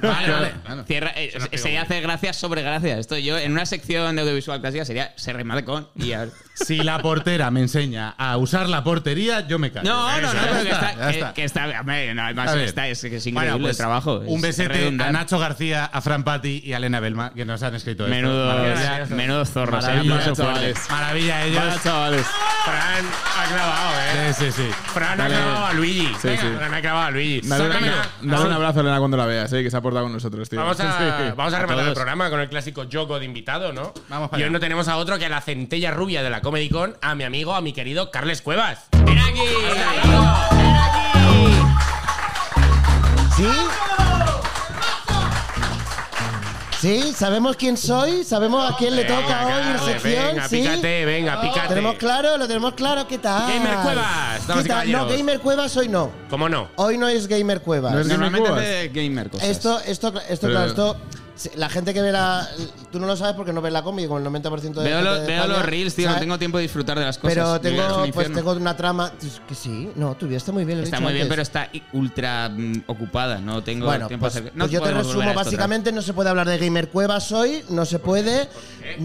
Speaker 7: Vale, vale. Cierra- eh, se hace gracias sobre gracias. Esto yo en una sección de audiovisual clásica sería se remate con y a ver.
Speaker 3: Si la portera me enseña a usar la portería, yo me callo.
Speaker 7: No, no, no,
Speaker 3: Ya
Speaker 7: pero que
Speaker 3: está,
Speaker 7: está,
Speaker 3: ya
Speaker 7: que-
Speaker 3: está.
Speaker 7: que está- hombre, no, además
Speaker 3: A ver.
Speaker 7: está- es, que es
Speaker 3: Bueno,
Speaker 7: increíble
Speaker 3: pues,
Speaker 7: el trabajo.
Speaker 3: Un
Speaker 7: es
Speaker 3: besete a
Speaker 7: redundante.
Speaker 3: Nacho García, a Fran Patti y a Elena Belma, que nos han escrito esto. Maravilla.
Speaker 7: Menudo, menudo zorro.
Speaker 3: Maravilla, chavales. Maravilla ellos.
Speaker 2: Fran ha clavado, eh.
Speaker 3: Sí, sí, sí.
Speaker 2: Fran ha clavado a Luigi. Venga,
Speaker 4: sí.
Speaker 2: Fran ha clavado a Luigi.
Speaker 4: Dale, una-
Speaker 2: Sácamela.
Speaker 4: dale un abrazo a Elena cuando la veas, eh, que se ha portado con nosotros, tío.
Speaker 2: Vamos a,
Speaker 4: Sí.
Speaker 2: vamos a
Speaker 7: A
Speaker 2: rematar el
Speaker 7: todos.
Speaker 2: programa con el clásico Yoko de invitado, ¿no?
Speaker 3: Vamos para
Speaker 2: y hoy
Speaker 3: allá.
Speaker 2: no tenemos a otro que a la centella rubia de la Comedy Con, a mi amigo, a mi querido Carles Cuevas. ¡Ven aquí!
Speaker 11: ¿Sí?
Speaker 3: Sí, sabemos quién soy, sabemos a quién le toca hoy en
Speaker 2: Venga,
Speaker 3: la sección.
Speaker 2: venga,
Speaker 3: sí. Oh, Ah,
Speaker 2: pícate, venga, pícate.
Speaker 3: ¿Tenemos claro? ¿Lo tenemos claro? ¿Qué tal?
Speaker 2: Gamer Cuevas, damas y
Speaker 3: ¿Qué tal? No,
Speaker 2: caballeros.
Speaker 3: Gamer Cuevas hoy no.
Speaker 2: ¿Cómo no?
Speaker 3: Hoy no es Gamer Cuevas.
Speaker 12: No es Gamer
Speaker 7: Normalmente
Speaker 12: Cuevas.
Speaker 7: hace gamer cosas.
Speaker 3: Esto, esto, esto,
Speaker 12: Pero-
Speaker 3: claro, esto. si- La gente que ve la. Tú no lo sabes porque no ves la combi, como el 90% de.
Speaker 7: veo
Speaker 3: la gente de
Speaker 7: eh, lo- veo
Speaker 3: España,
Speaker 7: los reels, tío.
Speaker 3: ¿sabes?
Speaker 7: No tengo tiempo de disfrutar de las cosas.
Speaker 3: Pero
Speaker 7: Mi vida es un
Speaker 3: tengo, pues
Speaker 7: infierno.
Speaker 3: tengo una trama. Es Que sí, no, tú está muy bien. lo he
Speaker 7: Está
Speaker 3: dicho
Speaker 7: muy bien,
Speaker 3: antes.
Speaker 7: pero está i- ultra mm, ocupada. No tengo
Speaker 3: Bueno,
Speaker 7: tiempo
Speaker 3: pues,
Speaker 7: de hacer.
Speaker 3: pues
Speaker 7: No
Speaker 3: yo te
Speaker 7: podemos
Speaker 3: resumo.
Speaker 7: volver a esto otra vez.
Speaker 3: Básicamente no se puede hablar de Gamer Cuevas hoy, no se puede.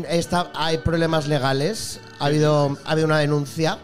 Speaker 3: Está, hay problemas legales. Ha habido, ha habido una denuncia.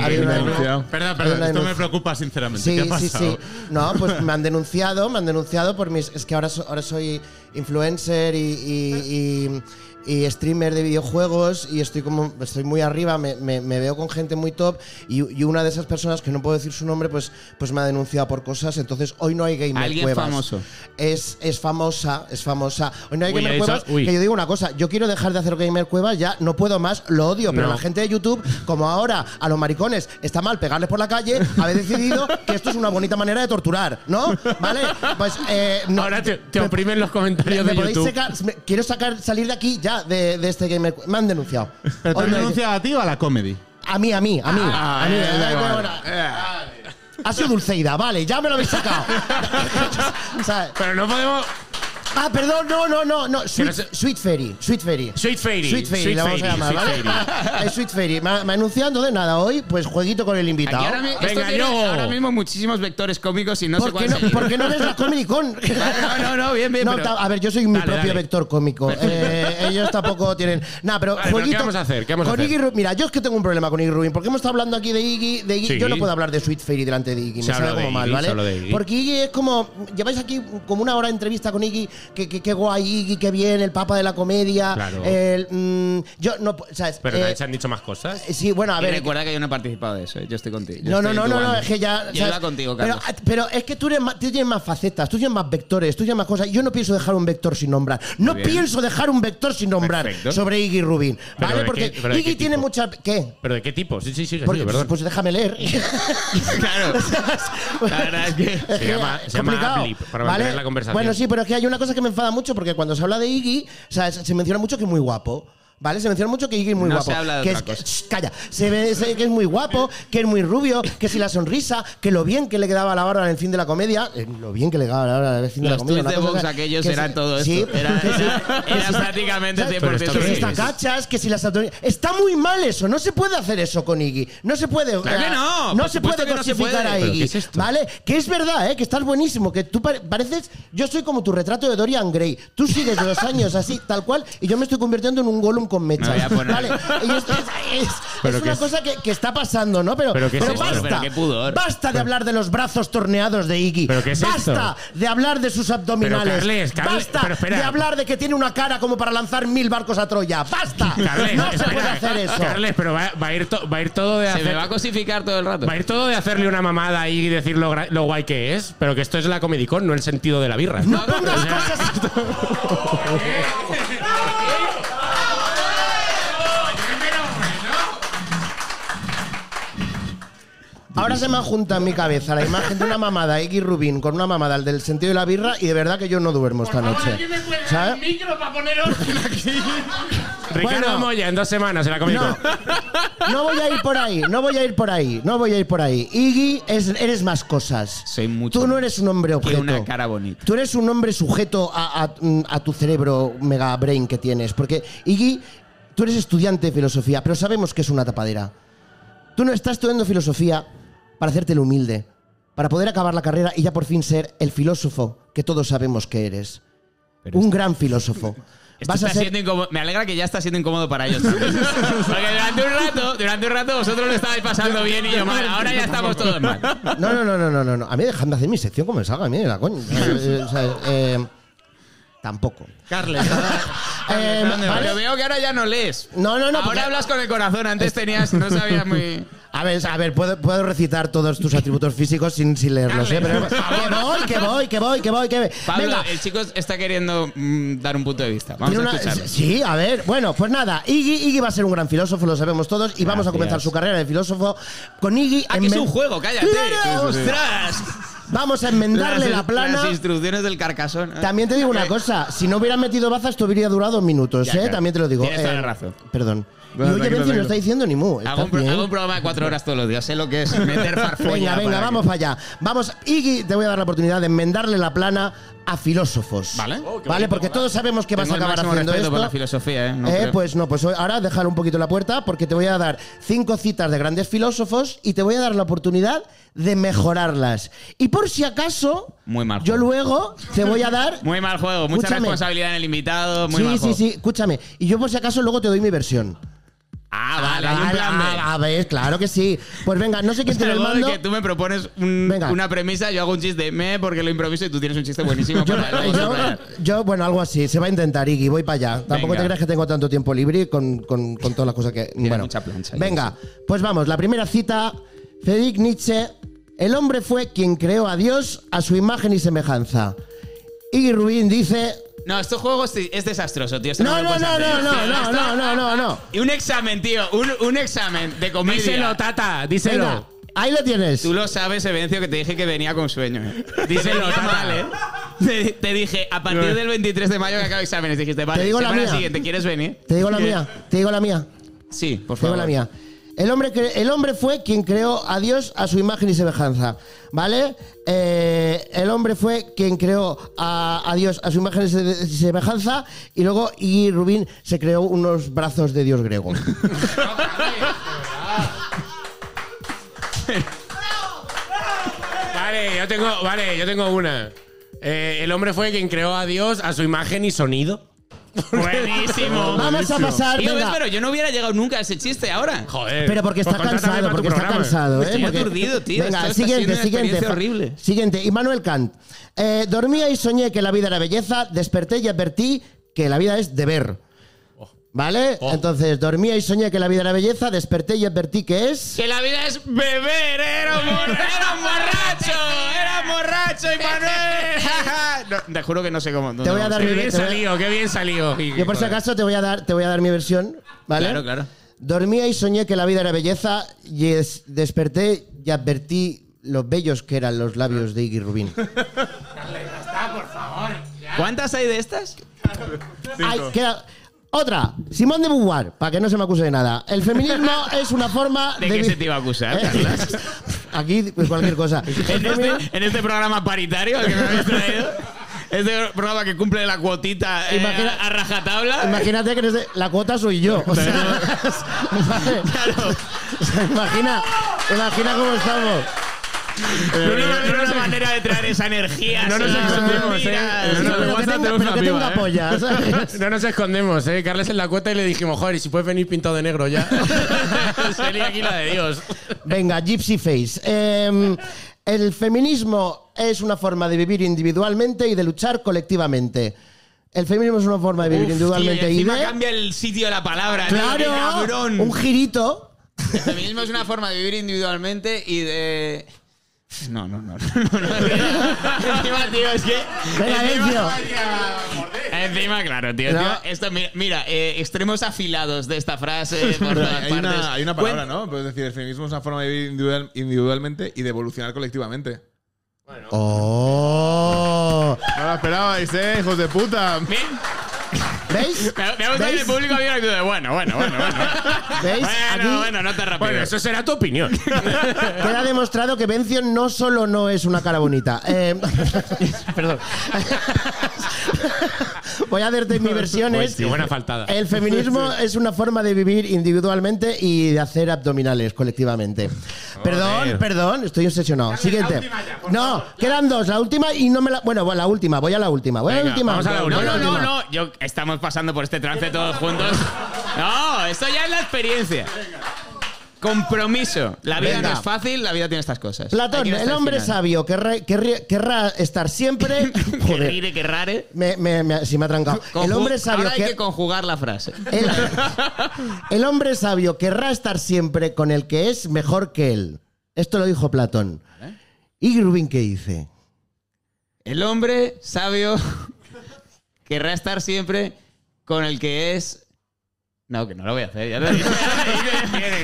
Speaker 3: Ha habido una denuncia.
Speaker 9: Perdón,
Speaker 3: Hay
Speaker 9: perdón,
Speaker 3: una
Speaker 9: esto me
Speaker 3: denun-
Speaker 9: preocupa sinceramente.
Speaker 3: Sí,
Speaker 9: ¿Qué ha
Speaker 3: sí,
Speaker 9: pasado?
Speaker 3: sí. No, pues me han denunciado, me han denunciado por mis. Es que ahora, so- ahora soy influencer y, y- y- y streamer de videojuegos y estoy como estoy muy arriba, me, me- me veo con gente muy top y, y una de esas personas que no puedo decir su nombre, pues, pues me ha denunciado por cosas. Entonces hoy no hay gamer
Speaker 7: Alguien
Speaker 3: Cuevas.
Speaker 7: famoso.
Speaker 3: Es, es famosa, es famosa. Hoy no hay
Speaker 2: Uy,
Speaker 3: gamer
Speaker 2: ha dicho-
Speaker 3: Cuevas.
Speaker 2: uy.
Speaker 3: Que yo digo una cosa, yo quiero dejar de hacer gamer Cuevas, ya no puedo más, lo odio, pero
Speaker 2: No.
Speaker 3: la gente de YouTube, como ahora a los maricones está mal pegarles por la calle, habéis decidido que esto es una bonita manera de torturar, ¿no? ¿Vale? Pues eh, no-
Speaker 2: Ahora te, te
Speaker 3: me-
Speaker 2: oprimen los comentarios
Speaker 3: me
Speaker 2: de
Speaker 3: podéis
Speaker 2: YouTube.
Speaker 3: sacar- me- quiero sacar, salir de aquí ya de, de este gamer. Me han denunciado.
Speaker 9: ¿Pero te
Speaker 3: Hoy
Speaker 9: han
Speaker 3: me-
Speaker 9: denunciado a ti o a la comedy?
Speaker 3: A mí, a mí, a mí. a mí,
Speaker 9: eh,
Speaker 3: eh,
Speaker 9: vale,
Speaker 3: bueno,
Speaker 9: vale.
Speaker 3: Ha sido Dulceida, vale, ya me lo habéis sacado. O sea,
Speaker 2: Pero no podemos.
Speaker 3: ah, perdón, no, no, no, no. Sweet,
Speaker 2: se-
Speaker 3: Sweet Fairy, Sweet Fairy.
Speaker 2: Sweet Fairy.
Speaker 3: Sweet Fairy, la vamos
Speaker 2: Fairy,
Speaker 3: a llamar,
Speaker 2: Sweet Fairy.
Speaker 3: ¿vale? Es Sweet Fairy. Me ha, me ha anunciado de nada hoy, pues jueguito con el
Speaker 7: Aquí
Speaker 3: invitado.
Speaker 7: ahora, mi- esto
Speaker 2: Venga,
Speaker 7: tiene
Speaker 2: yo.
Speaker 7: ahora mismo muchísimos vectores cómicos y no sé
Speaker 3: ¿Por qué
Speaker 7: cuál
Speaker 3: no,
Speaker 7: seguir.
Speaker 3: por qué no ves la Comedy Con?
Speaker 7: No, no, no, bien, bien.
Speaker 3: No,
Speaker 7: pero-
Speaker 3: ta- a ver, yo soy mi
Speaker 2: Dale,
Speaker 3: propio
Speaker 2: dale.
Speaker 3: vector cómico. Eh, ellos tampoco tienen. Nada, pero
Speaker 2: Vale, pero
Speaker 3: jueguito.
Speaker 2: ¿qué vamos a hacer? ¿Qué vamos a
Speaker 3: con
Speaker 2: hacer?
Speaker 3: Iggy Ru- Mira, yo es que tengo un problema con Iggy Rubin. Porque hemos estado hablando aquí de Iggy. De Iggy.
Speaker 2: Sí.
Speaker 3: Yo no puedo hablar de Sweet Fairy delante de Iggy. Me
Speaker 2: Se
Speaker 3: sale
Speaker 2: habla de
Speaker 3: como mal,
Speaker 2: Iggy, se habla de
Speaker 3: ¿vale?
Speaker 2: Iggy.
Speaker 3: Porque Iggy es como. Lleváis aquí como una hora de entrevista con Iggy. Que, que, que guay, Iggy, qué bien, el papa de la comedia.
Speaker 2: Claro.
Speaker 3: el, mm, yo no. pu- ¿Sabes?
Speaker 2: Pero
Speaker 3: Eh,
Speaker 2: te han dicho más cosas.
Speaker 3: sí, bueno, a
Speaker 7: Y
Speaker 3: ver.
Speaker 7: recuerda que yo no he participado de eso. ¿eh? Yo estoy contigo. yo
Speaker 3: No, no,
Speaker 7: estoy
Speaker 3: no,
Speaker 7: en tu
Speaker 3: no, no,
Speaker 7: bando.
Speaker 3: es que ya.
Speaker 7: Yo
Speaker 3: ¿sabes?
Speaker 7: iba contigo,
Speaker 3: pero,
Speaker 7: Carlos.
Speaker 3: pero es que tú, eres más- tú tienes más facetas, tú tienes más vectores, tú tienes más cosas. Yo no pienso dejar un vector sin nombrar. No pienso dejar un vector sin nombrar
Speaker 2: Perfecto.
Speaker 3: sobre Iggy Rubin.
Speaker 2: Pero
Speaker 3: ¿Vale?
Speaker 2: ¿de
Speaker 3: Porque
Speaker 2: qué- pero de
Speaker 3: Iggy
Speaker 2: qué
Speaker 3: tiene
Speaker 2: tipo?
Speaker 3: mucha. ¿Qué?
Speaker 2: ¿Pero de qué tipo? Sí, sí, sí, sí,
Speaker 3: Porque,
Speaker 2: perdón.
Speaker 3: pues déjame leer.
Speaker 7: Claro. La verdad es que.
Speaker 3: Pues, Es que
Speaker 2: llama-
Speaker 3: es
Speaker 2: se llama
Speaker 3: complicado,
Speaker 2: Ablip, para mantener la conversación.
Speaker 3: Bueno, sí, pero es que hay una cosa que me enfada mucho porque cuando se habla de Iggy, o sea, se se menciona mucho que es muy guapo. ¿Vale? Se menciona mucho que Iggy es muy
Speaker 7: No
Speaker 3: guapo.
Speaker 7: se habla de
Speaker 3: que
Speaker 7: otra
Speaker 3: es-
Speaker 7: cosa.
Speaker 3: Shh, calla. Se ve se ve que es muy guapo, que es muy rubio, que si la sonrisa, que lo bien que le quedaba la barba en el fin de la comedia. eh, lo bien que le quedaba la barba en el fin de la
Speaker 7: Los
Speaker 3: comedia.
Speaker 7: tweets
Speaker 3: una
Speaker 7: de
Speaker 3: cosa
Speaker 7: Vox
Speaker 3: que-
Speaker 7: aquellos
Speaker 3: que
Speaker 7: eran
Speaker 3: se-
Speaker 7: todo esto.
Speaker 3: Sí,
Speaker 7: era
Speaker 3: que sí,
Speaker 7: era-
Speaker 3: que
Speaker 7: era
Speaker 3: sí.
Speaker 7: prácticamente
Speaker 3: ¿Sabes?
Speaker 7: 100%
Speaker 3: que si
Speaker 7: eso.
Speaker 3: está cachas, que si las abdominales. Está muy mal eso, no se puede hacer eso con Iggy. No se puede.
Speaker 7: Claro que no,
Speaker 3: No
Speaker 7: por
Speaker 3: se
Speaker 7: supuesto
Speaker 3: puede
Speaker 7: que no se
Speaker 3: cosificar
Speaker 7: puede.
Speaker 3: a
Speaker 7: ¿Pero
Speaker 3: Iggy.
Speaker 7: qué es esto?
Speaker 3: ¿Vale? Que es verdad, ¿eh? Que estás buenísimo. Que tú pare- pareces. Yo soy como tu retrato de Dorian Gray. Tú sigues los años así, tal cual, y yo me estoy convirtiendo en un Gollum con mechas.
Speaker 7: Me voy a poner.
Speaker 3: ¿Vale? Y es, es- es-
Speaker 2: Pero
Speaker 3: es
Speaker 2: que
Speaker 3: una
Speaker 2: es-
Speaker 3: cosa que, que está pasando, ¿no? Pero,
Speaker 2: ¿Pero qué es esto?
Speaker 3: basta.
Speaker 7: Pero qué pudor.
Speaker 3: Basta de hablar de los brazos torneados de Iggy.
Speaker 2: ¿Pero qué es
Speaker 3: basta de hablar de sus abdominales.
Speaker 2: Carles, Carles,
Speaker 3: basta
Speaker 2: pero espera.
Speaker 3: de hablar de que tiene una cara como para lanzar mil barcos a Troya. ¡Basta!
Speaker 2: Carles,
Speaker 3: no se
Speaker 2: espera.
Speaker 3: puede hacer eso.
Speaker 2: Carles, pero va, va a ir to- va a ir todo de
Speaker 7: Se me
Speaker 2: hacer.
Speaker 7: va a cosificar todo el rato.
Speaker 2: Va a ir todo de hacerle una mamada ahí y decir lo, gra- lo guay que es, pero que esto es la comedicón, no el sentido de la birra.
Speaker 3: No pongas cosas. Ahora se me ha juntado en mi cabeza la imagen de una mamada Iggy Rubin con una mamada al del sentido de la birra y de verdad que yo no duermo esta noche. ¿Sabes?
Speaker 2: Ricardo
Speaker 3: Bueno.
Speaker 2: Moya en dos semanas en la comedicón.
Speaker 3: No voy a ir por ahí, no voy a ir por ahí, no voy a ir por ahí. Iggy, es- eres más cosas.
Speaker 7: Soy mucho
Speaker 3: Tú no
Speaker 7: más.
Speaker 3: eres un hombre objeto.
Speaker 7: Quiero una cara bonita.
Speaker 3: Tú eres un hombre sujeto a, a- mm, a tu cerebro mega brain que tienes. Porque, Iggy, tú eres estudiante de filosofía, pero sabemos que es una tapadera. Tú no estás estudiando filosofía para hacerte el humilde, para poder acabar la carrera y ya por fin ser el filósofo que todos sabemos que eres. un gran filósofo.
Speaker 7: Esto está siendo incómodo. Me alegra que ya está siendo incómodo para ellos. también. Porque durante un rato, durante un rato vosotros lo estabais pasando bien y yo Eh, mal. Ahora ya estamos todos mal.
Speaker 3: No, no, no, no, no, no, no. A mí dejadme hacer mi sección como me salga a mí de la coña. Eh, o sea, eh, tampoco.
Speaker 7: Carles,
Speaker 3: Eh,
Speaker 7: Pero
Speaker 3: ¿vale?
Speaker 7: veo que ahora ya no lees.
Speaker 3: No, no, no, porque-
Speaker 7: Ahora hablas con el corazón. Antes tenías, no sabías muy.
Speaker 3: A ver, a ver, puedo, puedo recitar todos tus atributos físicos sin, sin leerlos, ¿eh? Pero, que voy, que voy, que voy, que voy, que voy.
Speaker 7: Pablo,
Speaker 3: Venga,
Speaker 7: el chico está queriendo mm, dar un punto de vista. Vamos
Speaker 3: Tiene
Speaker 7: a
Speaker 3: una-
Speaker 7: escucharlo.
Speaker 3: sí, a ver. Bueno, pues nada, Iggy, Iggy va a ser un gran filósofo, lo sabemos todos, y vamos a comenzar su carrera de filósofo con Iggy.
Speaker 7: Ah,
Speaker 3: en
Speaker 7: que es
Speaker 3: men-
Speaker 7: un juego, cállate.
Speaker 3: ¡Claro!
Speaker 7: ¡Ostras!
Speaker 3: Vamos a enmendarle
Speaker 7: Las-
Speaker 3: la plana.
Speaker 7: Las instrucciones del carcasón. Ah,
Speaker 3: También te digo una cosa, si no hubieran metido baza esto hubiera durado dos minutos,
Speaker 7: Eh, Ya,
Speaker 3: ¿eh?
Speaker 7: claro.
Speaker 3: También te lo digo.
Speaker 7: Tienes toda
Speaker 3: Eh,
Speaker 7: la razón.
Speaker 3: Perdón.
Speaker 4: Bueno,
Speaker 3: y oye,
Speaker 4: tranquilo,
Speaker 3: Benzi no
Speaker 4: tranquilo.
Speaker 3: está diciendo ni mu.
Speaker 7: Hago
Speaker 3: ¿estás
Speaker 7: un, pro-
Speaker 3: bien?
Speaker 7: hago un programa de cuatro horas todos los días. Sé lo que es meter farfolla.
Speaker 3: Venga, venga,
Speaker 7: para que-
Speaker 3: vamos para allá. Vamos, Iggy, te voy a dar la oportunidad de enmendarle la plana a filósofos.
Speaker 7: Vale. Oh, qué
Speaker 3: vale,
Speaker 7: bonito,
Speaker 3: porque
Speaker 7: vale.
Speaker 3: todos sabemos que vas
Speaker 7: Tengo
Speaker 3: a
Speaker 7: el
Speaker 3: acabar
Speaker 7: máximo
Speaker 3: haciendo
Speaker 7: respeto
Speaker 3: esto.
Speaker 7: por la filosofía, ¿eh? No
Speaker 3: Eh,
Speaker 7: creo-
Speaker 3: pues no, pues ahora dejar un poquito la puerta porque te voy a dar cinco citas de grandes filósofos y te voy a dar la oportunidad de mejorarlas. Y por si acaso,
Speaker 7: Muy mal
Speaker 3: yo
Speaker 7: juego.
Speaker 3: luego te voy a dar
Speaker 7: Muy mal juego. Mucha
Speaker 3: Escúchame.
Speaker 7: responsabilidad en el invitado. Muy
Speaker 3: sí,
Speaker 7: mal
Speaker 3: sí,
Speaker 7: juego.
Speaker 3: sí, escúchame. Y yo por si acaso luego te doy mi versión.
Speaker 7: Ah, vale. hay un
Speaker 3: Ah,
Speaker 7: plan B.
Speaker 3: ah, A ver, claro que sí. Pues venga, no sé quién
Speaker 7: O sea,
Speaker 3: tiene el
Speaker 7: luego de
Speaker 3: mando.
Speaker 7: que tú me propones un-
Speaker 3: Venga.
Speaker 7: una premisa, yo hago un chiste me porque lo improviso y tú tienes un chiste buenísimo.
Speaker 3: Yo,
Speaker 7: para luego
Speaker 3: yo-
Speaker 7: superar.
Speaker 3: yo, bueno, algo así. Se va a intentar, Iggy. Voy para allá. Tampoco
Speaker 7: Venga.
Speaker 3: te creas que tengo tanto tiempo libre con, con- con todas las cosas que. bueno,
Speaker 7: mucha plancha,
Speaker 3: venga, pues vamos. La primera cita: Friedrich Nietzsche. El hombre fue quien creó a Dios a su imagen y semejanza. Iggy Rubín dice.
Speaker 7: No, estos juegos es es desastroso, tío. este Esto
Speaker 3: No,
Speaker 7: me
Speaker 3: no,
Speaker 7: lo
Speaker 3: no,
Speaker 7: puedes
Speaker 3: no,
Speaker 7: hacer.
Speaker 3: no, no, no, no, no, no.
Speaker 7: Y un examen, tío. Un, un examen de comedia.
Speaker 2: Díselo, Tata, díselo.
Speaker 3: Venga, ahí lo tienes.
Speaker 7: Tú lo sabes, Evencio, que te dije que venía con sueño. ¿eh?
Speaker 2: Díselo,
Speaker 7: Te venía
Speaker 2: Tata.
Speaker 7: mal, ¿eh? Te, te dije, a partir del 23 de mayo que acabo exámenes, dijiste, vale,
Speaker 3: Te digo la
Speaker 7: semana
Speaker 3: mía.
Speaker 7: siguiente, ¿quieres venir?
Speaker 3: Te digo la mía. Te digo la mía.
Speaker 7: Sí, por
Speaker 3: Tengo
Speaker 7: favor.
Speaker 3: la mía. El hombre, cre- el hombre fue quien creó a Dios a su imagen y semejanza. ¿Vale? Eh, el hombre fue quien creó a, a Dios a su imagen y se- y semejanza. Y luego, y Rubín se creó unos brazos de Dios griego.
Speaker 2: Vale, yo tengo, vale, yo tengo una. Eh, el hombre fue quien creó a Dios a su imagen y sonido.
Speaker 7: Buenísimo.
Speaker 3: Vamos a pasar.
Speaker 7: Tío, ves,
Speaker 3: venga.
Speaker 7: pero yo no hubiera llegado nunca a ese chiste ahora.
Speaker 2: Joder.
Speaker 3: Pero porque está
Speaker 2: Pues contrátame
Speaker 3: cansado,
Speaker 2: para tu
Speaker 3: porque está
Speaker 2: programa.
Speaker 3: cansado, ¿eh?
Speaker 7: Estoy
Speaker 3: Porque-
Speaker 7: aturdido, tío.
Speaker 3: Venga,
Speaker 7: Esto está siendo
Speaker 3: siguiente,
Speaker 7: una
Speaker 3: siguiente.
Speaker 7: experiencia horrible.
Speaker 3: Siguiente, Immanuel Kant. Eh, dormía y soñé que la vida era belleza, desperté y advertí que la vida es deber.
Speaker 7: Oh.
Speaker 3: ¿Vale? Entonces, dormía y soñé que la vida era belleza, desperté y advertí que es.
Speaker 7: Que la vida es beber, era un, bor- era un borracho, era un borracho, Emanuel. No, te juro que no sé cómo. no,
Speaker 3: Te voy
Speaker 7: no
Speaker 3: a dar
Speaker 7: sé.
Speaker 2: Qué
Speaker 3: mi
Speaker 2: bien
Speaker 3: te voy a-
Speaker 2: salido, qué bien salido.
Speaker 3: Yo por si acaso te voy a dar, te voy a dar mi versión, ¿vale?
Speaker 7: Claro, claro.
Speaker 3: Dormía y soñé que la vida era belleza y es- desperté y advertí los bellos que eran los labios de Iggy Rubin.
Speaker 7: ¿Cuántas hay de estas?
Speaker 3: Ay, queda- Otra, Simón de Beauvoir, para que no se me acuse de nada. El feminismo es una forma
Speaker 7: ¿De
Speaker 3: de
Speaker 7: qué
Speaker 3: vi-
Speaker 7: se te iba a acusar,
Speaker 3: Eh,
Speaker 7: Carlas?
Speaker 3: Aquí, pues cualquier cosa. El
Speaker 7: en,
Speaker 3: feminismo-
Speaker 7: este, en este programa paritario al que me habéis traído. Este programa que cumple la cuotita eh,
Speaker 3: Imagina-
Speaker 7: a rajatabla.
Speaker 3: Imagínate que eres de- la cuota soy yo. O sea, vale.
Speaker 7: Claro.
Speaker 3: O sea, imagina, imagina cómo estamos.
Speaker 7: No una, no una manera de traer esa energía.
Speaker 2: No nos
Speaker 7: así,
Speaker 2: entendemos, ¿eh?
Speaker 7: mira,
Speaker 2: No, no,
Speaker 3: pero que
Speaker 2: WhatsApp
Speaker 3: tenga,
Speaker 2: tenemos
Speaker 3: pero
Speaker 2: una
Speaker 3: que tenga
Speaker 2: piba, ¿eh?
Speaker 3: polla, ¿sabes?
Speaker 2: No nos escondemos, ¿eh? Carles en la cuota y le dijimos, joder, y si puedes venir pintado de negro ya. Sería aquí la de Dios.
Speaker 3: Venga, Gypsy Face. Em, el feminismo es una forma de vivir individualmente y de luchar colectivamente. El feminismo es una forma de vivir individualmente
Speaker 7: y
Speaker 3: y
Speaker 7: encima
Speaker 3: de.
Speaker 7: cambia el sitio de la palabra. tío, qué
Speaker 3: Claro,
Speaker 7: cabrón.
Speaker 3: un girito.
Speaker 7: El feminismo es una forma de vivir individualmente y de. No, no, no. no, no. encima, tío, es que.
Speaker 3: Venga, Ezio.
Speaker 7: Encima, claro, tío.
Speaker 3: No.
Speaker 7: tío, esto, mira, mira, eh, extremos afilados de esta frase. por todas
Speaker 4: Hay una,
Speaker 7: partes.
Speaker 4: hay una palabra, ¿no? Puedes decir, el feminismo es una forma de vivir individual- individualmente y de evolucionar colectivamente.
Speaker 3: ¡Oh!
Speaker 4: No la esperabais, ¿eh? Hijos de puta.
Speaker 7: Bien,
Speaker 3: ¿Veis?
Speaker 7: ¿Eh? Me, me gusta que el
Speaker 3: ¿Veis?
Speaker 7: público había actitud de, bueno, bueno, bueno, bueno.
Speaker 3: ¿Veis? Aquí
Speaker 7: Bueno, bueno, no te rapides.
Speaker 2: Bueno, eso será tu opinión.
Speaker 3: queda demostrado que Bencio no solo no es una cara bonita. Eh, perdón. Voy a darte mis versiones.
Speaker 2: Pues, qué buena faltada.
Speaker 3: El feminismo es una forma de vivir individualmente y de hacer abdominales colectivamente. Perdón, perdón, estoy obsesionado. Siguiente. no, quedan dos, la última y no me la. Bueno, bueno, la última, voy a la última. Voy a la
Speaker 7: Venga,
Speaker 3: última.
Speaker 2: vamos a la
Speaker 3: voy
Speaker 7: No,
Speaker 2: última.
Speaker 7: no, no,
Speaker 3: última.
Speaker 7: no. Yo, estamos pasando por este trance todos juntos. No, esto ya es la experiencia. Compromiso. La vida
Speaker 3: Venga.
Speaker 7: no es fácil, la vida tiene estas cosas. Hay
Speaker 3: Platón,
Speaker 7: que ir hasta
Speaker 3: el hombre
Speaker 7: final.
Speaker 3: sabio querrá, querría- querrá estar siempre.
Speaker 7: Que
Speaker 3: Joder.
Speaker 7: rire, que rare.
Speaker 3: Me, me, me- sí me ha trancado. El
Speaker 7: Conju-
Speaker 3: hombre sabio
Speaker 7: Ahora hay
Speaker 3: que-
Speaker 7: que... conjugar la frase.
Speaker 3: el, el hombre sabio querrá estar siempre con el que es mejor que él. Esto lo dijo Platón. ¿Y Rubin qué dice?
Speaker 7: El hombre sabio querrá estar siempre con el que es No, que no lo voy a hacer. ya te digo.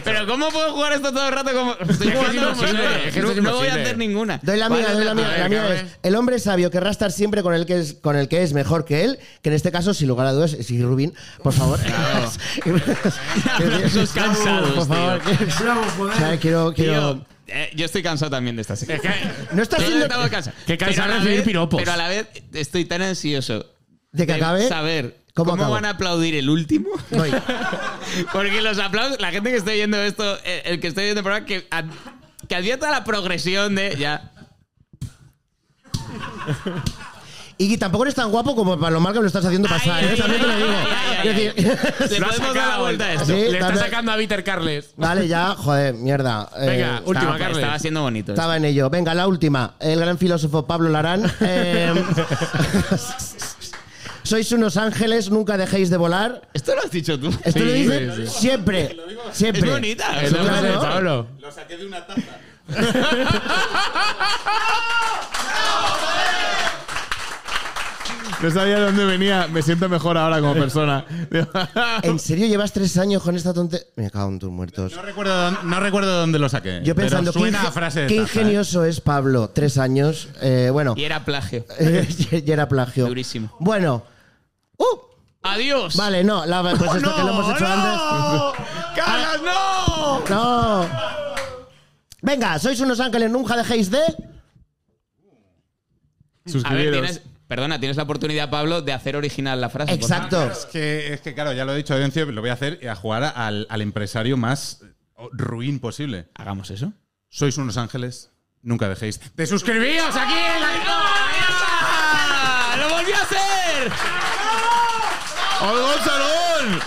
Speaker 7: Pero ¿cómo puedo jugar esto todo el rato? Como... Estoy
Speaker 2: Es que es
Speaker 7: jugando como
Speaker 2: imposible,
Speaker 7: sea.
Speaker 2: es que esto
Speaker 7: no,
Speaker 2: es
Speaker 7: no voy a
Speaker 2: imposible.
Speaker 7: hacer ninguna.
Speaker 3: Doy la mía,
Speaker 7: Vale,
Speaker 3: doy la
Speaker 7: a
Speaker 3: mía.
Speaker 7: ver,
Speaker 3: la
Speaker 7: que
Speaker 3: mía
Speaker 7: a ver.
Speaker 3: es, el hombre sabio querrá estar siempre con el que es, con el que es mejor que él, que en este caso, sin lugar a dudas, es Iggy Rubin, por favor.
Speaker 7: Abrazos cansados,
Speaker 3: por favor.
Speaker 7: tío.
Speaker 5: Bravo,
Speaker 3: O
Speaker 5: joder.
Speaker 3: sea, quiero, quiero...
Speaker 7: Tío, eh, yo estoy cansado también de esta sección.
Speaker 3: No estás
Speaker 7: Yo
Speaker 3: siendo-
Speaker 7: estaba cansado.
Speaker 2: Qué
Speaker 7: Pero
Speaker 2: cansado
Speaker 7: a la
Speaker 2: recibir
Speaker 7: vez-
Speaker 2: piropos.
Speaker 7: Pero a la vez estoy tan ansioso
Speaker 3: De que acabe.
Speaker 7: saber
Speaker 3: ¿Cómo
Speaker 7: cómo,
Speaker 3: acabo?
Speaker 7: van a aplaudir el último.
Speaker 3: Voy.
Speaker 7: Porque los aplausos, la gente que esté viendo esto, eh, el que esté viendo el programa, que, ad- que advierta la progresión de ya.
Speaker 3: Iggy, tampoco eres tan guapo como para lo mal que lo estás haciendo pasar, ¿eh? También te lo digo.
Speaker 7: ay, ay, ay,
Speaker 3: Es decir-
Speaker 7: ay. Le
Speaker 2: Lo ha
Speaker 7: podemos dar
Speaker 2: sacado.
Speaker 7: la vuelta a esto.
Speaker 3: Sí,
Speaker 2: Le está
Speaker 3: también-
Speaker 2: sacando a Peter Carles.
Speaker 3: Vale, ya, joder, mierda. Eh,
Speaker 2: Venga, última,
Speaker 7: estaba,
Speaker 2: Carles.
Speaker 7: estaba siendo bonito.
Speaker 3: Estaba en ello. Venga, la última. El gran filósofo Pablo Larán. Eh, sois unos ángeles, nunca dejéis de volar.
Speaker 7: Esto lo has dicho tú.
Speaker 3: Esto lo
Speaker 2: Sí,
Speaker 3: dice
Speaker 2: sí,
Speaker 3: siempre. Siempre.
Speaker 7: Es bonita.
Speaker 2: Es
Speaker 3: Sí,
Speaker 2: lo que
Speaker 3: claro.
Speaker 2: hace Pablo.
Speaker 4: Lo saqué de una taza.
Speaker 13: No sabía de dónde venía. Me siento mejor ahora como persona.
Speaker 3: ¿En serio llevas tres años con esta tontería? Me cago en tus muertos.
Speaker 4: No recuerdo, dónde- no recuerdo dónde lo saqué.
Speaker 3: Yo pensando,
Speaker 4: pero suena
Speaker 3: qué,
Speaker 4: a frase de
Speaker 3: qué
Speaker 4: taza, ¿eh?
Speaker 3: ingenioso es Pablo. Tres años. Eh, bueno,
Speaker 7: Y era plagio.
Speaker 3: Eh, ya era plagio.
Speaker 7: Durísimo.
Speaker 3: Bueno. ¡Uh!
Speaker 7: Adiós.
Speaker 3: Vale, no, la, pues esto que lo hemos hecho antes.
Speaker 7: ¡Carlas, no!
Speaker 3: No. Venga, sois unos ángeles, nunca dejéis de.
Speaker 7: A ver,
Speaker 13: Suscribiros.
Speaker 7: tienes, perdona, tienes la oportunidad, Pablo, de hacer original la frase. por favor.
Speaker 3: Exacto.
Speaker 4: Es que, es que, claro, ya lo he dicho, Edencio, lo voy a hacer a jugar al, al empresario más oh, ruin posible.
Speaker 7: Hagamos eso.
Speaker 4: Sois unos ángeles, nunca dejéis.
Speaker 2: ¡Te suscribíos aquí en la...
Speaker 7: ¡Ah! ¡Lo volvió a hacer!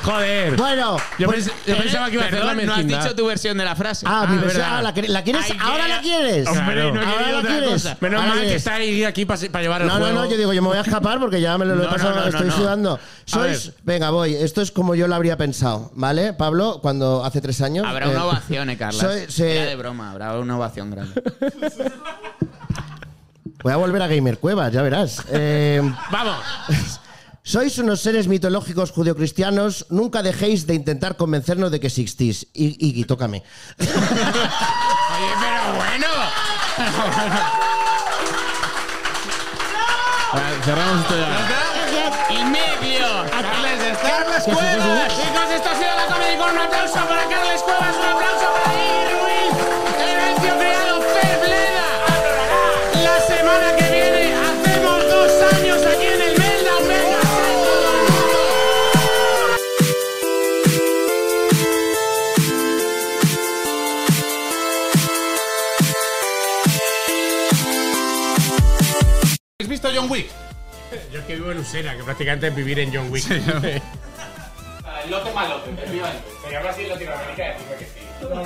Speaker 2: Joder.
Speaker 3: Bueno.
Speaker 2: Yo,
Speaker 3: pues-
Speaker 2: pens- yo pensaba que iba a hacer la
Speaker 7: Perdón, no has
Speaker 2: mezquindad.
Speaker 7: dicho tu versión de la frase.
Speaker 3: ah, mi
Speaker 2: ah,
Speaker 3: versión,
Speaker 2: verdad.
Speaker 3: ah, la, que- la quieres.
Speaker 7: Ay,
Speaker 3: ahora
Speaker 7: que-
Speaker 3: la quieres.
Speaker 2: Hombre, no he
Speaker 3: ahora
Speaker 2: querido
Speaker 3: la
Speaker 2: otra
Speaker 3: quieres.
Speaker 2: cosa. Menos
Speaker 3: Ahora
Speaker 2: mal que
Speaker 3: quieres.
Speaker 2: está ahí aquí para, llevar el
Speaker 3: No, no,
Speaker 2: juego.
Speaker 3: no, yo digo, yo me voy a escapar porque ya me lo, lo he
Speaker 7: No, no,
Speaker 3: pasado,
Speaker 7: no, no,
Speaker 3: estoy
Speaker 7: no.
Speaker 3: sudando. Sois, venga, voy, esto es como yo lo habría pensado, ¿vale, Pablo? Cuando hace tres años.
Speaker 7: Habrá
Speaker 3: eh,
Speaker 7: una ovación, eh, Carlas.
Speaker 3: soy- sí.
Speaker 7: Era de broma, habrá una ovación grande.
Speaker 3: Voy a volver a Gamer Cuevas, ya verás. Eh,
Speaker 2: Vamos.
Speaker 3: Sois unos seres mitológicos judeocristianos, nunca dejéis de intentar convencernos de que existís. I- Iggy, tócame.
Speaker 2: Oye, pero bueno.
Speaker 13: Cerramos esto ya.
Speaker 7: ¡Y medio!
Speaker 2: Carlos Cuevas. Chicos, esto ha sido la Comedy Con. Un aplauso para Carlos Cuevas. Un aplauso para Irwin. Herencio Criado. Ferbleda. La semana que viene hacemos dos años aquí en el Melda. Venga, todo el mundo.
Speaker 4: ¿Has visto John Wick?
Speaker 2: Yo es que vivo en Usera, que prácticamente es vivir en John Wick. lote más lote, efectivamente. Se llama así en Latinoamérica, decirme que sí.